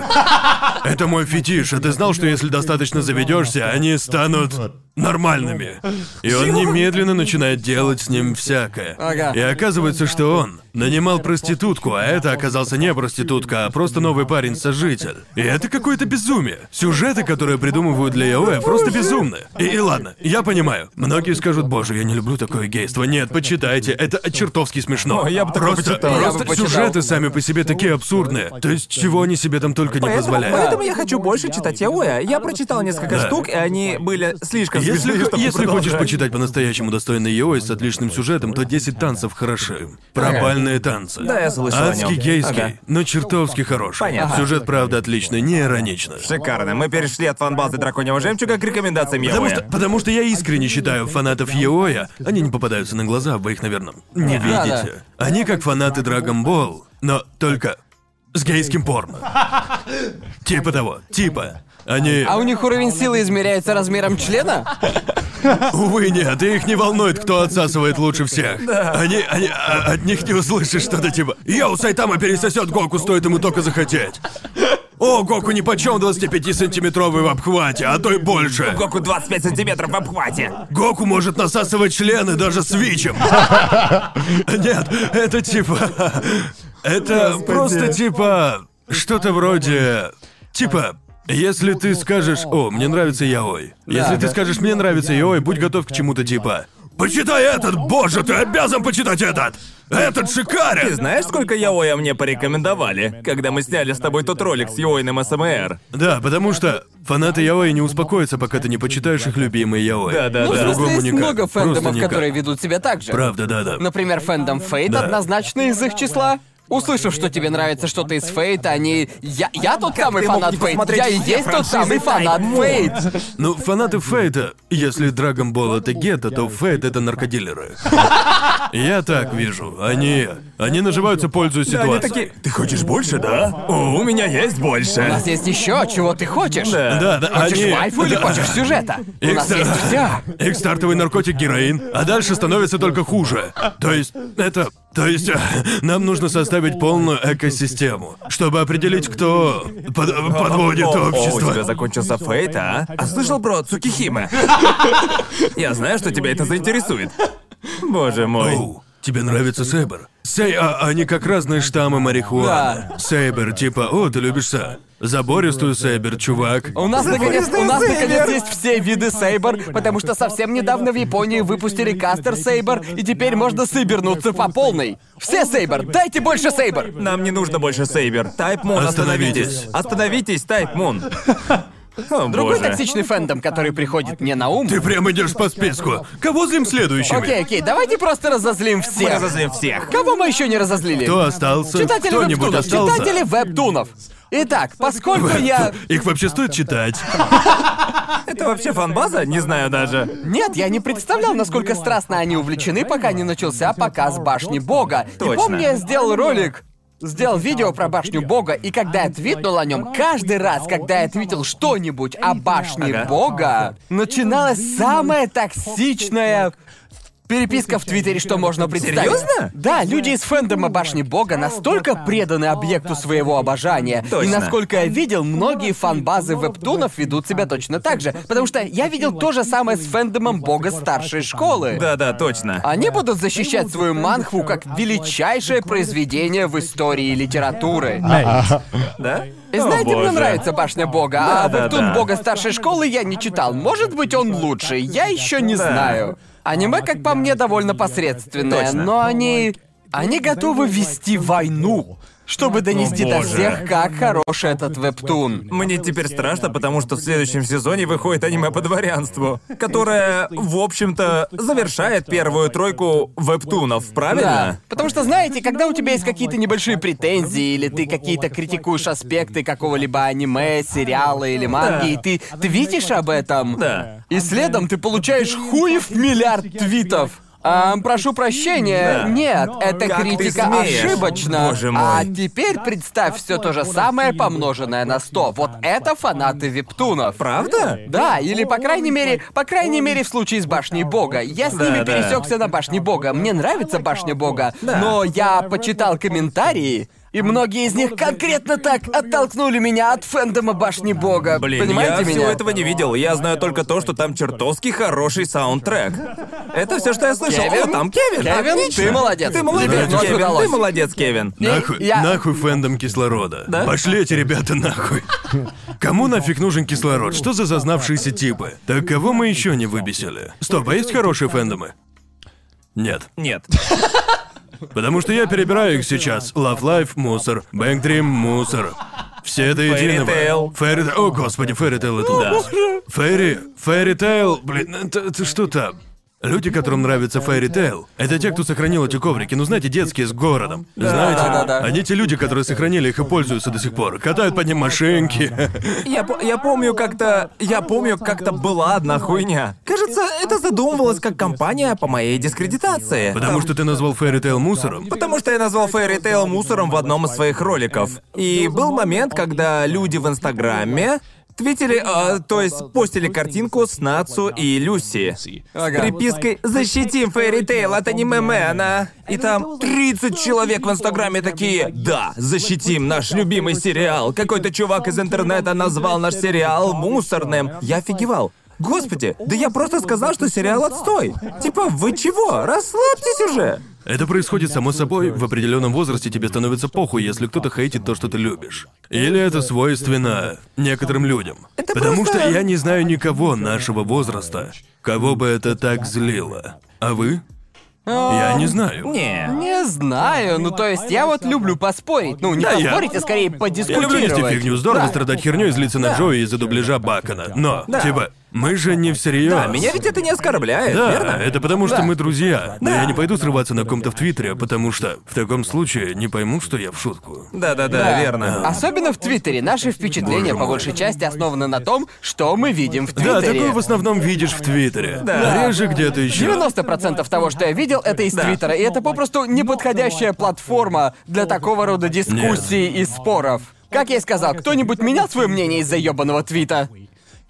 [SPEAKER 2] Это мой фетиш, а ты знал, что если достаточно заведешься, они станут нормальными. И он немедленно начинает делать с ним всякое.
[SPEAKER 3] Ага.
[SPEAKER 2] И оказывается, что он нанимал проститутку, а это оказался не проститутка, а просто новый парень-сожитель. И это какое-то безумие. Сюжеты, которые придумывают для Яоэ, просто безумны. И, и ладно, я понимаю. Многие скажут, боже, я не люблю такое гейство. Нет, почитайте, это чертовски смешно.
[SPEAKER 1] О, я бы такое
[SPEAKER 2] просто,
[SPEAKER 1] почитал.
[SPEAKER 3] Я бы
[SPEAKER 2] просто
[SPEAKER 3] почитал.
[SPEAKER 2] сюжеты сами по себе такие абсурдные. То есть, чего они себе там только не
[SPEAKER 1] Поэтому,
[SPEAKER 2] позволяют.
[SPEAKER 1] поэтому я хочу больше читать Яоя. Я прочитал несколько
[SPEAKER 2] Да.
[SPEAKER 1] штук, и они были слишком
[SPEAKER 2] Если,
[SPEAKER 1] смешные, чтобы
[SPEAKER 2] если хочешь
[SPEAKER 1] продолжать.
[SPEAKER 2] почитать по-настоящему достойный Йои с отличным сюжетом, то 10 танцев хороши. Пропальные танцы.
[SPEAKER 1] Да, я слышал о
[SPEAKER 2] Адский
[SPEAKER 1] нем.
[SPEAKER 2] гейский,
[SPEAKER 1] Ага.
[SPEAKER 2] но чертовски хороший.
[SPEAKER 1] Понятно.
[SPEAKER 2] Сюжет, правда, отличный, не иронично.
[SPEAKER 1] Шикарно. Мы перешли от фанбазы драконьего жемчуга к рекомендациям
[SPEAKER 2] Потому
[SPEAKER 1] Яоя.
[SPEAKER 2] что, потому что я искренне считаю фанатов Йоя, они не попадаются на глаза, вы их, наверное, не
[SPEAKER 3] Да.
[SPEAKER 2] видите. Они как фанаты Dragon Ball, но только с гейским порно. Типа того, типа. Они...
[SPEAKER 3] А у них уровень силы измеряется размером члена?
[SPEAKER 2] Увы, нет, и их не волнует, кто отсасывает лучше всех. Они, они, а, от них не услышишь что-то типа «Йоу, Сайтама пересосет Гоку, стоит ему только захотеть». О, Гоку нипочем 25-сантиметровый в обхвате, а то и больше.
[SPEAKER 1] Гоку 25 сантиметров в обхвате.
[SPEAKER 2] Гоку может насасывать члены даже свичем. Нет, это типа... Это просто типа... Что-то вроде... Типа... Если ты скажешь, о, мне нравится Яой. Если ты скажешь, мне нравится Яой, будь готов к чему-то типа. Почитай этот, боже, ты обязан почитать этот! Этот шикарен!
[SPEAKER 1] Ты знаешь, сколько Яоя мне порекомендовали, когда мы сняли с тобой тот ролик с эм Яойным СМР?
[SPEAKER 2] Да, потому что фанаты Яои не успокоятся, пока ты не почитаешь их любимые Яои.
[SPEAKER 1] Да-да-да.
[SPEAKER 3] Ну, в смысле,
[SPEAKER 2] По-другому
[SPEAKER 3] есть
[SPEAKER 2] никак.
[SPEAKER 3] много
[SPEAKER 2] Просто
[SPEAKER 3] фэндомов,
[SPEAKER 2] никак.
[SPEAKER 3] которые ведут себя так же.
[SPEAKER 2] Правда, да-да.
[SPEAKER 3] Например, фэндом Фейт однозначно из их числа. Услышав, что тебе нравится что-то из Фейта, они... Я, я тот самый
[SPEAKER 1] ты мог
[SPEAKER 3] фанат
[SPEAKER 1] не
[SPEAKER 3] Фейт.
[SPEAKER 1] посмотреть
[SPEAKER 3] Я и
[SPEAKER 1] все
[SPEAKER 3] есть тот
[SPEAKER 1] франшизы
[SPEAKER 3] самый фанат
[SPEAKER 1] Тайм
[SPEAKER 3] Фейт.
[SPEAKER 2] Ну, фанаты Фейта, если Dragon Ball это гетто, то Фейт это наркодилеры. Я так вижу. Они... Они наживаются пользу ситуации.
[SPEAKER 1] Они такие, ты хочешь больше, да? О, у меня есть
[SPEAKER 3] У
[SPEAKER 1] больше.
[SPEAKER 3] нас есть еще, чего ты хочешь.
[SPEAKER 2] Да, да,
[SPEAKER 3] «А Хочешь
[SPEAKER 2] они...
[SPEAKER 3] вайфу или
[SPEAKER 2] да.
[SPEAKER 3] хочешь сюжета? У
[SPEAKER 2] Их
[SPEAKER 3] нас
[SPEAKER 2] ста-
[SPEAKER 3] есть все.
[SPEAKER 2] Их стартовый наркотик героин, а дальше становится только хуже. То есть, это... То есть, э, нам нужно составить полную экосистему, чтобы определить, кто под- подводит
[SPEAKER 1] О,
[SPEAKER 2] общество.
[SPEAKER 1] у тебя закончился фейт, а? А слышал про
[SPEAKER 3] [laughs]
[SPEAKER 1] Цукихима? Я знаю, что тебя это заинтересует. Боже мой.
[SPEAKER 2] Оу, тебе нравится Сейбер? Сей, а они как разные штаммы марихуаны. Сейбер, типа, о, ты любишь са. Забористую Сейбер, чувак.
[SPEAKER 3] У нас, наконец, у
[SPEAKER 1] Запрещенный
[SPEAKER 3] нас
[SPEAKER 1] сейбер.
[SPEAKER 3] наконец есть все виды сейбер, потому что совсем недавно в Японии выпустили кастер сейбер, и теперь можно сейбернуться по полной. Все сейбер, дайте больше сейбер!
[SPEAKER 1] Нам не нужно больше Сейбер. Тайп Мун,
[SPEAKER 2] Остановитесь.
[SPEAKER 1] остановитесь. Остановитесь, Тайп Мун.
[SPEAKER 3] [laughs]
[SPEAKER 1] О,
[SPEAKER 3] Другой
[SPEAKER 1] боже.
[SPEAKER 3] токсичный фэндом, который приходит мне на ум.
[SPEAKER 2] Ты прям идешь по списку. Кого злим следующими?
[SPEAKER 3] Окей, окей, давайте просто разозлим
[SPEAKER 1] Мы
[SPEAKER 3] всех.
[SPEAKER 1] разозлим всех.
[SPEAKER 3] Кого мы еще не разозлили?
[SPEAKER 2] Кто остался?
[SPEAKER 3] Читатели
[SPEAKER 2] Кто-нибудь
[SPEAKER 3] вебтунов,
[SPEAKER 2] остался?
[SPEAKER 3] читатели вебтунов. Итак, поскольку я...
[SPEAKER 2] Их вообще стоит читать.
[SPEAKER 1] Это вообще фанбаза? Не знаю даже.
[SPEAKER 3] Нет, я не представлял, насколько страстно они увлечены, пока не начался показ башни бога. И
[SPEAKER 1] Точно.
[SPEAKER 3] помню, я сделал ролик. сделал видео про башню Бога, и когда я твитнул о нем, каждый раз, когда я твитил что-нибудь о башне
[SPEAKER 1] Ага.
[SPEAKER 3] Бога, начиналась самая токсичная переписка в Твиттере, что можно представить.
[SPEAKER 1] Серьезно?
[SPEAKER 3] Да, люди из фэндома Башни Бога настолько преданы объекту своего обожания. И
[SPEAKER 1] Точно.
[SPEAKER 3] насколько я видел, многие фанбазы вебтунов ведут себя точно так же. Потому что я видел то же самое с фэндомом Бога старшей школы.
[SPEAKER 1] Да-да, точно.
[SPEAKER 3] Они будут защищать свою манхву как величайшее произведение в истории литературы.
[SPEAKER 1] Да?
[SPEAKER 3] И знаете, мне
[SPEAKER 1] боже.
[SPEAKER 3] нравится башня Бога, а
[SPEAKER 1] Да-да-да.
[SPEAKER 3] Вебтун Бога старшей школы я не читал. Может быть, он лучший, я еще не
[SPEAKER 1] Да.
[SPEAKER 3] знаю. Аниме, как по мне, довольно посредственное,
[SPEAKER 1] Точно.
[SPEAKER 3] но они. Они готовы вести войну, чтобы донести до
[SPEAKER 1] боже.
[SPEAKER 3] всех, как хорош этот вебтун.
[SPEAKER 1] Мне теперь страшно, потому что в следующем сезоне выходит аниме по дворянству, которое, в общем-то, завершает первую тройку вебтунов,
[SPEAKER 3] Да.
[SPEAKER 1] правильно?
[SPEAKER 3] Потому что, знаете, когда у тебя есть какие-то небольшие претензии, или ты какие-то критикуешь аспекты какого-либо аниме, сериала или манги, и ты твитишь об этом,
[SPEAKER 1] Да.
[SPEAKER 3] и следом ты получаешь хуев миллиард твитов. Ам, прошу прощения,
[SPEAKER 1] Да.
[SPEAKER 3] нет, эта
[SPEAKER 1] Как ты
[SPEAKER 3] критика
[SPEAKER 1] смеешь?
[SPEAKER 3] ошибочна.
[SPEAKER 1] Боже
[SPEAKER 3] А
[SPEAKER 1] мой.
[SPEAKER 3] теперь представь все то же самое, помноженное на 100. Вот это фанаты вептунов.
[SPEAKER 1] Правда?
[SPEAKER 3] Да, или по крайней мере, по крайней мере в случае с башней Бога. Я с
[SPEAKER 1] Да, да.
[SPEAKER 3] ними пересекся на башне Бога. Мне нравится башня Бога, но я почитал комментарии. И многие из них конкретно так оттолкнули меня от фэндома башни Бога.
[SPEAKER 1] Блин,
[SPEAKER 3] Понимаете
[SPEAKER 1] я
[SPEAKER 3] меня?
[SPEAKER 1] всего этого не видел. Я знаю только то, что там чертовски хороший саундтрек. Это все, что я слышал.
[SPEAKER 3] Кевин?
[SPEAKER 1] О, там Кевин.
[SPEAKER 3] Кевин,
[SPEAKER 1] Отлично.
[SPEAKER 3] ты молодец.
[SPEAKER 1] Ты молодец,
[SPEAKER 2] Тебе
[SPEAKER 1] Кевин.
[SPEAKER 2] вновь
[SPEAKER 3] удалось.
[SPEAKER 1] Ты молодец, Кевин.
[SPEAKER 2] Нахуй,
[SPEAKER 3] я-
[SPEAKER 2] нахуй фэндом кислорода. Пошли эти ребята нахуй. Кому нафиг нужен кислород? Что за зазнавшиеся типы? Так кого мы еще не выбесили? Стоп, а есть хорошие фэндомы? Нет.
[SPEAKER 1] Нет.
[SPEAKER 2] Потому что я перебираю их сейчас. Love Life — мусор. Bang Dream — мусор. Все это единого.
[SPEAKER 1] Tale.
[SPEAKER 2] Fairy Tail. О, господи, Fairy Tail это ужас. Фэри... Fairy Tail, блин, это, это что там? Люди, которым нравится Fairy Tail, это те, кто сохранил эти коврики, ну знаете, детские с городом. знаете?
[SPEAKER 3] да-да-да.
[SPEAKER 2] Они те люди, которые сохранили их и пользуются до сих пор. Катают под ним машинки.
[SPEAKER 1] Я, по- я помню как-то... Я помню, как-то была одна хуйня. Кажется, это задумывалось как компания по моей дискредитации.
[SPEAKER 2] Потому что ты назвал Fairy Tail мусором?
[SPEAKER 1] Потому что я назвал Fairy Tail мусором в одном из своих роликов. И был момент, когда люди в Инстаграме твитили, а, то есть постили картинку с Нацу и Люси. С
[SPEAKER 3] Ага.
[SPEAKER 1] припиской «Защитим Fairy Tail от аниме Мэна». И там 30 человек в Инстаграме такие «Да, защитим наш любимый сериал». Какой-то чувак из интернета назвал наш сериал мусорным. Я офигевал. Господи, да я просто сказал, что сериал отстой. Типа, вы чего? Расслабьтесь уже.
[SPEAKER 2] Это происходит само собой, в определенном возрасте тебе становится похуй, если кто-то хейтит то, что ты любишь. Или это свойственно некоторым людям. Потому
[SPEAKER 1] просто-
[SPEAKER 2] что я не знаю никого нашего возраста, кого бы это так злило. А вы? Я не знаю.
[SPEAKER 1] Не.
[SPEAKER 3] Не знаю, ну то есть я вот люблю поспорить. Ну, не
[SPEAKER 2] Да, я-
[SPEAKER 3] поспорить, а скорее
[SPEAKER 2] Я люблю
[SPEAKER 3] подискутировать.
[SPEAKER 2] нести фигню, здорово
[SPEAKER 3] Да.
[SPEAKER 2] страдать херней и злиться на Джои из-за дубляжа Бакона. Но, типа, мы же не всерьез.
[SPEAKER 1] А меня ведь это не оскорбляет,
[SPEAKER 2] Да,
[SPEAKER 1] верно?
[SPEAKER 2] это потому что мы друзья. Но я не пойду срываться на ком-то в Твиттере, потому что в таком случае не пойму, что я в шутку.
[SPEAKER 1] Да-да-да,
[SPEAKER 3] Да.
[SPEAKER 1] верно.
[SPEAKER 3] Особенно в Твиттере. Наши впечатления по большей части основаны на том, что мы видим в
[SPEAKER 2] Да,
[SPEAKER 3] Твиттере.
[SPEAKER 2] такое в основном видишь в Твиттере.
[SPEAKER 1] Да.
[SPEAKER 2] Реже где-то еще.
[SPEAKER 3] 90% того, что я видел, это из Твиттера, и это попросту неподходящая платформа для такого рода дискуссий и споров. Как я и сказал, кто-нибудь менял свое мнение из-за ебаного твита?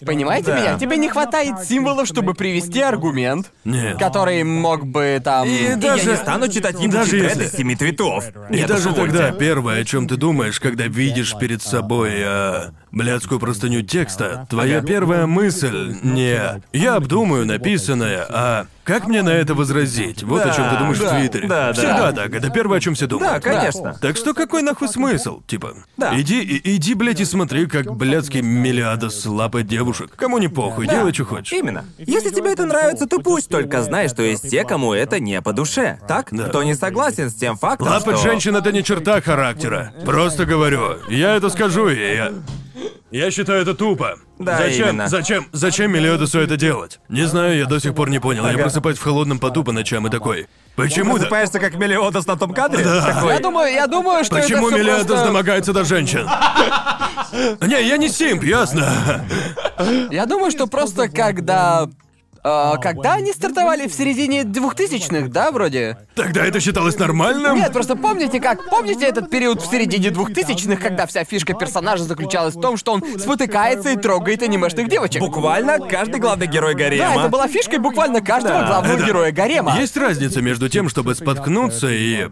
[SPEAKER 3] Понимаете
[SPEAKER 1] Да.
[SPEAKER 3] меня? Тебе не хватает символов, чтобы привести аргумент,
[SPEAKER 2] Нет.
[SPEAKER 3] который мог бы там...
[SPEAKER 1] И, А я
[SPEAKER 2] даже-
[SPEAKER 1] не стану читать типа ебучие
[SPEAKER 2] даже
[SPEAKER 1] треды
[SPEAKER 2] если-
[SPEAKER 1] с семи твитов.
[SPEAKER 2] И
[SPEAKER 1] Нет,
[SPEAKER 2] даже
[SPEAKER 1] уж
[SPEAKER 2] тогда
[SPEAKER 1] увольте.
[SPEAKER 2] первое, о чем ты думаешь, когда видишь перед собой э, блядскую простыню текста, твоя первая мысль не «я обдумаю написанное», а «как мне на это возразить?» Вот о чем ты думаешь
[SPEAKER 1] Да,
[SPEAKER 2] в Твиттере.
[SPEAKER 1] да, да.
[SPEAKER 2] Всегда так, это первое, о чем все
[SPEAKER 1] Да,
[SPEAKER 2] думают.
[SPEAKER 1] конечно.
[SPEAKER 2] Так что какой нахуй смысл? Типа,
[SPEAKER 1] Да.
[SPEAKER 2] иди, и- иди, блядь, и смотри, как блядский миллиадос лапает девушек. Кому не похуй, делай, что хочешь.
[SPEAKER 1] Именно. Если тебе это нравится, то пусть, только знай, что есть те, кому это не по душе. Так? Кто не согласен с тем фактом,
[SPEAKER 2] Лапать
[SPEAKER 1] что...
[SPEAKER 2] женщин это не черта характера. Просто говорю, я это скажу, и я. Я считаю это тупо.
[SPEAKER 1] Да,
[SPEAKER 2] зачем,
[SPEAKER 1] именно.
[SPEAKER 2] зачем, зачем Мелиодесу это делать? Не знаю, я до сих пор не понял. Я просыпаюсь в холодном поту по ночам и такой. Почему? Да,
[SPEAKER 1] Просыпаешься как Мелиодос на том кадре? Такой,
[SPEAKER 3] Я думаю, я думаю, что
[SPEAKER 2] почему
[SPEAKER 3] это всё
[SPEAKER 2] Мелиодес
[SPEAKER 3] просто-
[SPEAKER 2] домогается до женщин? Не, я не симп, ясно.
[SPEAKER 3] Я думаю, что просто когда А, когда они стартовали в середине 2000-х, да, вроде?
[SPEAKER 2] Тогда это считалось нормальным?
[SPEAKER 3] Нет, просто помните как? Помните этот период в середине 2000-х, когда вся фишка персонажа заключалась в том, что он спотыкается и трогает анимешных девочек?
[SPEAKER 1] Буквально каждый главный герой
[SPEAKER 3] Да,
[SPEAKER 1] Гарема.
[SPEAKER 3] это была фишкой буквально каждого
[SPEAKER 1] Да,
[SPEAKER 3] главного
[SPEAKER 2] а? это-
[SPEAKER 3] героя Гарема.
[SPEAKER 2] Есть разница между тем, чтобы споткнуться и...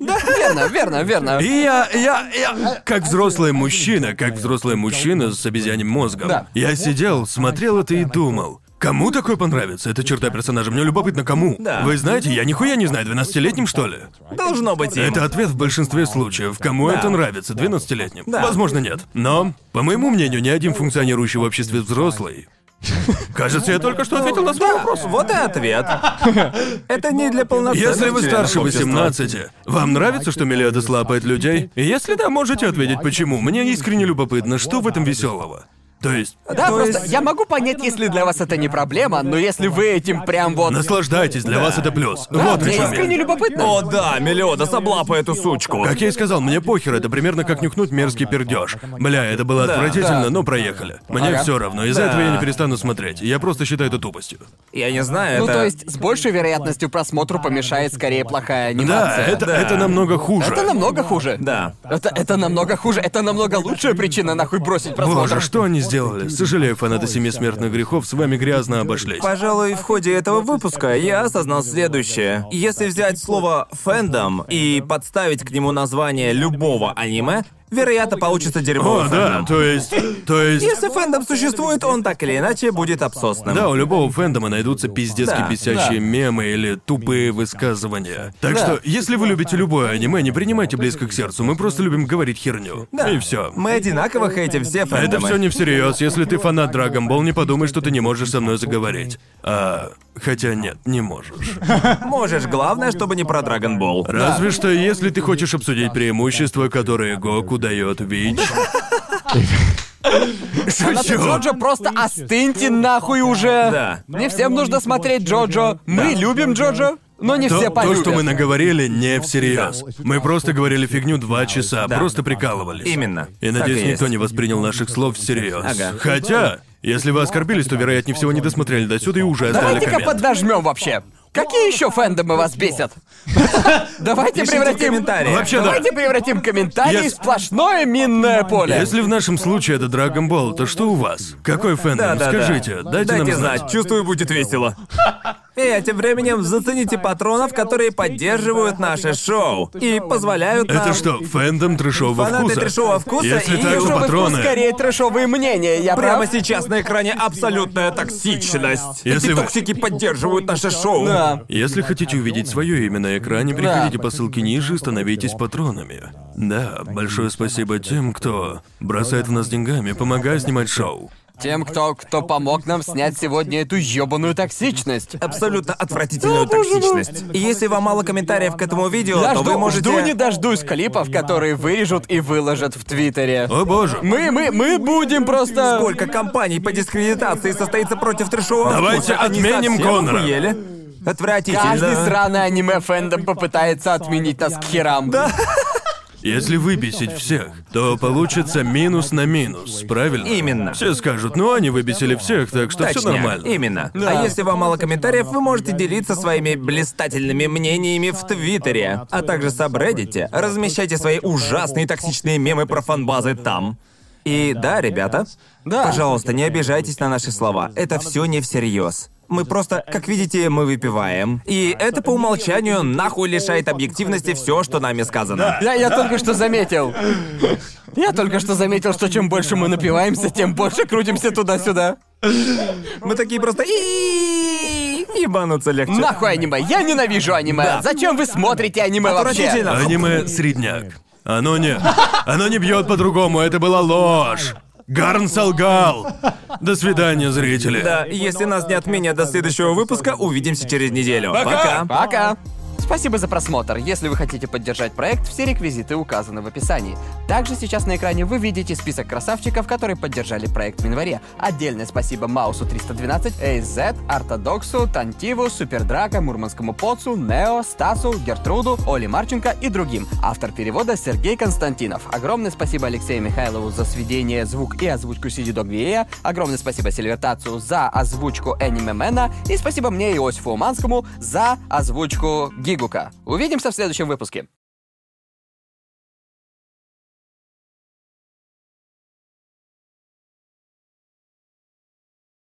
[SPEAKER 3] Да, верно, верно, верно.
[SPEAKER 2] И я, я, я... Как взрослый мужчина, как взрослый мужчина с обезьяним мозгом.
[SPEAKER 3] Да.
[SPEAKER 2] Я сидел, смотрел это и думал. Кому такое понравится? Это черта персонажа. Мне любопытно, кому?
[SPEAKER 1] Да.
[SPEAKER 2] Вы знаете, я нихуя не знаю, 12-летним, что ли?
[SPEAKER 1] Должно быть им.
[SPEAKER 2] Это ответ в большинстве случаев. Кому это нравится, 12-летним?
[SPEAKER 1] Да.
[SPEAKER 2] Возможно, нет. Но, по моему мнению, ни один функционирующий в
[SPEAKER 1] [laughs]
[SPEAKER 2] обществе взрослый... Кажется, я только что ответил на свой
[SPEAKER 1] Да,
[SPEAKER 2] вопрос.
[SPEAKER 1] вот и
[SPEAKER 2] [laughs]
[SPEAKER 1] ответ. Это не для полноценных
[SPEAKER 2] Если вы
[SPEAKER 1] членов
[SPEAKER 2] старше
[SPEAKER 1] общества.
[SPEAKER 2] 18, вам нравится, что Мелиадес лапает людей? И Если да, можете ответить, почему. Мне искренне любопытно, что в этом веселого. То есть,
[SPEAKER 3] Да,
[SPEAKER 1] То
[SPEAKER 3] просто
[SPEAKER 1] есть-
[SPEAKER 3] я могу понять, если для вас это не проблема, но если вы этим прям вот...
[SPEAKER 2] наслаждайтесь, для вас это плюс.
[SPEAKER 3] Да,
[SPEAKER 2] вот о
[SPEAKER 3] мне
[SPEAKER 2] чем
[SPEAKER 3] искренне
[SPEAKER 2] я.
[SPEAKER 3] любопытно.
[SPEAKER 1] О да, Мелиодас облапай эту сучку.
[SPEAKER 2] Как я и сказал, мне похер, это примерно как нюхнуть мерзкий пердеж. Бля, это было отвратительно,
[SPEAKER 3] да.
[SPEAKER 2] но проехали. Мне
[SPEAKER 3] Ага.
[SPEAKER 2] все равно, из-за
[SPEAKER 1] Да.
[SPEAKER 2] этого я не перестану смотреть. Я просто считаю это тупостью.
[SPEAKER 1] Я не знаю,
[SPEAKER 3] Ну,
[SPEAKER 1] это...
[SPEAKER 3] то есть, с большей вероятностью просмотру помешает скорее плохая
[SPEAKER 2] Да,
[SPEAKER 3] анимация.
[SPEAKER 2] это, это намного хуже.
[SPEAKER 3] Это намного хуже.
[SPEAKER 1] Да.
[SPEAKER 3] Это, это намного хуже, это намного лучшая причина нахуй бросить просмотр.
[SPEAKER 2] Боже, что они сделали? Сожалею, фанаты семи смертных грехов с вами грязно обошлись.
[SPEAKER 1] Пожалуй, в ходе этого выпуска я осознал следующее. Если взять слово
[SPEAKER 2] типа,
[SPEAKER 1] «фэндом» и подставить к нему название любого аниме, вероятно, получится дерьмовый
[SPEAKER 2] О, да,
[SPEAKER 1] фэндом.
[SPEAKER 2] то есть. То есть.
[SPEAKER 1] Если фэндом существует, он так или иначе будет абсосным.
[SPEAKER 2] Да, у любого фэндома найдутся пиздецки
[SPEAKER 1] Да,
[SPEAKER 2] бесящие мемы или тупые высказывания. Так что, если вы любите любое аниме, не принимайте близко к сердцу. Мы просто любим говорить херню.
[SPEAKER 1] Да.
[SPEAKER 2] И все.
[SPEAKER 1] Мы одинаково хейтим все
[SPEAKER 2] Это
[SPEAKER 1] фэндомы.
[SPEAKER 2] все не всерьез. Если ты фанат Драгонбол, не подумай, что ты не можешь со мной заговорить. А, хотя нет, не можешь.
[SPEAKER 1] Можешь, главное, чтобы не про Драгонбол.
[SPEAKER 2] Разве что, если ты хочешь обсудить преимущества, которые Гоку дает Вич.
[SPEAKER 3] Фанаты Джоджо, просто остыньте нахуй уже.
[SPEAKER 1] Да.
[SPEAKER 3] Не всем нужно смотреть Джоджо. Мы любим Джоджо, но не
[SPEAKER 2] То,
[SPEAKER 3] все
[SPEAKER 2] то,
[SPEAKER 3] полюбят.
[SPEAKER 2] что мы наговорили, не всерьез. Мы просто говорили фигню два часа, просто прикалывались.
[SPEAKER 1] Именно.
[SPEAKER 2] И
[SPEAKER 1] Так
[SPEAKER 2] надеюсь,
[SPEAKER 1] и есть.
[SPEAKER 2] никто не воспринял наших слов всерьез.
[SPEAKER 1] Ага.
[SPEAKER 2] Хотя, если вы оскорбились, то, вероятнее всего, не досмотрели до сюда и уже оставили
[SPEAKER 3] Давайте-ка
[SPEAKER 2] коммент.
[SPEAKER 3] поднажмем вообще. Какие еще фэндомы вас бесят? [laughs] Давайте
[SPEAKER 1] Пишите в
[SPEAKER 3] превратим...
[SPEAKER 1] комментарии.
[SPEAKER 2] Вообще, да.
[SPEAKER 3] Давайте превратим комментарий в
[SPEAKER 2] Если-
[SPEAKER 3] сплошное минное поле.
[SPEAKER 2] Если в нашем случае это Dragon Ball, то что у вас? Какой фэндом?
[SPEAKER 1] Да-да-да.
[SPEAKER 2] Скажите, дайте, нам знать.
[SPEAKER 1] знать. Чувствую, будет весело. И а тем временем зацените патронов, которые поддерживают наше шоу и позволяют нам...
[SPEAKER 2] Это что, фэндом трэшового
[SPEAKER 1] Фанаты
[SPEAKER 2] вкуса?
[SPEAKER 1] трэшового вкуса
[SPEAKER 2] Если
[SPEAKER 1] и
[SPEAKER 2] так, то
[SPEAKER 1] трэшовый
[SPEAKER 3] Трэшовый вкус,
[SPEAKER 2] патроны.
[SPEAKER 3] скорее трэшовые мнения, я
[SPEAKER 1] Прямо
[SPEAKER 3] прав?
[SPEAKER 1] сейчас на экране абсолютная токсичность.
[SPEAKER 2] Если
[SPEAKER 1] Эти
[SPEAKER 2] вы-
[SPEAKER 1] токсики поддерживают наше шоу.
[SPEAKER 3] Да.
[SPEAKER 2] Если хотите увидеть свое имя на экране, переходите по ссылке ниже и становитесь патронами. Да, большое спасибо тем, кто бросает в нас деньгами, помогая снимать шоу.
[SPEAKER 3] Тем, кто, кто помог нам снять сегодня эту ёбаную токсичность.
[SPEAKER 1] Абсолютно отвратительную
[SPEAKER 3] Да, боже мой.
[SPEAKER 1] токсичность. И если вам мало комментариев к этому видео,
[SPEAKER 3] Я
[SPEAKER 1] то
[SPEAKER 3] жду,
[SPEAKER 1] вы можете...
[SPEAKER 3] жду не дождусь клипов, которые вырежут и выложат в Твиттере.
[SPEAKER 2] О боже!
[SPEAKER 3] Мы, мы, мы будем просто...
[SPEAKER 1] Сколько компаний по дискредитации состоится против трешового
[SPEAKER 2] Давайте
[SPEAKER 1] вкуса? Они
[SPEAKER 2] отменим
[SPEAKER 1] совсем
[SPEAKER 2] Конора.
[SPEAKER 1] охуели? Отвратительно.
[SPEAKER 3] Каждый сраный аниме-фэндом попытается отменить нас к херам. Да.
[SPEAKER 2] Если выбесить всех, то получится минус на минус, правильно?
[SPEAKER 1] Именно.
[SPEAKER 2] Все скажут, ну они выбесили всех, так что все
[SPEAKER 1] Точняк,
[SPEAKER 2] нормально.
[SPEAKER 1] Именно. А если вам мало комментариев, вы можете делиться своими блистательными мнениями в Твиттере, а также сабреддите. Размещайте свои ужасные токсичные мемы про фанбазы там. И да, ребята,
[SPEAKER 3] Да.
[SPEAKER 1] пожалуйста, не обижайтесь на наши слова. Это все не всерьез. Мы просто, как видите, мы выпиваем. И это по умолчанию нахуй лишает объективности все, что нами сказано.
[SPEAKER 3] Я, я только что заметил. Я только что заметил, что чем больше мы напиваемся, тем больше крутимся туда-сюда.
[SPEAKER 1] Мы такие просто и ебануться легче.
[SPEAKER 3] Нахуй аниме, я ненавижу аниме. Зачем вы смотрите аниме вообще?
[SPEAKER 1] Отвратительно.
[SPEAKER 2] Аниме средняк. Оно не. Оно не бьет по-другому, это была ложь. Гарн солгал. До свидания, зрители.
[SPEAKER 1] Да, если нас не отменят до следующего выпуска, увидимся через неделю. Пока.
[SPEAKER 3] Пока. Спасибо за просмотр. Если вы хотите поддержать проект, все реквизиты указаны в описании. Также сейчас на экране вы видите список красавчиков, которые поддержали проект в январе. Отдельное спасибо Маусу 312, AZ, Ортодоксу, Тантиву, Супердрака, Мурманскому Поцу, Нео, Стасу, Гертруду, Оле Марченко и другим. Автор перевода Сергей Константинов. Огромное спасибо Алексею Михайлову за сведение, звук и озвучку Сиди Догвея. Огромное спасибо Сильвертацию за озвучку Эниме Мэна. И спасибо мне, Иосифу Уманскому, за озвучку Гигука. Увидимся в следующем выпуске.